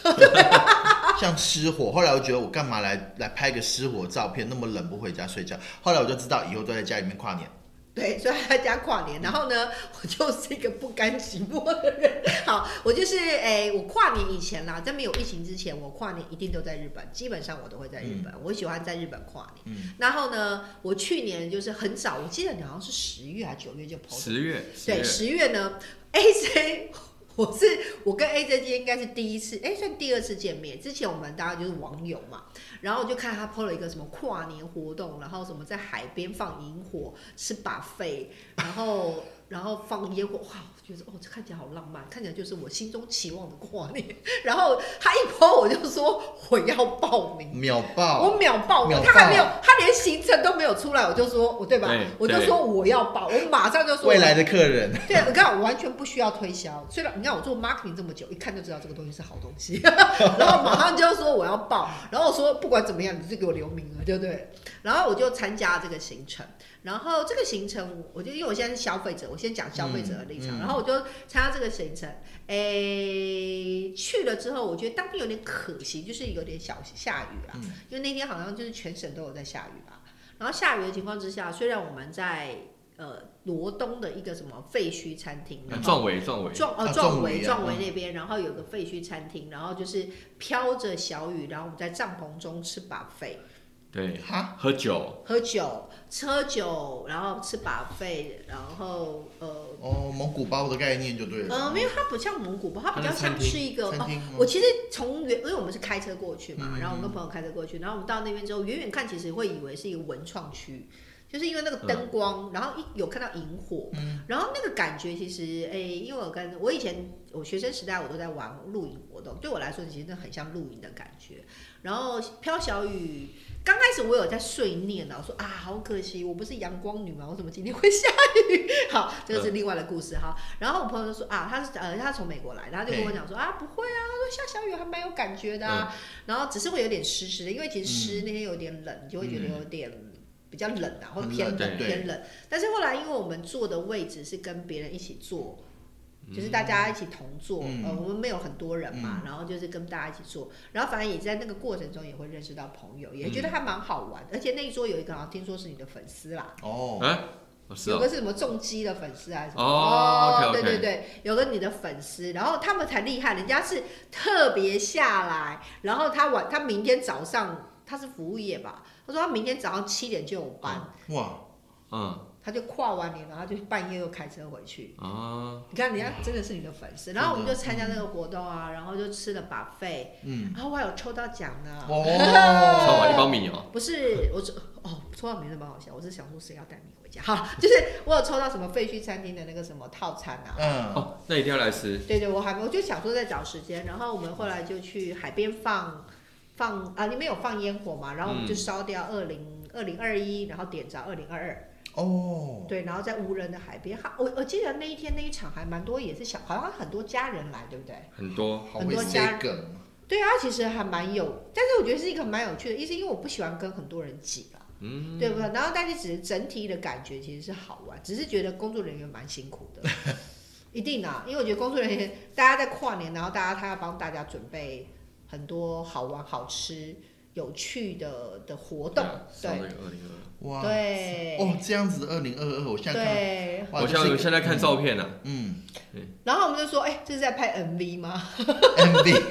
Speaker 1: 像失火。后来我觉得我干嘛来来拍个失火照片？那么冷不回家睡觉。后来我就知道以后都在家里面跨年。
Speaker 2: 对，所以他在家跨年，然后呢， 我就是一个不甘寂寞的人。 好，我就是诶、我跨年以前啦，在没有疫情之前，我跨年一定都在日本，基本上我都会在日本，我喜欢在日本跨年。
Speaker 1: 嗯
Speaker 2: 然后呢，我去年就是很早，我记得你好像是十月还是九月就 PO
Speaker 3: 十月，十
Speaker 2: 对，
Speaker 3: 月，
Speaker 2: 十月呢，AJ，我是我跟 AJ 今天应该是第一次，哎、算第二次见面。之前我们大家就是网友嘛，然后我就看他 PO 了一个什么跨年活动，然后什么在海边放萤火、吃把费，然后然后放烟火，哇，我觉得哦，这看起来好浪漫，看起来就是我心中期望的跨年。 然后他一 PO 我就说我要报名。
Speaker 1: 秒
Speaker 2: 我
Speaker 1: 爆！
Speaker 2: 秒报名，
Speaker 1: 秒
Speaker 2: 他还
Speaker 1: 报
Speaker 2: 没有，他连行程都没有出来，我就说，哦我对吧？
Speaker 3: 对
Speaker 2: 我就
Speaker 3: 对
Speaker 2: 说我要报，我马上就说
Speaker 1: 未来的客人，
Speaker 2: 对，我看我完全不需要推销，虽然你看我做 marketing 这么久，一看就知道这个东西是好东西， 然后马上就说我要报，然后我说不管怎么样，你就给我留名额，对不对？然后我就参加这个行程，然后这个行程，我就因为我现在是消费者，我先讲消费者的立场，
Speaker 1: 嗯嗯
Speaker 2: 然后我就参加这个行程，诶，去了之后，我觉得当天有点可惜，就是有点小下雨啊，
Speaker 1: 嗯
Speaker 2: 因为那天好像就是全省都有在下雨吧。然后下雨的情况之下，虽然我们在呃罗东的一个什么废墟餐厅，然后
Speaker 3: 啊壮伟，嗯壮伟，
Speaker 2: 壮呃壮
Speaker 1: 啊壮
Speaker 2: 围
Speaker 1: 围啊
Speaker 2: 壮围那边，然后有个废墟餐厅，然后就是飘着小雨，然后我们在帐篷中吃把费，
Speaker 3: 对，
Speaker 1: 哈，
Speaker 3: 喝酒，
Speaker 2: 喝酒喝酒，然后吃把费，然后呃
Speaker 1: 哦，蒙古包的概念就对了。
Speaker 2: 呃，没有，它不像蒙古包，它比较
Speaker 3: 它是餐
Speaker 2: 像是一个
Speaker 1: 餐厅吗
Speaker 2: 我其实从远，因为我们是开车过去嘛，
Speaker 1: 嗯
Speaker 2: 然后我跟朋友开车过去，然后我们到那边之后，远远看其实会以为是一个文创区，就是因为那个灯光，然后一有看到萤火，
Speaker 1: 嗯
Speaker 2: 然后那个感觉其实，哎、因为我跟我以前我学生时代我都在玩露营活动，对我来说其实那很像露营的感觉。然后飘小雨，刚开始我有在碎念啊，我说啊，好可惜，我不是阳光女嘛，我怎么今天会下雨？好，这个是另外的故事哈。
Speaker 1: 嗯
Speaker 2: 然后我朋友就说啊，他是呃他从美国来的，他就跟我讲说啊，不会啊，他说下小雨还蛮有感觉的啊，
Speaker 1: 嗯
Speaker 2: 然后只是会有点湿湿的，因为其实湿那天有点冷，你就会觉得有点。比较冷啊，或
Speaker 1: 很
Speaker 2: 偏
Speaker 1: 冷
Speaker 2: 冷
Speaker 1: 嗯对
Speaker 2: 偏冷，但是后来因为我们坐的位置是跟别人一起坐，就是大家一起同坐，
Speaker 1: 嗯
Speaker 2: 呃，我们没有很多人
Speaker 3: 嗯
Speaker 2: 嘛，然后就是跟大家一起坐，然后反正也在那个过程中也会认识到朋友，也觉
Speaker 3: 嗯
Speaker 2: 得还蛮好玩，而且那一桌有一个好像听说是你的粉丝啦，
Speaker 1: 哦，
Speaker 3: 哎，哦是
Speaker 2: 有
Speaker 3: 哦，
Speaker 2: 个是什么重击的粉丝还是什么？
Speaker 3: 哦
Speaker 2: 哦对
Speaker 3: OK，OK
Speaker 2: 对对，有个你的粉丝，然后他们才厉害，人家是特别下来，然后他晚，他明天早上他是服务业吧，他说他明天早上七点就有
Speaker 3: 哦
Speaker 2: 班，
Speaker 1: 哇，
Speaker 3: 嗯
Speaker 2: 他就跨完年，然后就半夜又开车回去。
Speaker 3: 啊，
Speaker 2: 你看，人家真的是你的粉丝，然后我们就参加
Speaker 3: 嗯
Speaker 2: 那个活动啊，然后就吃了把费，
Speaker 1: 嗯，
Speaker 2: 然后我还有抽到奖呢。
Speaker 1: 哦，
Speaker 3: 超完一包米哦，
Speaker 2: 不是，我只哦，抽到名字蛮好笑，我是想说谁要带米回家？ 好，就是我有抽到什么废墟餐厅的那个什么套餐啊，
Speaker 1: 嗯，
Speaker 3: 哦，那一定要来吃。
Speaker 2: 对对，我还没，我就想说再找时间，然后我们后来就去海边放放啊，你们有放烟火嘛？然后我们就烧掉二零二零二一，然后点着二零二二，
Speaker 1: 哦，
Speaker 2: 对，然后在无人的海边，哈，我我记得那一天那一场还蛮多，也是小，好像很多家人来，对不对？
Speaker 3: 很多，
Speaker 1: 好
Speaker 2: 很
Speaker 1: 会
Speaker 2: 多家
Speaker 1: say 梗，
Speaker 2: 对啊，其实还蛮有，但是我觉得是一个蛮有趣的，意思因为我不喜欢跟很多人挤啦，
Speaker 3: 嗯，
Speaker 2: 对不对？然后但是只是整体的感觉其实是好玩，只是觉得工作人员蛮辛苦的，一定啊，因为我觉得工作人员大家在跨年，然后大家他要帮大家准备很多好玩、好吃、有趣的的活动，
Speaker 3: 上那
Speaker 2: 对
Speaker 3: 个二零二。
Speaker 1: 哇，
Speaker 2: 对
Speaker 1: 哦，这样子的二零二二，我现在看，
Speaker 2: 对。
Speaker 1: 哇
Speaker 3: 我
Speaker 1: 这是
Speaker 3: 像
Speaker 1: 一个
Speaker 3: 现在看照片啊，
Speaker 1: 嗯
Speaker 2: 然后我们就说，哎、这是在拍 MV 吗
Speaker 1: ，MV，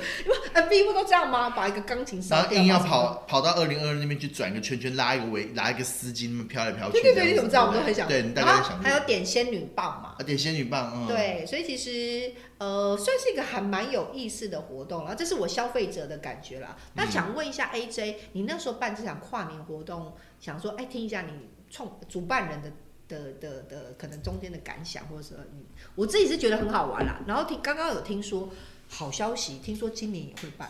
Speaker 2: ？MV 不都这样吗？把一个钢琴烧
Speaker 1: 然后
Speaker 2: 掉，
Speaker 1: 硬要
Speaker 2: 把什么
Speaker 1: 跑跑到二零二二那边去转一个圈圈，拉一个围，拉一个丝巾，那么飘来飘去
Speaker 2: 对对
Speaker 1: 这样子。
Speaker 2: 对，你怎么知道？我们都很想。
Speaker 1: 对，你大
Speaker 2: 然
Speaker 1: 概
Speaker 2: 后
Speaker 1: 想
Speaker 2: 还有点仙女棒嘛。
Speaker 1: 啊，点仙女棒，嗯，，
Speaker 2: 对，所以其实呃，算是一个还蛮有意思的活动啦，这是我消费者的感觉啦。那
Speaker 3: 嗯
Speaker 2: 想问一下 AJ，你那时候办这场跨年活动，想说哎，听一下你创主办人的的的的可能中间的感想，或者是你我自己是觉得很好玩啦。然后听刚刚有听说好消息，听说今年也会办，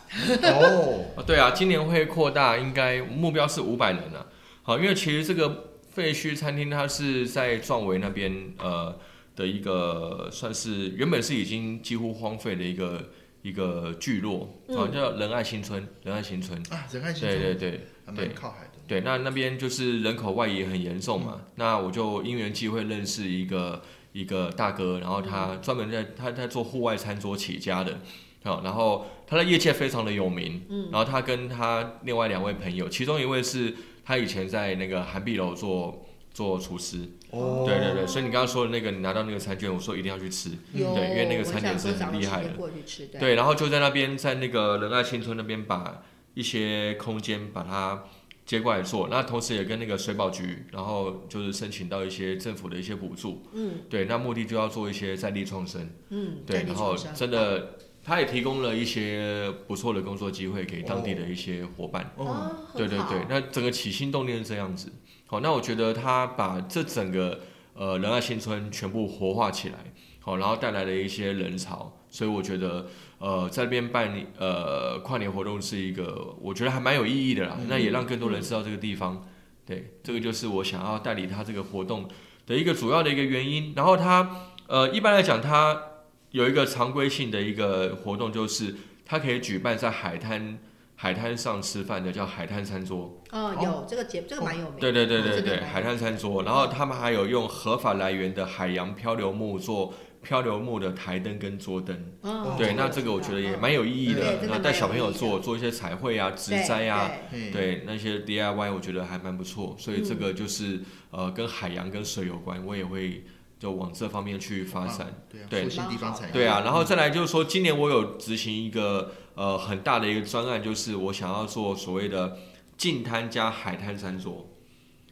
Speaker 1: 哦，
Speaker 3: 哦，对啊，今年会扩大，应该目标是五百人啊。好，因为其实这个废墟餐厅它是在壮围那边呃的一个算是原本是已经几乎荒废的一个一个聚落，好、
Speaker 2: 嗯
Speaker 3: 叫仁爱新村，仁爱新村。
Speaker 1: 啊，人看星
Speaker 3: 对对
Speaker 1: 座
Speaker 3: 对
Speaker 1: 还蛮靠海的，
Speaker 3: 对，那那边就是人口外移很严重嘛，那我就因缘际会认识一个一个大哥，然后他专门在他在做户外餐桌起家的，好，然后他在业界非常的有名，
Speaker 2: 嗯，
Speaker 3: 然后他跟他另外两位朋友，其中一位是他以前在那个韩碧楼做做厨师，
Speaker 1: 哦，
Speaker 3: 对对对，所以你刚刚说的那个，你拿到那个餐券，我说一定要去吃，
Speaker 2: 有
Speaker 3: 嗯对因为那个
Speaker 2: 我
Speaker 3: 餐
Speaker 2: 想
Speaker 3: 点是
Speaker 2: 说
Speaker 3: 很
Speaker 2: 找个
Speaker 3: 厉
Speaker 2: 时
Speaker 3: 害
Speaker 2: 间
Speaker 3: 的
Speaker 2: 过去吃，对，
Speaker 3: 对，然后就在那边，在那个仁爱新村那边把一些空间把它接过来做，那同时也跟那个水保局，然后就是申请到一些政府的一些补助，
Speaker 2: 嗯
Speaker 3: 对，那目的就要做一些在地创生，
Speaker 2: 嗯，
Speaker 3: 对，
Speaker 2: 在地
Speaker 3: 然后
Speaker 2: 创生
Speaker 3: 真的。他也提供了一些不错的工作机会给当地的一些伙伴，
Speaker 1: 哦，
Speaker 2: 啊，
Speaker 3: 嗯对
Speaker 2: 很
Speaker 3: 对
Speaker 2: 好
Speaker 3: 对，那整个起心动念是这样子。好，那我觉得他把这整个呃仁爱新村全部活化起来，好，然后带来了一些人潮，所以我觉得呃在这边办呃跨年活动是一个我觉得还蛮有意义的啦。那也让更多人知道这个地方，对，这个就是我想要代理他这个活动的一个主要的一个原因。然后他呃一般来讲，他有一个常规性的一个活动，就是它可以举办在海滩海滩上吃饭的叫海滩餐桌，
Speaker 2: 哦，有这个节，这个蛮有名的。哦
Speaker 3: 对对对
Speaker 2: 这
Speaker 3: 对
Speaker 2: 个
Speaker 3: 对，
Speaker 2: 蛮
Speaker 3: 海滩餐桌。然后他们还有用合法来源的海洋漂流木做漂流木的台灯跟桌灯，
Speaker 2: 哦
Speaker 3: 对，那这个我觉得也
Speaker 2: 嗯
Speaker 3: 蛮有意义
Speaker 1: 对
Speaker 2: 这。个
Speaker 3: 的然后
Speaker 2: 蛮
Speaker 3: 带
Speaker 2: 有
Speaker 3: 小朋友
Speaker 2: 意义的
Speaker 3: 做做一些彩绘啊、植栽啊，，
Speaker 1: 对，
Speaker 3: 对那些 DIY，我觉得还蛮不错。所以这
Speaker 2: 嗯
Speaker 3: 个就是呃跟海洋跟水有关，我也会就往这方面去发展。
Speaker 1: 对啊，
Speaker 3: 对
Speaker 1: 复兴地方产业，
Speaker 3: 对
Speaker 2: 嗯
Speaker 3: 啊，然后再来就是说，今年我有执行一个呃很大的一个专案，就是我想要做所谓的近滩加海滩餐桌，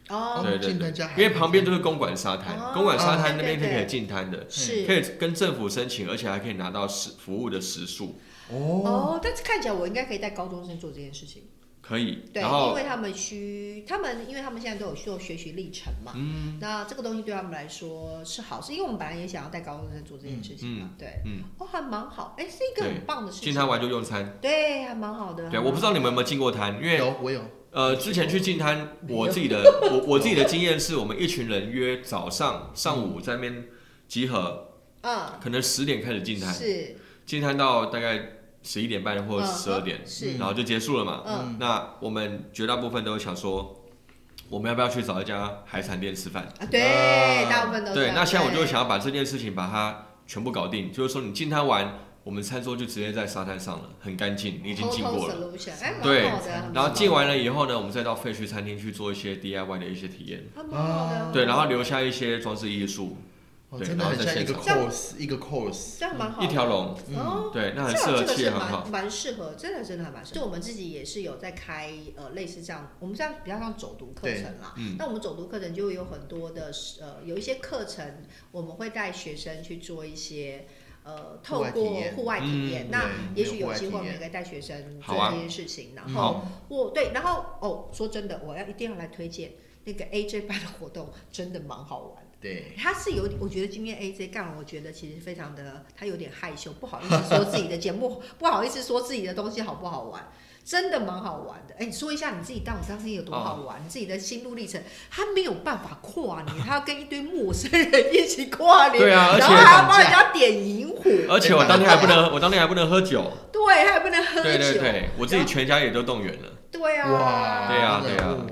Speaker 2: 对哦，
Speaker 3: 对对
Speaker 1: 近
Speaker 3: 对
Speaker 1: 滩加海，
Speaker 3: 因为旁边都是公馆沙滩，
Speaker 2: 哦
Speaker 3: 公馆沙滩那边
Speaker 2: 对对
Speaker 3: 是可以近滩的，嗯可
Speaker 2: 是
Speaker 3: 以跟政府申请，而且还可以拿到时服务的时数，
Speaker 1: 哦，
Speaker 2: 哦，但是看起来我应该可以带高中生做这件事情，
Speaker 3: 可以。
Speaker 2: 对，
Speaker 3: 然
Speaker 2: 因
Speaker 3: 后
Speaker 2: 为他们需，他们因为他们现在都有做学习历程嘛，
Speaker 3: 嗯
Speaker 2: 那这个东西对他们来说是好事，因为我们本来也想要带高中生做这件事情嘛，对，
Speaker 3: 嗯，
Speaker 2: 哦，还蛮好，哎，是一嗯个
Speaker 3: 对
Speaker 2: 很棒的事
Speaker 3: 进
Speaker 2: 情，
Speaker 3: 滩完就用餐。
Speaker 2: 对，还蛮好的，
Speaker 3: 对，我不知道你们有没有进过滩，因为
Speaker 1: 哦有我有，
Speaker 3: 呃，之前去进滩， 我自己的我我自己的经验是我们一群人约早上上午在那边集合，
Speaker 2: 嗯，
Speaker 3: 可能十点开始进滩，
Speaker 2: 是，
Speaker 3: 进摊到大概十一点半或
Speaker 2: 嗯
Speaker 3: 十二点，
Speaker 2: 是
Speaker 3: 然后就结束了嘛。
Speaker 2: 嗯，
Speaker 3: 那我们绝大部分都会想说，我们要不要去找一家海产店吃饭？
Speaker 2: 啊，对，
Speaker 1: 啊
Speaker 2: 大部分都是
Speaker 3: 对，那现在我就
Speaker 2: 嗯对
Speaker 3: 想要把这件事情把它全部搞定，就是说你进摊完，我们餐桌就直接在沙滩上了，很干净，你已经进过
Speaker 2: Total
Speaker 3: 了。
Speaker 2: solution，哎，
Speaker 3: 对
Speaker 2: 蛮好的，很
Speaker 3: 然后
Speaker 2: 棒
Speaker 3: 进完了以后呢，我们再到废墟餐厅去做一些 DIY 的一些体验，
Speaker 2: 还蛮好的，
Speaker 3: 对，然后留下一些装置艺术，
Speaker 1: 哦，
Speaker 3: 对
Speaker 1: 真的很像一个
Speaker 3: 然后
Speaker 2: 在现
Speaker 1: course 一个 course，
Speaker 2: 这样蛮好的，
Speaker 3: 一条龙，
Speaker 2: 哦。
Speaker 3: 对，那很
Speaker 2: 这
Speaker 3: 适
Speaker 2: 个
Speaker 3: 合
Speaker 2: 这个
Speaker 3: 气
Speaker 2: 是
Speaker 3: 氛很好
Speaker 2: 蛮。蛮适合，真的真的还蛮适合。就我们自己也是有在开呃类似这样，我们这样比较像走读课程啦。
Speaker 3: 对嗯
Speaker 2: 那我们走读课程就会有很多的呃有一些课程，我们会带学生去做一些呃透
Speaker 1: 户外体
Speaker 2: 过
Speaker 1: 验
Speaker 2: 户外体
Speaker 3: 嗯
Speaker 2: 验。那
Speaker 1: 对
Speaker 2: 也许
Speaker 1: 户
Speaker 2: 有
Speaker 1: 外
Speaker 2: 机
Speaker 1: 体
Speaker 2: 会我们
Speaker 1: 验
Speaker 2: 也可以带学生
Speaker 3: 好
Speaker 2: 做
Speaker 3: 啊
Speaker 2: 这件事情，然
Speaker 1: 嗯
Speaker 2: 后我对，然后哦，说真的，我要一定要来推荐那个 AJ 办的活动真的蛮好玩的。
Speaker 1: 对，
Speaker 2: 他是有，我觉得今天 AJ 干了，我觉得其实非常的，他有点害羞，不好意思说自己的节目， 不好意思说自己的东西好不好玩，真的蛮好玩的。哎，你说一下你自己当我当时有多好玩，你自己的心路历程。他没有办法跨年，他要跟一堆陌生人一起跨年，
Speaker 3: 对啊而且
Speaker 2: 然后还要帮人家点萤火，
Speaker 3: 而且我当天还不能，我当天还不能喝酒。
Speaker 2: 对，他也不能喝酒，
Speaker 3: 对对对，我自己全家也都动员了，
Speaker 2: 对啊，
Speaker 1: 哇，
Speaker 3: 对啊对啊
Speaker 1: 啊，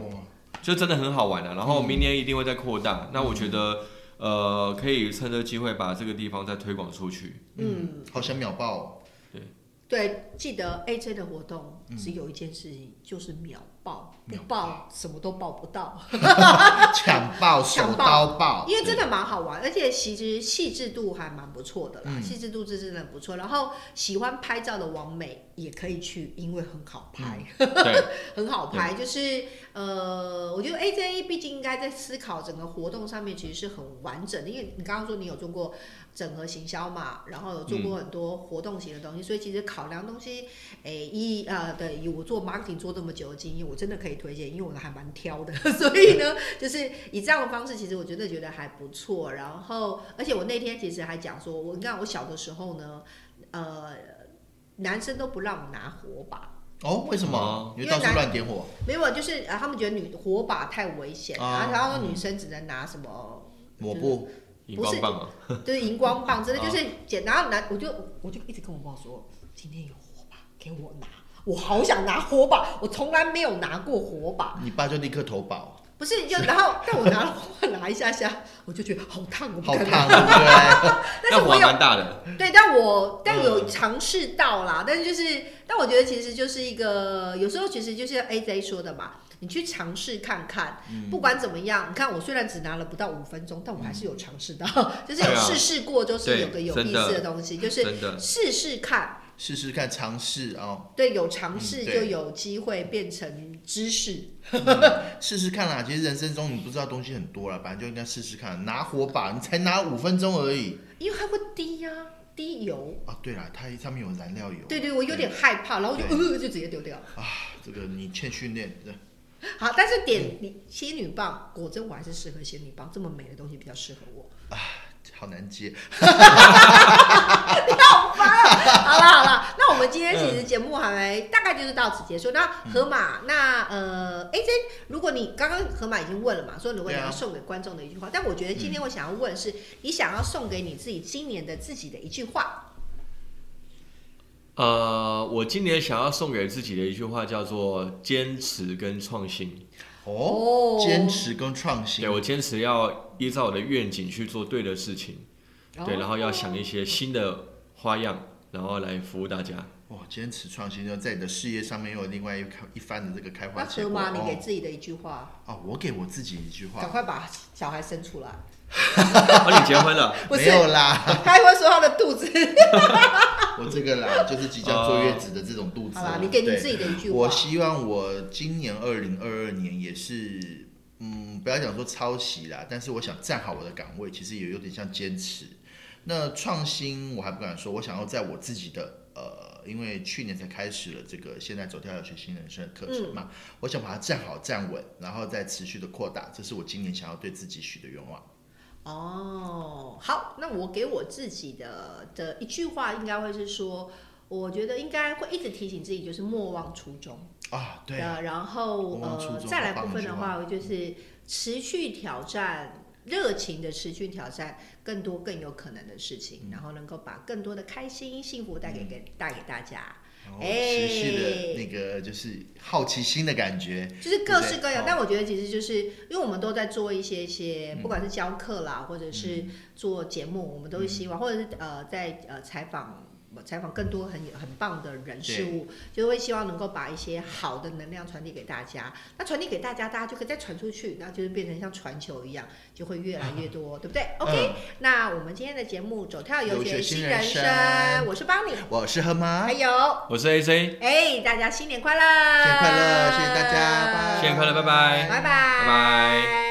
Speaker 3: 就真的很好玩啊。然后
Speaker 2: 嗯
Speaker 3: 明年一定会再扩大。那我觉得，呃，可以趁这个机会把这个地方再推广出 去。
Speaker 2: 嗯。
Speaker 1: 好想秒爆哦，
Speaker 2: 对，记得 AJ 的活动只有一件事情，就是秒爆，不
Speaker 1: 秒
Speaker 2: 爆什么都爆不到，
Speaker 1: 抢
Speaker 2: 抢
Speaker 1: 爆，
Speaker 2: 爆
Speaker 1: 手刀爆，
Speaker 2: 因为真的蛮好玩，而且其实细致度还蛮不错的啦，
Speaker 1: 嗯
Speaker 2: 细致度是真的不错。然后喜欢拍照的网美也可以去，因为很好拍，
Speaker 3: 对，
Speaker 2: 很好拍。就是呃，我觉得 AJ 毕竟应该在思考整个活动上面其实是很完整的，因为你刚刚说你有做过整合行销嘛，然后有做过很多活动型的东西，所以其实考量东西，诶、一呃，对，以我做 marketing 做这么久的经验，我真的可以推荐，因为我还蛮挑的， 所以呢，就是以这样的方式，其实我真的觉得还不错。然后，而且我那天其实还讲说，我你看我小的时候呢，呃，男生都不让我拿火把。
Speaker 1: 哦，为什么
Speaker 3: 哦？
Speaker 1: 因为到处乱点火，
Speaker 2: 没有，就是呃，他们觉得女火把太危险，然
Speaker 1: 啊
Speaker 2: 后然后说女生只能拿什么，
Speaker 1: 抹布，
Speaker 3: 荧光棒啊嘛，
Speaker 2: 就是荧光棒之类，
Speaker 3: 啊
Speaker 2: 就是简，然后拿我就我就一直跟我爸说，今天有火把给我拿，我好想拿火把，我从来没有拿过火 把，
Speaker 1: 你爸就立刻投保，
Speaker 2: 不是就然后但我拿了火把拿一下下，我就觉得好烫，我不
Speaker 1: 好
Speaker 2: 敢
Speaker 1: 烫，
Speaker 2: 拿，但
Speaker 1: 对不对？
Speaker 3: 那
Speaker 2: 是
Speaker 3: 火
Speaker 2: 我
Speaker 3: 还
Speaker 2: 有
Speaker 3: 蛮大的。
Speaker 2: 对，但我但
Speaker 3: 嗯
Speaker 2: 有尝试到啦，但是就是，但我觉得其实就是一个，有时候其实就是 AJ 说的嘛，你去尝试看看，
Speaker 3: 嗯
Speaker 2: 不管怎么样，你看我虽然只拿了不到五分钟，但我还是有尝试到， 就是有
Speaker 3: 对啊
Speaker 2: 试试过，就是
Speaker 3: 对
Speaker 2: 有个有
Speaker 3: 真
Speaker 2: 意
Speaker 3: 的
Speaker 2: 思的东西，就是
Speaker 3: 真的，
Speaker 2: 试试看，
Speaker 1: 试试看，尝试哦，
Speaker 2: 对，有尝试
Speaker 1: 嗯对
Speaker 2: 就有机会变成知识，
Speaker 1: 试试看啦。其实人生中你不知道东西很多啦，反正就应该试试看。拿火把，你才拿五分钟而已
Speaker 2: 因为它会滴呀、滴油。
Speaker 1: 啊。对啦，它上面有燃料油。
Speaker 2: 对对，我有点害怕，然后我就呃就直接丢掉。
Speaker 1: 啊，这个你欠训练，对
Speaker 2: 好，但是点你仙女棒，果真我还是适合仙女棒，这么美的东西比较适合 我。
Speaker 1: 好难接。
Speaker 2: 好了好了，那我们今天其实节目还没大概就是到此结束。那河马，
Speaker 1: 嗯
Speaker 2: 那呃，AJ，如果你刚刚河马已经问了嘛，说如果你
Speaker 1: 对啊
Speaker 2: 要送给观众的一句话，但我觉得今天我想要问是，你想要送给你自己今年的自己的一句话，
Speaker 3: 呃，我今年想要送给自己的一句话叫做“坚持跟创新
Speaker 1: 哦
Speaker 2: 哦，
Speaker 1: 坚持跟创”。新
Speaker 3: 对，我坚持要依照我的愿景去做对的事情，
Speaker 2: 哦
Speaker 3: 对，然后要想一些新的花样，然后来服务大家。
Speaker 1: 哇，哦坚持创新，就在你的事业上面又有另外一开一番的这个开花
Speaker 2: 那
Speaker 1: 结
Speaker 2: 河
Speaker 1: 果。
Speaker 2: 马，你给
Speaker 1: 哦，
Speaker 2: 自己的一句话，
Speaker 1: 哦，我给我自己一句
Speaker 2: 赶
Speaker 1: 话，
Speaker 2: 快把小孩生出来。
Speaker 3: 哦，你结婚了？
Speaker 2: 不
Speaker 1: 没
Speaker 2: 是，
Speaker 1: 有啦，
Speaker 2: 他还会说他的肚子。
Speaker 1: 我这个啦，就是即将坐月子的这种肚子。啊
Speaker 2: 好啦，你给你
Speaker 1: 对
Speaker 2: 自己的一句话。
Speaker 1: 我希望我今年二零二二年也是，嗯，不要讲说抄袭啦，但是我想站好我的岗位，其实也有点像坚持。那创新我还不敢说，我想要在我自己的呃，因为去年才开始了这个现在走跳要学新人生的课程
Speaker 2: 嗯
Speaker 1: 嘛，我想把它站好站稳，然后再持续的扩大，这是我今年想要对自己许的愿望。
Speaker 2: 哦，好，那我给我自己的的一句话，应该会是说，我觉得应该会一直提醒自己，就是莫忘初衷。
Speaker 1: 啊，对啊，
Speaker 2: 呃然后
Speaker 1: 莫忘初
Speaker 2: 呃，
Speaker 1: 衷
Speaker 2: 再来
Speaker 1: 好棒
Speaker 2: 部分
Speaker 1: 一句
Speaker 2: 的
Speaker 1: 话
Speaker 2: 话，就是持续挑战。热情的持续挑战更多更有可能的事
Speaker 1: 嗯
Speaker 2: 情，然后能够把更多的开心、幸福带给给带给大家。
Speaker 1: 然后哦持续的那个就是好奇心的感觉，
Speaker 2: 就是各式各样
Speaker 1: 对不对。嗯
Speaker 2: 但我觉得其实就是因为我们都在做一些一些，不管是教课啦，或者是做节目，我们
Speaker 1: 嗯
Speaker 2: 都是希望，或者是呃在呃采访。采访更多很很棒的人事物，就会希望能够把一些好的能量传递给大家。那传递给大家，大家就可以再传出去，那就是变成像传球一样，就会越来越多，对不对？OK，、那我们今天的节目《走跳游
Speaker 1: 嗯有学
Speaker 2: 学
Speaker 1: 新
Speaker 2: 新
Speaker 1: 人
Speaker 2: 人生》
Speaker 1: 生，
Speaker 2: 我是邦尼，
Speaker 1: 我是何妈
Speaker 2: 还。有
Speaker 3: 我是 AJ，
Speaker 2: 哎、大家新年快乐！
Speaker 1: 新年快乐，谢谢大家，
Speaker 3: 新年快乐拜
Speaker 2: 拜拜，
Speaker 3: 拜拜拜